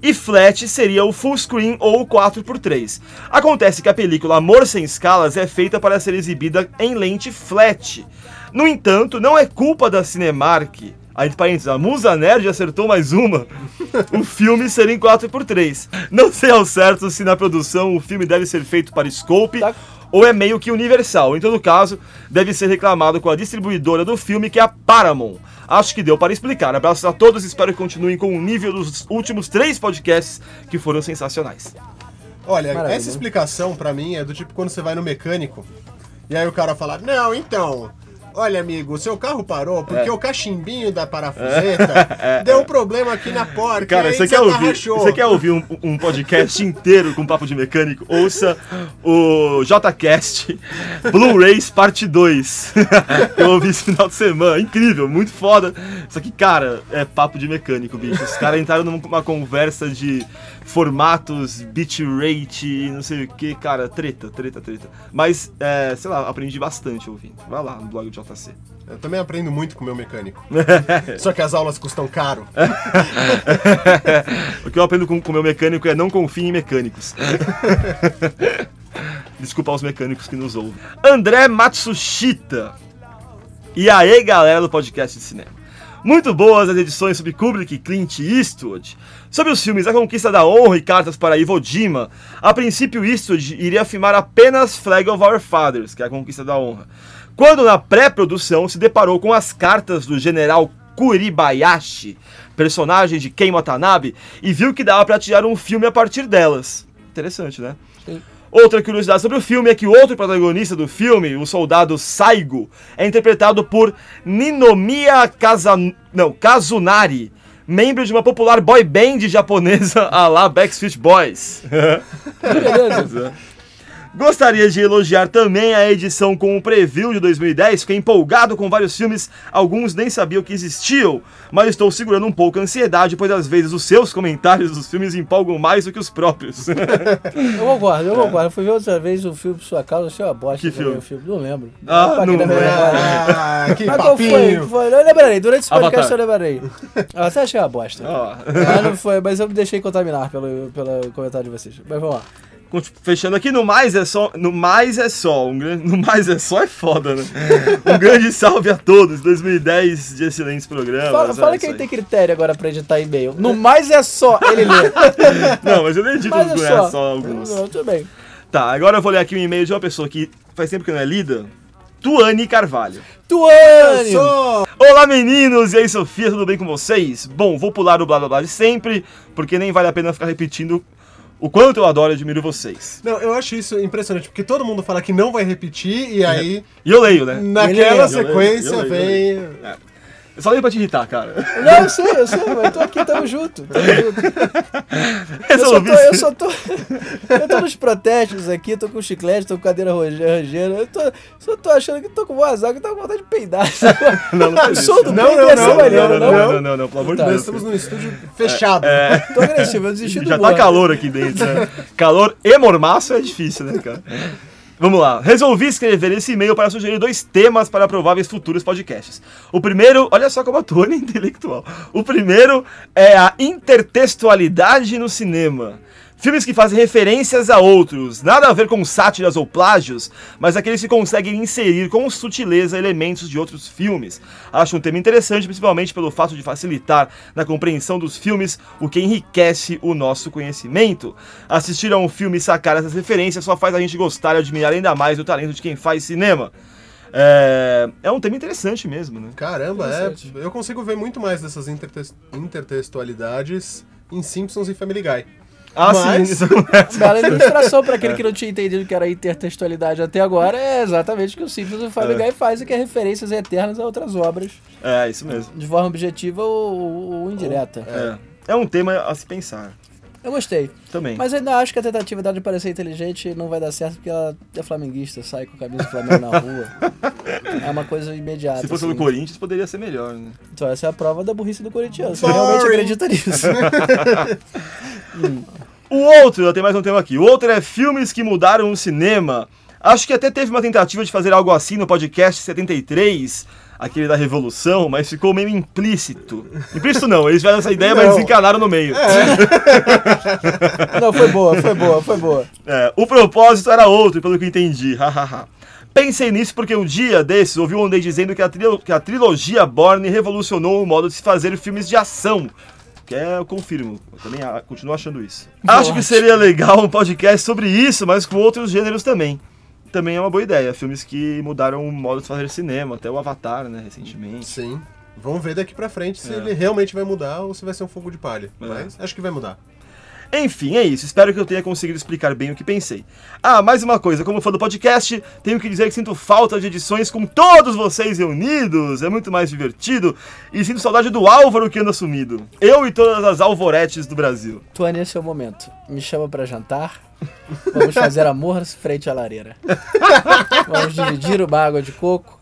Speaker 5: E flat seria o full screen ou o 4x3. Acontece que a película Amor Sem Escalas é feita para ser exibida em lente flat. No entanto, não é culpa da Cinemark. Aí, entre parênteses, a Musa Nerd acertou mais uma. o filme ser em 4x3. Não sei ao certo se na produção o filme deve ser feito para scope
Speaker 7: Tá.
Speaker 5: ou é meio que universal. Em todo caso, deve ser reclamado com a distribuidora do filme, que é a Paramount. Acho que deu para explicar. Abraços a todos, espero que continuem com o nível dos últimos três podcasts que foram sensacionais.
Speaker 6: Olha,
Speaker 7: Maravilha.
Speaker 6: essa explicação pra mim é do tipo quando você vai no mecânico e aí o cara fala: Não, então. Olha, amigo, o seu carro parou
Speaker 5: É.
Speaker 6: porque o cachimbinho da parafuseta deu um problema aqui na porta.
Speaker 5: Cara,
Speaker 6: e aí
Speaker 5: você quer ouvir,
Speaker 6: desatarrachou."
Speaker 5: você quer ouvir um, um podcast inteiro com papo de mecânico? Ouça o JCast Blu-rays Parte 2. Eu ouvi esse final de semana. Incrível, muito foda. Só que, cara, é papo de mecânico, bicho. Os caras entraram numa conversa de formatos, bitrate, não sei o que, cara, treta, treta, treta. Mas, é, sei lá, aprendi bastante ouvindo. Vai lá no blog do JC.
Speaker 6: Eu também aprendo muito com o meu mecânico. Só que as aulas custam caro.
Speaker 5: É. O que eu aprendo com o meu mecânico é não confie em mecânicos. Desculpa aos mecânicos que nos ouvem. André Matsushita. E aí, galera do podcast de cinema. Muito boas as edições sobre Kubrick e Clint Eastwood. Sobre os filmes A Conquista da Honra e Cartas para Iwo Jima, a princípio Eastwood iria filmar apenas Flag of Our Fathers, que é a Conquista da Honra. Quando na pré-produção se deparou com as cartas do general Kuribayashi, personagem de Ken Watanabe, e viu que dava para tirar um filme a partir delas. Interessante, né? Outra curiosidade sobre o filme é que o outro protagonista do filme, o soldado Saigo, é interpretado por Ninomiya Kazan... não, Kazunari, membro de uma popular boy band japonesa à la Backstreet Boys. Gostaria de elogiar também a edição com o preview de 2010. Fiquei empolgado com vários filmes, alguns nem sabiam que existiam, mas estou segurando um pouco a ansiedade, pois às vezes os seus comentários dos filmes empolgam mais do que os próprios.
Speaker 7: Eu concordo, eu concordo. Eu fui ver outra vez o filme por sua causa, achei uma bosta.
Speaker 5: É. Que
Speaker 7: também
Speaker 5: filme?
Speaker 7: o filme? Não lembro.
Speaker 5: Ah,
Speaker 7: Tá aqui
Speaker 5: não
Speaker 7: na minha
Speaker 5: lembro.
Speaker 7: memória.
Speaker 6: Ah, que
Speaker 7: Mas qual foi?
Speaker 6: papinho.
Speaker 7: foi? Eu lembrarei, durante esse podcast
Speaker 5: Avatar.
Speaker 7: eu lembrarei. Ah, você achei uma bosta.
Speaker 5: Ó,
Speaker 7: Mas não foi, mas eu me deixei contaminar pelo, pelo comentário de vocês. Mas vamos lá.
Speaker 5: Conti- Fechando aqui, no mais é só. No mais é só. Um grande, no mais é só é foda, né? Um grande salve a todos. 2010 de excelentes programas.
Speaker 7: Fala, fala
Speaker 5: é
Speaker 7: que
Speaker 5: isso
Speaker 7: ele tem critério agora pra editar e-mail. No mais é só ele lê.
Speaker 5: Não, mas eu nem digo
Speaker 7: Mas é
Speaker 5: que
Speaker 7: só.
Speaker 5: é só alguns.
Speaker 7: Não, tudo bem.
Speaker 5: Tá, agora eu vou ler aqui um e-mail de uma pessoa que faz tempo que não é lida. Tuane Carvalho.
Speaker 7: Tuane!
Speaker 5: Olá meninos, e aí Sofia, tudo bem com vocês? Bom, vou pular o blá blá blá de sempre, porque nem vale a pena ficar repetindo o quanto eu adoro e admiro vocês.
Speaker 6: Não, eu acho isso impressionante, porque todo mundo fala que não vai repetir e aí,
Speaker 5: E eu leio, né?
Speaker 6: naquela
Speaker 5: Eu leio, eu
Speaker 6: sequência,
Speaker 5: leio, eu
Speaker 6: vem.
Speaker 5: leio. Eu só leio pra te irritar, cara.
Speaker 7: Não, eu sei, eu sei, mas eu tô aqui, tamo junto. Tamo junto. Eu só,
Speaker 5: Resolvi.
Speaker 7: tô, eu só tô. Eu tô nos protestos aqui, tô com chiclete, tô com cadeira roge- rangeira. Eu tô, só tô achando que tô com boa azar, que tô com vontade de peidar.
Speaker 5: Não, não
Speaker 7: o
Speaker 5: faz
Speaker 7: som
Speaker 5: isso.
Speaker 7: Ah, do né,
Speaker 6: Não,
Speaker 7: peido
Speaker 6: não,
Speaker 7: ia ser
Speaker 6: não,
Speaker 7: maneiro,
Speaker 5: não, não, não, não, não, não, pelo amor de
Speaker 7: Tá,
Speaker 6: Nós
Speaker 5: Deus.
Speaker 6: estamos num estúdio
Speaker 5: É,
Speaker 6: fechado.
Speaker 7: Tô agressivo, eu desisti do
Speaker 5: Já tá
Speaker 7: bolo.
Speaker 5: calor aqui dentro, né? calor e mormaço é difícil, né, cara? Vamos lá. Resolvi escrever esse e-mail para sugerir dois temas para prováveis futuros podcasts. O primeiro, olha só como a Tony é intelectual. O primeiro é a intertextualidade no cinema. Filmes que fazem referências a outros, nada a ver com sátiras ou plágios, mas aqueles que conseguem inserir com sutileza elementos de outros filmes. Acho um tema interessante, principalmente pelo fato de facilitar na compreensão dos filmes, o que enriquece o nosso conhecimento. Assistir a um filme e sacar essas referências só faz a gente gostar e admirar ainda mais o talento de quem faz cinema. É, é um tema interessante mesmo, né?
Speaker 6: Caramba, é.
Speaker 7: Interessante.
Speaker 6: Eu consigo ver muito mais dessas intertex- intertextualidades em Simpsons e Family Guy.
Speaker 5: Ah,
Speaker 6: Mas-
Speaker 5: sim.
Speaker 7: Bela é ilustração pra
Speaker 5: É.
Speaker 7: aquele que não tinha entendido o que era intertextualidade até agora, é exatamente o que o Simples do Family Guy faz, e que é referências eternas a outras obras,
Speaker 5: é, isso mesmo.
Speaker 7: de forma objetiva ou, ou indireta.
Speaker 5: É. é um tema a se pensar
Speaker 7: Eu gostei.
Speaker 5: também.
Speaker 7: Mas eu ainda acho que a tentativa dela de parecer inteligente não vai dar certo porque ela é flamenguista, sai com a camisa do Flamengo na rua. É uma coisa imediata.
Speaker 5: Se fosse
Speaker 7: assim.
Speaker 5: do Corinthians, poderia ser melhor, né?
Speaker 7: Então essa é a prova da burrice do corintiano. Você
Speaker 6: Sorry.
Speaker 7: realmente acredita nisso.
Speaker 5: O outro, eu tenho mais um tema aqui. O outro é filmes que mudaram o cinema. Acho que até teve uma tentativa de fazer algo assim no podcast 73, aquele da Revolução, mas ficou meio implícito. Implícito não, eles tiveram essa ideia, mas
Speaker 6: Não.
Speaker 5: desencanaram no meio.
Speaker 7: não, foi boa, foi boa, foi boa.
Speaker 5: É, o propósito era outro, pelo que eu entendi. hahaha. Pensei nisso porque um dia desses ouvi um andei dizendo que a, trilo- que a trilogia Borne revolucionou o modo de se fazer filmes de ação. Que é, eu confirmo, eu também ah, continuo achando isso. Acho que seria legal um podcast sobre isso, mas com outros gêneros também. Também é uma boa ideia. Filmes que mudaram o modo de fazer cinema, até o Avatar, né, recentemente.
Speaker 6: Sim. Vamos ver daqui pra frente se ele realmente vai mudar ou se vai ser um fogo de palha. Mas acho que vai mudar.
Speaker 5: Enfim, é isso. Espero que eu tenha conseguido explicar bem o que pensei. Ah, mais uma coisa. Como fã do podcast, tenho que dizer que sinto falta de edições com todos vocês reunidos. É muito mais divertido. E sinto saudade do Álvaro que anda sumido. Eu e todas as alvoretes do Brasil.
Speaker 7: Tuane, esse é o momento. Me chama pra jantar. Vamos fazer amor frente à lareira. Vamos dividir uma água de coco.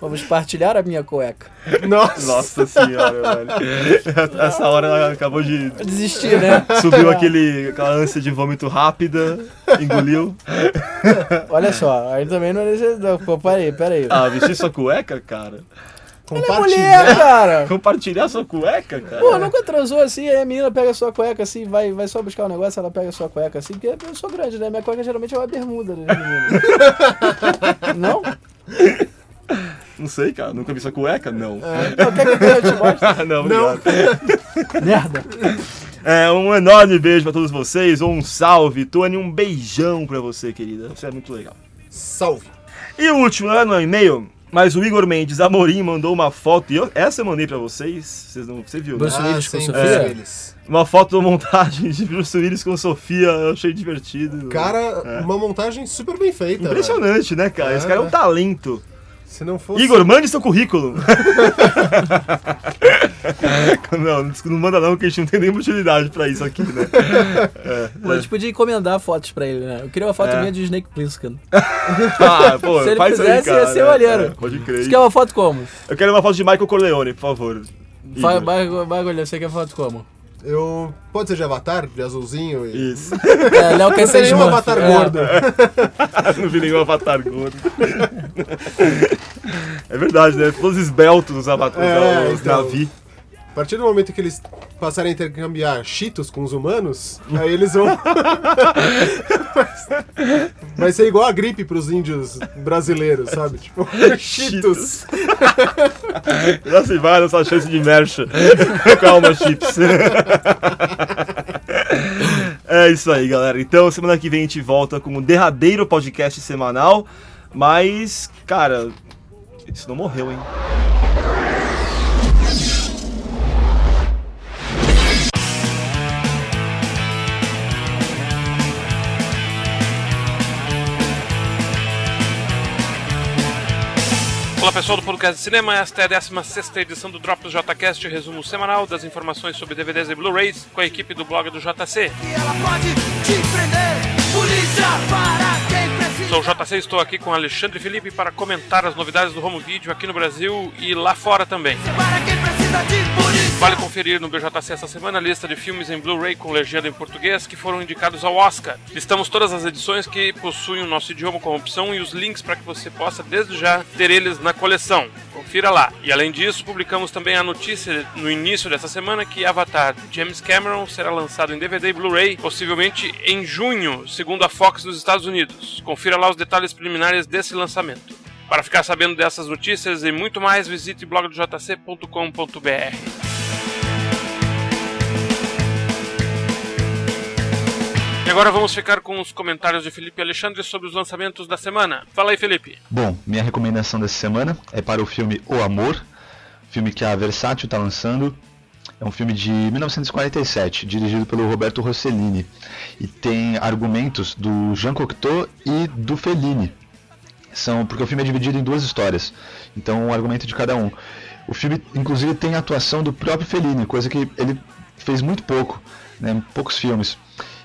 Speaker 7: Vamos partilhar a minha cueca.
Speaker 6: Nossa.
Speaker 5: Nossa senhora, velho. Essa hora ela acabou de.
Speaker 7: Desistir, né?
Speaker 5: Subiu aquele, aquela ânsia de vômito rápida, engoliu.
Speaker 7: Olha só, aí também não é necessidade. Pô, peraí, peraí.
Speaker 5: Ah, vestir sua cueca, cara?
Speaker 7: Ela é mulher, cara!
Speaker 5: Compartilhar sua cueca, cara?
Speaker 7: Pô, nunca transou assim, aí a menina pega sua cueca assim, vai, vai só buscar um negócio, ela pega sua cueca assim, porque eu sou grande, né? Minha cueca geralmente é uma bermuda, né, menino? Não?
Speaker 5: Não sei, cara. Nunca vi sua cueca? Não.
Speaker 7: Não, quer que eu te mostre?
Speaker 5: não, obrigado.
Speaker 7: Merda.
Speaker 5: É, um enorme beijo pra todos vocês, um salve, Tony, um beijão pra você, querida. Você é muito legal.
Speaker 6: Salve.
Speaker 5: E o último, não é no e-mail, mas o Igor Mendes Amorim mandou uma foto, e eu- essa eu mandei pra vocês, vocês não, você viu, né?
Speaker 7: Bruce Willis com
Speaker 6: Ah, sim,
Speaker 7: Sofia?
Speaker 6: Bruce Willis.
Speaker 5: Uma foto montagem de Bruce Willis com Sofia, eu achei divertido.
Speaker 6: Cara, uma montagem super bem feita. velho.
Speaker 5: Impressionante, né, cara? Esse cara é um
Speaker 6: É.
Speaker 5: talento.
Speaker 6: Se não fosse.
Speaker 5: Igor, mande seu currículo. não, não manda não, que a gente não tem nenhuma utilidade pra isso aqui, né?
Speaker 7: Pô, a gente podia encomendar fotos pra ele, né? Eu queria uma foto
Speaker 5: É.
Speaker 7: minha de Snake Plissken.
Speaker 5: Ah, pô,
Speaker 7: Se ele
Speaker 5: faz aí,
Speaker 7: fizesse, ia
Speaker 5: cara.
Speaker 7: ser maneiro.
Speaker 5: É, pode crer.
Speaker 7: Você quer uma foto como?
Speaker 5: Eu quero uma foto de Michael Corleone, por favor.
Speaker 7: Vai,
Speaker 5: Igor.
Speaker 7: vai, vai, Golê, você quer foto como?
Speaker 6: Eu. Pode ser de avatar, de azulzinho e.
Speaker 5: Isso.
Speaker 7: É, Léo quer
Speaker 6: Não tem
Speaker 7: ser
Speaker 6: nenhum
Speaker 7: Smurf.
Speaker 6: avatar
Speaker 7: É.
Speaker 6: gordo.
Speaker 5: não vi nenhum avatar gordo. É verdade, né? Todos esbeltos os avatares,
Speaker 6: É,
Speaker 5: os
Speaker 6: então.
Speaker 5: Navi.
Speaker 6: A partir do momento que eles passarem a intercambiar cheetos com os humanos, aí eles vão. Vai ser igual a gripe pros índios brasileiros, sabe? Tipo, cheetos.
Speaker 5: Já se vai nessa chance de mercha. Calma, chips. é isso aí, galera. Então, semana que vem a gente volta com o derradeiro podcast semanal. Mas, cara, isso não morreu, hein?
Speaker 10: Olá pessoal do Podcast de Cinema, esta é a 16 edição do Drops JCast, resumo semanal das informações sobre DVDs e Blu-rays com a equipe do blog do JC. Sou o JC e estou aqui com Alexandre Felipe para comentar as novidades do Home Video aqui no Brasil e lá fora também. Vale conferir no BJC essa semana a lista de filmes em Blu-ray com legenda em português que foram indicados ao Oscar. Listamos todas as edições que possuem o nosso idioma como opção e os links para que você possa, desde já, ter eles na coleção. Confira lá. E além disso, publicamos também a notícia no início dessa semana que Avatar de James Cameron será lançado em DVD e Blu-ray, possivelmente em junho, segundo a Fox nos Estados Unidos. Confira lá os detalhes preliminares desse lançamento. Para ficar sabendo dessas notícias e muito mais, visite blogdojc.com.br. E agora vamos ficar com os comentários de Felipe Alexandre sobre os lançamentos da semana. Fala aí, Felipe.
Speaker 11: Bom, minha recomendação dessa semana é para o filme O Amor, filme que a Versátil está lançando. É um filme de 1947, dirigido pelo Roberto Rossellini, e tem argumentos do Jean Cocteau e do Fellini. São porque o filme é dividido em duas histórias, então o argumento de cada um. O filme, inclusive, tem a atuação do próprio Fellini, coisa que ele fez muito pouco, né, poucos filmes.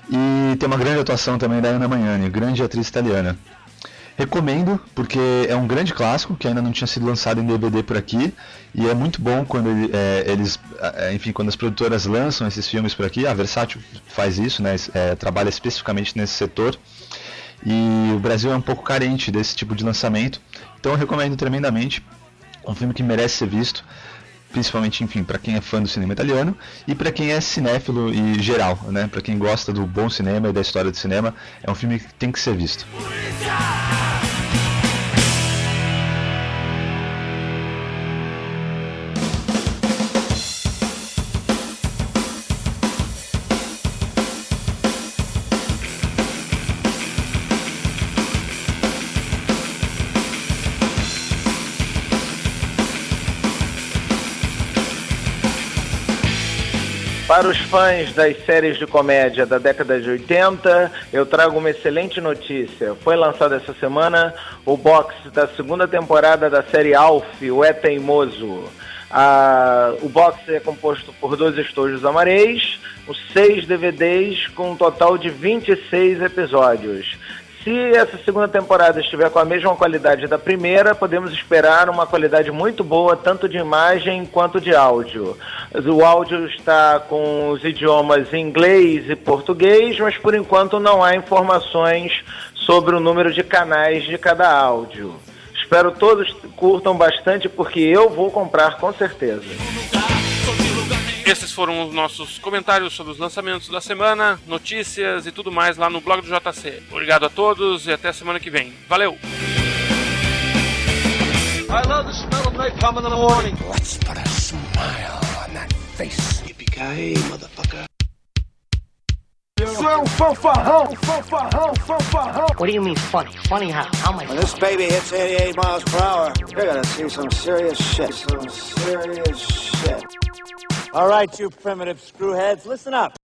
Speaker 11: E tem uma grande atuação também da Ana Magnani, grande atriz italiana. Recomendo, porque é um grande clássico que ainda não tinha sido lançado em DVD por aqui. E é muito bom quando ele- é, eles, é, enfim, quando as produtoras lançam esses filmes por aqui. A Versátil faz isso, né? é, trabalha especificamente nesse setor. E o Brasil é um pouco carente desse tipo de lançamento. Então eu recomendo tremendamente. É um filme que merece ser visto, principalmente, enfim, para quem é fã do cinema italiano e para quem é cinéfilo e geral, né? Para quem gosta do bom cinema e da história do cinema, é um filme que tem que ser visto.
Speaker 3: Para os fãs das séries de comédia da década de 80, eu trago uma excelente notícia. Foi lançado essa semana o box da segunda temporada da série Alf, o É Teimoso. Ah, o box é composto por dois estojos amareis, os seis DVDs com um total de 26 episódios.
Speaker 7: Se essa segunda temporada estiver com a mesma qualidade da primeira, podemos esperar uma qualidade muito boa, tanto de imagem quanto de áudio. O áudio está com os idiomas inglês e português, mas por enquanto não há informações sobre o número de canais de cada áudio. Espero todos curtam bastante, porque eu vou comprar com certeza.
Speaker 10: Esses foram os nossos comentários sobre os lançamentos da semana, notícias e tudo mais lá no blog do JC. Obrigado a todos e até semana que vem. Valeu!
Speaker 1: I love the smell of napalm in the morning.
Speaker 12: Let's put a smile on that face. Yippee-ki-yay, motherfucker.
Speaker 4: Sou fanfarrão, fanfarrão, fanfarrão. What do you mean funny? Funny how? How am I?
Speaker 13: When this baby hits 88 miles per hour, you're gonna see some serious shit. Some serious shit. All right, you primitive screwheads, listen up.